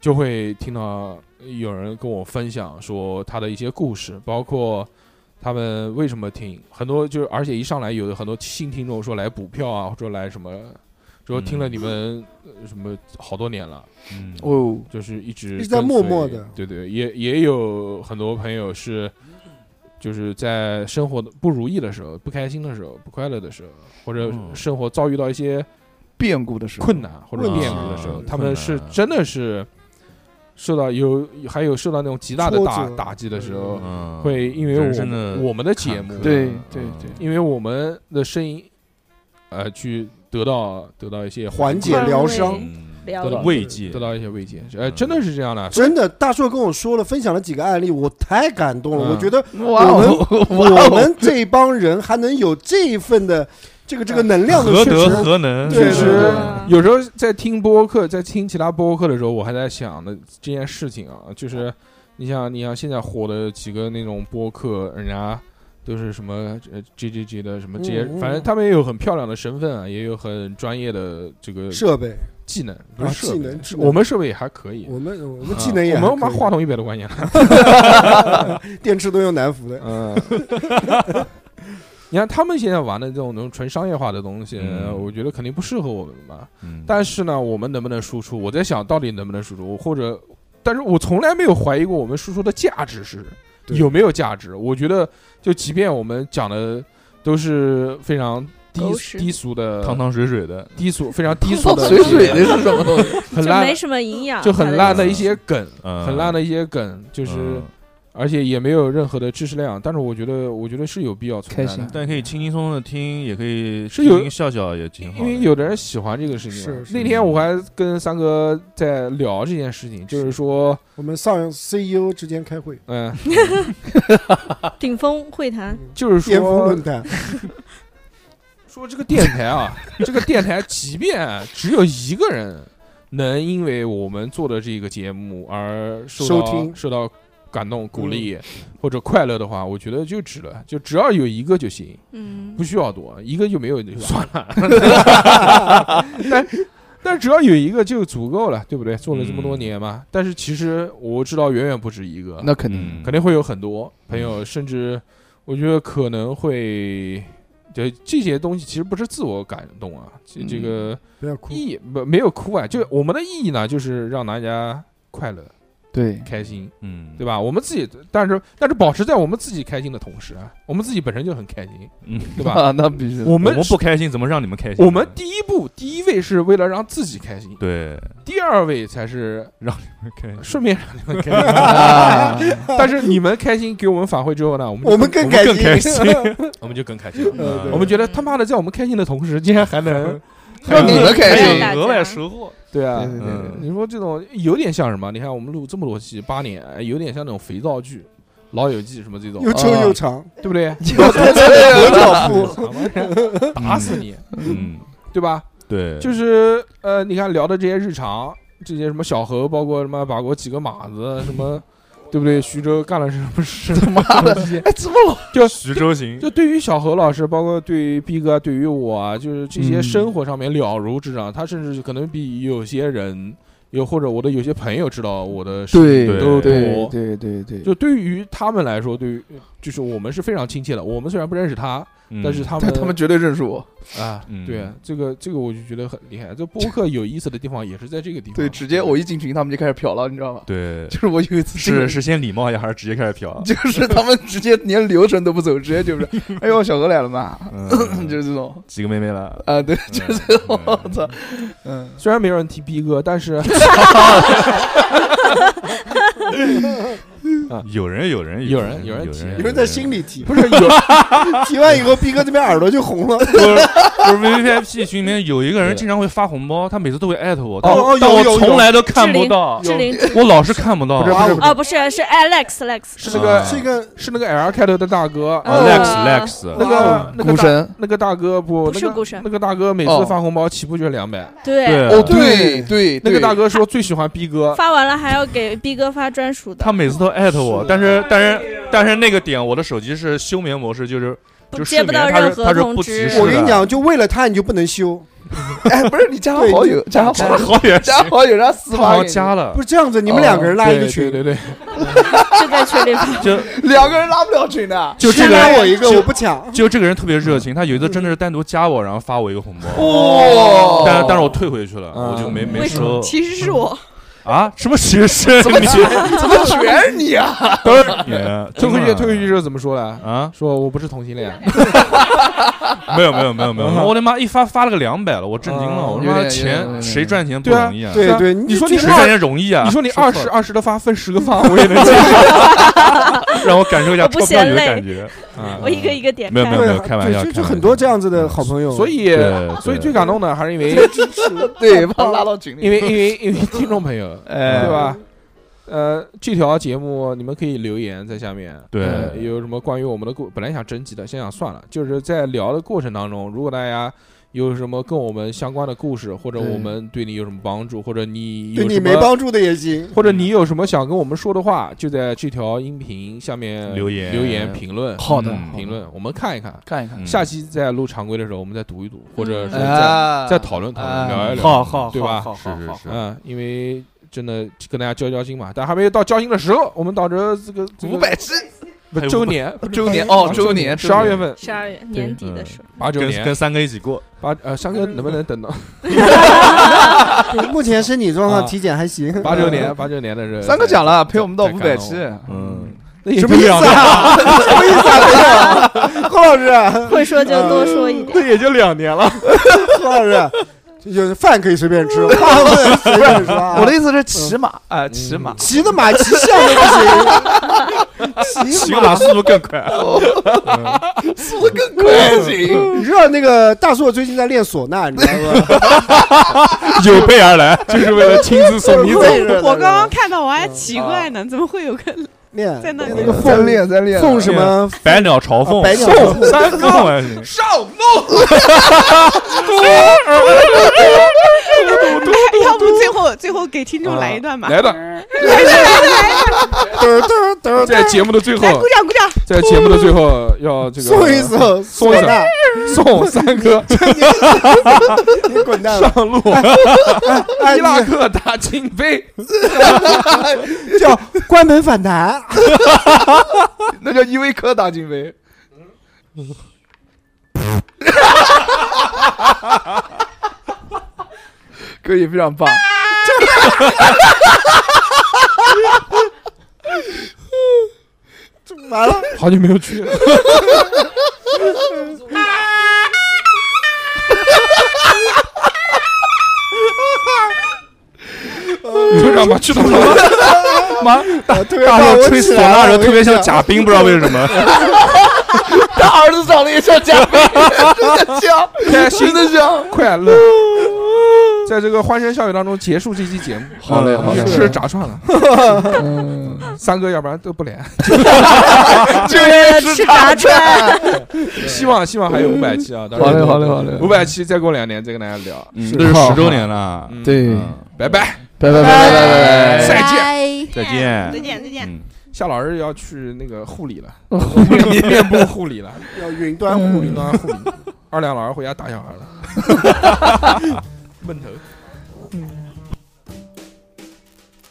[SPEAKER 1] 就会听到有人跟我分享说他的一些故事，包括。他们为什么听？很多就是，而且一上来有的很多新听众说来补票啊，或者来什么，说听了你们呃什么好多年了，嗯
[SPEAKER 2] 哦，
[SPEAKER 1] 就是一直
[SPEAKER 2] 一直在
[SPEAKER 1] 跟
[SPEAKER 2] 默
[SPEAKER 1] 随
[SPEAKER 2] 默地
[SPEAKER 1] 对对，也也有很多朋友是，就是在生活的不如意的时候、不开心的时候、不快乐的时候，或者生活遭遇到一些
[SPEAKER 3] 变故的时候、
[SPEAKER 1] 困难或者
[SPEAKER 3] 问题
[SPEAKER 1] 变故的时候，
[SPEAKER 3] 嗯
[SPEAKER 1] 他
[SPEAKER 3] 困难
[SPEAKER 1] 们是
[SPEAKER 4] 啊
[SPEAKER 1] 真的是受到有还有受到那种极大的
[SPEAKER 3] 挫
[SPEAKER 1] 打
[SPEAKER 3] 折
[SPEAKER 1] 打击的时候，
[SPEAKER 4] 嗯
[SPEAKER 1] 会因为
[SPEAKER 4] 人生的
[SPEAKER 1] 我我们的节
[SPEAKER 4] 坎坷嗯
[SPEAKER 1] 目，
[SPEAKER 3] 对对对，
[SPEAKER 1] 因为我们的声音，呃，去得到得到一些
[SPEAKER 2] 缓解疗伤嗯
[SPEAKER 1] 得到
[SPEAKER 4] 慰藉
[SPEAKER 1] 得到一些慰藉，哎，
[SPEAKER 4] 嗯
[SPEAKER 1] 真的是这样的，
[SPEAKER 2] 真的，大硕跟我说了，分享了几个案例，我太感动
[SPEAKER 1] 嗯
[SPEAKER 2] 了。我觉得我
[SPEAKER 1] 哇
[SPEAKER 2] 们
[SPEAKER 1] 哦哇哦
[SPEAKER 2] 我们这帮人还能有这一份的这个这个能量的，
[SPEAKER 4] 何
[SPEAKER 2] 确
[SPEAKER 4] 德
[SPEAKER 2] 实
[SPEAKER 4] 何能
[SPEAKER 2] 确
[SPEAKER 1] 确实
[SPEAKER 2] 实，
[SPEAKER 1] 有时候在听播客，在听其他播客的时候，我还在想的这件事情啊，就是你想，你像现在火的几个那种播客，人家都是什么呃 G G G 的什么这些，
[SPEAKER 2] 嗯嗯
[SPEAKER 1] 反正他们也有很漂亮的身份啊，也有很专业的这个
[SPEAKER 2] 设备
[SPEAKER 1] 技能，不是
[SPEAKER 2] 啊
[SPEAKER 1] 设
[SPEAKER 2] 技
[SPEAKER 1] 备
[SPEAKER 2] 能技能
[SPEAKER 1] 我们设备也还可以，
[SPEAKER 2] 我们我
[SPEAKER 1] 啊
[SPEAKER 2] 们技能也
[SPEAKER 1] 我
[SPEAKER 2] 还可以、
[SPEAKER 1] 们把话筒一百多块钱，
[SPEAKER 2] 电池都用南孚的，
[SPEAKER 1] 嗯。 你看他们现在玩的这种那种纯商业化的东西，
[SPEAKER 4] 嗯
[SPEAKER 1] 我觉得肯定不适合我们嘛。
[SPEAKER 4] 嗯
[SPEAKER 1] 但是呢，我们能不能输出？我在想到底能不能输出，或者，但是我从来没有怀疑过我们输出的价值是
[SPEAKER 4] 对
[SPEAKER 1] 有没有价值。我觉得，就即便我们讲的都是非常低
[SPEAKER 12] 狗屎
[SPEAKER 1] 低俗的、
[SPEAKER 4] 汤汤水水的
[SPEAKER 1] 低俗、非常低俗的、
[SPEAKER 4] 汤汤水水的是什么东西
[SPEAKER 1] 很
[SPEAKER 12] 就
[SPEAKER 1] 烂，
[SPEAKER 12] 没什么营养
[SPEAKER 1] 就很烂的一
[SPEAKER 12] 它的意思
[SPEAKER 1] 些梗，
[SPEAKER 4] 嗯
[SPEAKER 1] 很烂的一些梗，就是
[SPEAKER 4] 嗯。
[SPEAKER 1] 而且也没有任何的知识量，但是我觉得，我觉得是有必要存在的。
[SPEAKER 4] 但可以轻轻松松的听，也可以
[SPEAKER 1] 是有
[SPEAKER 4] 听笑笑也挺好
[SPEAKER 1] 因。为有的人喜欢这个事情嘛。
[SPEAKER 2] 是是
[SPEAKER 1] 那天我还跟三哥在聊这件事情，就是说，
[SPEAKER 2] 我们上 CEO 之间开会，
[SPEAKER 1] 嗯，
[SPEAKER 12] 顶峰会谈，
[SPEAKER 1] 就是
[SPEAKER 2] 巅峰
[SPEAKER 1] 说
[SPEAKER 2] 论， 坛，
[SPEAKER 1] 说这个电台啊，这个电台即便只有一个人能因为我们做的这个节目而受到
[SPEAKER 2] 收听嗯
[SPEAKER 1] 受到感动、鼓励、或者快乐的话，我觉得就值了，就只要有一个就行，
[SPEAKER 12] 嗯，
[SPEAKER 1] 不需要多，一个就没有就算了。 但但只要有一个就足够了，对不对？做了这么多年嘛，但是其实我知道远远不止一个，
[SPEAKER 3] 那肯定
[SPEAKER 1] 肯定会有很多朋友，甚至我觉得可能会，就这些东西其实不是自我感动啊，这
[SPEAKER 2] 嗯
[SPEAKER 1] 这个
[SPEAKER 2] 不要哭
[SPEAKER 1] 意义不没有哭啊，就我们的意义呢，就是让大家快乐。
[SPEAKER 3] 对
[SPEAKER 1] 开心，
[SPEAKER 4] 嗯，
[SPEAKER 1] 对吧？我们自己，但是但是保持在我们自己开心的同时啊，我们自己本身就很开心，
[SPEAKER 4] 嗯，？
[SPEAKER 1] 对吧
[SPEAKER 4] 那必须的
[SPEAKER 1] 我们
[SPEAKER 4] 我们不开心怎么让你们开心呢
[SPEAKER 1] 我们第一步，第一位是为了让自己开心，
[SPEAKER 4] 对，
[SPEAKER 1] 第二位才是
[SPEAKER 4] 让你们开心，
[SPEAKER 1] 顺便让你们
[SPEAKER 4] 啊
[SPEAKER 1] 开心。但是你们开心给我们反馈之后呢，我们就
[SPEAKER 2] 我们
[SPEAKER 1] 更
[SPEAKER 2] 更开
[SPEAKER 1] 我们开
[SPEAKER 2] 心
[SPEAKER 1] 我们就更开心了。
[SPEAKER 4] 嗯 对
[SPEAKER 1] 我们觉得他妈的，在我们开心的同时，竟然还能
[SPEAKER 4] 让
[SPEAKER 1] 还能
[SPEAKER 4] 你们开心
[SPEAKER 1] 还有
[SPEAKER 4] 额外收获
[SPEAKER 1] 对啊，
[SPEAKER 4] 对对对对
[SPEAKER 1] 嗯你说这种有点像什么？你看我们录这么多期，八年，哎有点像那种肥皂剧。老友记什么这种，
[SPEAKER 2] 又臭
[SPEAKER 1] 啊
[SPEAKER 2] 又长
[SPEAKER 1] 对不对？
[SPEAKER 2] 又臭又长
[SPEAKER 1] 打死你，
[SPEAKER 4] 嗯，
[SPEAKER 1] 对吧？
[SPEAKER 4] 对
[SPEAKER 1] 就是呃，你看聊的这些日常，这些什么小猴，包括什么法国几个马子，什么，对不对？徐州干了什么事？ 他妈的，哎，
[SPEAKER 3] 怎么老
[SPEAKER 1] 就
[SPEAKER 4] 徐州行
[SPEAKER 1] 就对于小何老师，包括对于逼哥，对于我啊，就是
[SPEAKER 3] 嗯
[SPEAKER 1] 这些生活上面了如指掌。他甚至可能比有些人，又或者我的有些朋友知道我的事
[SPEAKER 3] 对
[SPEAKER 1] 情都多。
[SPEAKER 3] 对对对对
[SPEAKER 1] 就对于他们来说，对于就是我们是非常亲切的。我们虽然不认识他，
[SPEAKER 4] 嗯
[SPEAKER 1] 但是他们
[SPEAKER 3] 但他们绝对认识我
[SPEAKER 1] 啊
[SPEAKER 3] 嗯。
[SPEAKER 1] 对啊，这个这个我就觉得很厉害。这播客有意思的地方也是在这个地方。
[SPEAKER 3] 对，直接我一进群，他们就开始瞟了，你知道吗？
[SPEAKER 4] 对，
[SPEAKER 3] 就是我有一次
[SPEAKER 4] 是是先礼貌一下，还是直接开始嫖？
[SPEAKER 3] 就是他们直接连流程都不走，直接 就是，哎呦，小何来了嘛，
[SPEAKER 4] 嗯
[SPEAKER 3] 就是这种
[SPEAKER 4] 几个妹妹了
[SPEAKER 3] 啊，对，就是这种，我操，嗯，
[SPEAKER 1] 虽然没有人提逼哥，但 是
[SPEAKER 4] 有人有人
[SPEAKER 1] 有人有人
[SPEAKER 4] 有
[SPEAKER 1] 提
[SPEAKER 4] 人
[SPEAKER 2] 有人在心里 提，
[SPEAKER 1] 不是有
[SPEAKER 2] 提完以后，逼哥这边耳朵就红了。
[SPEAKER 4] 不是 V V I P 群里面有一个人经常会发红包，他每次都会艾特我，但
[SPEAKER 2] 哦
[SPEAKER 4] 我
[SPEAKER 2] 哦
[SPEAKER 4] 但
[SPEAKER 2] 有
[SPEAKER 4] 我
[SPEAKER 2] 有
[SPEAKER 4] 从
[SPEAKER 2] 有
[SPEAKER 4] 来都看
[SPEAKER 12] 志
[SPEAKER 4] 不
[SPEAKER 12] 玲
[SPEAKER 4] 到，
[SPEAKER 12] 志玲
[SPEAKER 4] 我老是看不到。
[SPEAKER 12] 哦，不是，是 Alex Lex，
[SPEAKER 1] 是那个
[SPEAKER 4] 啊
[SPEAKER 1] 是一个是那个 L 开头的大哥
[SPEAKER 4] 啊，Lex，Lex 嗯
[SPEAKER 1] 那
[SPEAKER 4] 哇
[SPEAKER 1] 个那个
[SPEAKER 4] 股
[SPEAKER 1] 大
[SPEAKER 4] 神
[SPEAKER 1] 那个大哥不
[SPEAKER 12] 不是
[SPEAKER 1] 那个
[SPEAKER 12] 股神
[SPEAKER 1] 那个大哥每次
[SPEAKER 12] 哦
[SPEAKER 1] 发红包起步就是两百，
[SPEAKER 12] 对
[SPEAKER 4] 哦对
[SPEAKER 3] 对
[SPEAKER 1] 那个大哥说最喜欢逼哥，
[SPEAKER 12] 发完了还要给逼哥发专属的，
[SPEAKER 4] 他每次都艾特我，但是但是但是那个点我的手机是休眠模式，就是就
[SPEAKER 12] 接
[SPEAKER 4] 睡
[SPEAKER 12] 不
[SPEAKER 4] 眠
[SPEAKER 12] 到
[SPEAKER 4] 它
[SPEAKER 12] 任
[SPEAKER 4] 是
[SPEAKER 12] 何
[SPEAKER 4] 它是
[SPEAKER 12] 通
[SPEAKER 4] 不提
[SPEAKER 12] 知
[SPEAKER 4] 示的。
[SPEAKER 2] 我跟你讲，就为了他你就不能修。
[SPEAKER 3] 哎，不是你加
[SPEAKER 2] 对
[SPEAKER 3] 好友
[SPEAKER 2] 就
[SPEAKER 3] 加好友加好友让私发给你哦
[SPEAKER 2] 不是这样子，你们两个人拉一个 群，
[SPEAKER 1] 对对对，
[SPEAKER 12] 就在群里
[SPEAKER 4] 就
[SPEAKER 3] 两个人拉不了群的，
[SPEAKER 4] 就这个
[SPEAKER 2] 拉
[SPEAKER 4] 人
[SPEAKER 2] 我一个，
[SPEAKER 4] 就
[SPEAKER 2] 我不抢。
[SPEAKER 4] 就这个人特别热情，他有一次真的是单独加我，然后发我一个红包，
[SPEAKER 3] 哦
[SPEAKER 4] 但但是我退回去了，
[SPEAKER 1] 嗯
[SPEAKER 4] 我就没没
[SPEAKER 16] 为什么
[SPEAKER 4] 收。
[SPEAKER 16] 其实是我，
[SPEAKER 4] 啊，什么学生？
[SPEAKER 16] 怎么
[SPEAKER 4] 你
[SPEAKER 16] 全
[SPEAKER 3] 怎么 全是你啊？
[SPEAKER 1] 都是
[SPEAKER 4] 你
[SPEAKER 1] 退回
[SPEAKER 4] 真
[SPEAKER 1] 去，
[SPEAKER 4] 的
[SPEAKER 1] 退回去之后怎么说了？
[SPEAKER 4] 啊，
[SPEAKER 1] 说我不是同性恋，
[SPEAKER 4] 没有没有没有没有，
[SPEAKER 1] 嗯
[SPEAKER 4] 我他妈一发发了个两百了，我震惊了，我他
[SPEAKER 1] 有
[SPEAKER 4] 妈
[SPEAKER 1] 点有点有
[SPEAKER 4] 钱
[SPEAKER 1] 点
[SPEAKER 4] 谁赚钱不
[SPEAKER 1] 对啊
[SPEAKER 4] 容易啊？
[SPEAKER 1] 对对，
[SPEAKER 4] 你
[SPEAKER 1] 说你
[SPEAKER 4] 谁
[SPEAKER 1] 二
[SPEAKER 4] 赚钱容易啊？
[SPEAKER 1] 你说你
[SPEAKER 4] 说
[SPEAKER 1] 二
[SPEAKER 4] 错
[SPEAKER 1] 十
[SPEAKER 4] 了
[SPEAKER 1] 二十的发，分十个发，我也能接受，
[SPEAKER 4] 让我感受一下
[SPEAKER 12] 我不
[SPEAKER 4] 钞票
[SPEAKER 12] 嫌
[SPEAKER 4] 有的
[SPEAKER 12] 累
[SPEAKER 4] 感觉啊！
[SPEAKER 12] 我一个一个点
[SPEAKER 4] 没有
[SPEAKER 12] 开
[SPEAKER 4] 没有没有，
[SPEAKER 2] 对
[SPEAKER 4] 开玩笑，
[SPEAKER 2] 就
[SPEAKER 4] 开
[SPEAKER 2] 就
[SPEAKER 4] 玩
[SPEAKER 2] 很
[SPEAKER 4] 笑
[SPEAKER 2] 多这样子的好朋友，
[SPEAKER 1] 所以
[SPEAKER 4] 对
[SPEAKER 1] 所以
[SPEAKER 4] 对
[SPEAKER 1] 最感动的还是因为
[SPEAKER 3] 对，把我拉到群里，
[SPEAKER 1] 因为因为因为听众朋友，
[SPEAKER 4] 哎
[SPEAKER 1] 对吧？呃，这条节目你们可以留言在下面，
[SPEAKER 4] 对
[SPEAKER 1] 呃有什么关于我们的过，本来想征集的，想想算了，就是在聊的过程当中，如果大家。有什么跟我们相关的故事，或者
[SPEAKER 2] 对
[SPEAKER 1] 我们对你有什么帮助，或者你有
[SPEAKER 2] 对你
[SPEAKER 1] 什么
[SPEAKER 2] 没帮助的也 行。
[SPEAKER 1] 或者你有什么想跟我们说的话，就在这条音频下面
[SPEAKER 4] 留言嗯
[SPEAKER 1] 留言评论。
[SPEAKER 4] 好的
[SPEAKER 1] 嗯
[SPEAKER 4] 好的
[SPEAKER 1] 评论我们看一看，
[SPEAKER 3] 看一看
[SPEAKER 1] 下期再录常规的时候，我们再读一读，或者是
[SPEAKER 3] 啊
[SPEAKER 1] 再再讨论讨论，
[SPEAKER 3] 啊
[SPEAKER 1] 聊一聊，
[SPEAKER 3] 好好
[SPEAKER 1] 对吧？
[SPEAKER 3] 好好好好是是是
[SPEAKER 1] 嗯，因为真的呃跟大家交交心嘛，但还没有到交心的时候，我们到时候这个这个
[SPEAKER 3] 500期
[SPEAKER 1] 不
[SPEAKER 4] 还有
[SPEAKER 1] 周年啊
[SPEAKER 3] 500周年哦周年
[SPEAKER 1] 十二月份，
[SPEAKER 12] 十二月
[SPEAKER 1] 对嗯
[SPEAKER 12] 年底的时候，
[SPEAKER 1] 八九
[SPEAKER 4] 跟
[SPEAKER 1] 年
[SPEAKER 4] 跟三哥一起过，
[SPEAKER 1] 八呃三哥能不能 等到？
[SPEAKER 2] 目前身体状
[SPEAKER 3] 啊
[SPEAKER 2] 况体检还行，嗯
[SPEAKER 1] 八九年八九年的时候，
[SPEAKER 3] 三哥讲了陪我们到
[SPEAKER 1] 再看
[SPEAKER 3] 500
[SPEAKER 1] 了
[SPEAKER 3] 期
[SPEAKER 1] 我
[SPEAKER 4] 嗯，
[SPEAKER 1] 那也
[SPEAKER 2] 什么意思
[SPEAKER 1] 不一样
[SPEAKER 2] 啊？ 什么意思 啊？郭老师，啊
[SPEAKER 12] 会说就多 说一点。
[SPEAKER 1] 那也就两年了。
[SPEAKER 2] 郭老师，啊就是饭可以随便吃，话不能随便说啊。
[SPEAKER 3] 我的意思是骑马啊，骑马，
[SPEAKER 2] 骑的马骑象都不行，
[SPEAKER 4] 骑
[SPEAKER 2] 骑
[SPEAKER 4] 个马速度更快。
[SPEAKER 3] 哦速度更快
[SPEAKER 2] 啊
[SPEAKER 3] 行。
[SPEAKER 2] 你知道那个大硕最近在练唢呐，你知道吗？
[SPEAKER 4] 有备而来，就是为了亲自送 你走。
[SPEAKER 16] 我刚刚看到我还奇怪呢，怎么会有个
[SPEAKER 2] 练
[SPEAKER 16] 在那
[SPEAKER 2] 那个
[SPEAKER 16] 里？
[SPEAKER 2] 凤
[SPEAKER 3] 练在练
[SPEAKER 1] 啊
[SPEAKER 2] 凤什么？
[SPEAKER 4] 百鸟朝凤，
[SPEAKER 2] 百鸟朝凤
[SPEAKER 4] 三凤还行。
[SPEAKER 3] 上路，
[SPEAKER 16] 要不最后最后给听众来一段吧？
[SPEAKER 1] 啊来的，在节目的最后，
[SPEAKER 16] 来鼓掌鼓掌！
[SPEAKER 1] 在节目的最后 要这个
[SPEAKER 2] 送一首
[SPEAKER 1] 送一首
[SPEAKER 2] 唢呐，
[SPEAKER 1] 送三哥
[SPEAKER 2] 你滚蛋吧！
[SPEAKER 1] 上路，
[SPEAKER 2] 哎
[SPEAKER 1] 伊拉克打金杯，
[SPEAKER 2] 叫关门反 弹。
[SPEAKER 3] 那叫依维柯大金杯。可以，非常棒。
[SPEAKER 2] 完了，
[SPEAKER 1] 好久没有 去了。你就让马去动手了，妈大
[SPEAKER 2] 特别
[SPEAKER 4] 大
[SPEAKER 2] 棒
[SPEAKER 4] 热
[SPEAKER 2] 我
[SPEAKER 4] 吹
[SPEAKER 2] 起
[SPEAKER 4] 唢
[SPEAKER 2] 来
[SPEAKER 4] 呐
[SPEAKER 2] 了
[SPEAKER 4] 的时
[SPEAKER 2] 我
[SPEAKER 4] 候特别
[SPEAKER 2] 跟你
[SPEAKER 4] 像
[SPEAKER 2] 讲
[SPEAKER 4] 贾啊冰，不知道为什么。
[SPEAKER 3] 他儿子长得也像贾冰，真的像，
[SPEAKER 1] 开心
[SPEAKER 3] 真的像。
[SPEAKER 1] 快乐，在这个欢声笑语当中结束这期节目。啊
[SPEAKER 3] 好嘞好嘞嗯
[SPEAKER 1] 吃炸串了。三哥，要不然都不来。
[SPEAKER 3] 就为 吃炸串。
[SPEAKER 1] 希望希望 还有五百期啊！
[SPEAKER 3] 好嘞好嘞好嘞
[SPEAKER 1] 五百期再过两年再跟大家聊，
[SPEAKER 4] 嗯都是十周年了，
[SPEAKER 1] 对，嗯拜拜
[SPEAKER 3] 拜拜拜拜拜拜拜
[SPEAKER 1] 再见
[SPEAKER 4] 再见再
[SPEAKER 16] 见再见
[SPEAKER 4] 嗯。
[SPEAKER 1] 夏老师要去那个护理了，
[SPEAKER 4] 护理
[SPEAKER 1] 面面部护理了，
[SPEAKER 2] 要云端护理
[SPEAKER 1] 云端护理。二两老师回家打小孩 了，闷头。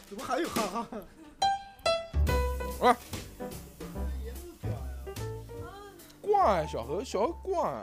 [SPEAKER 2] 怎么还有 哈哈？
[SPEAKER 1] 逛啊，小何，小何逛啊。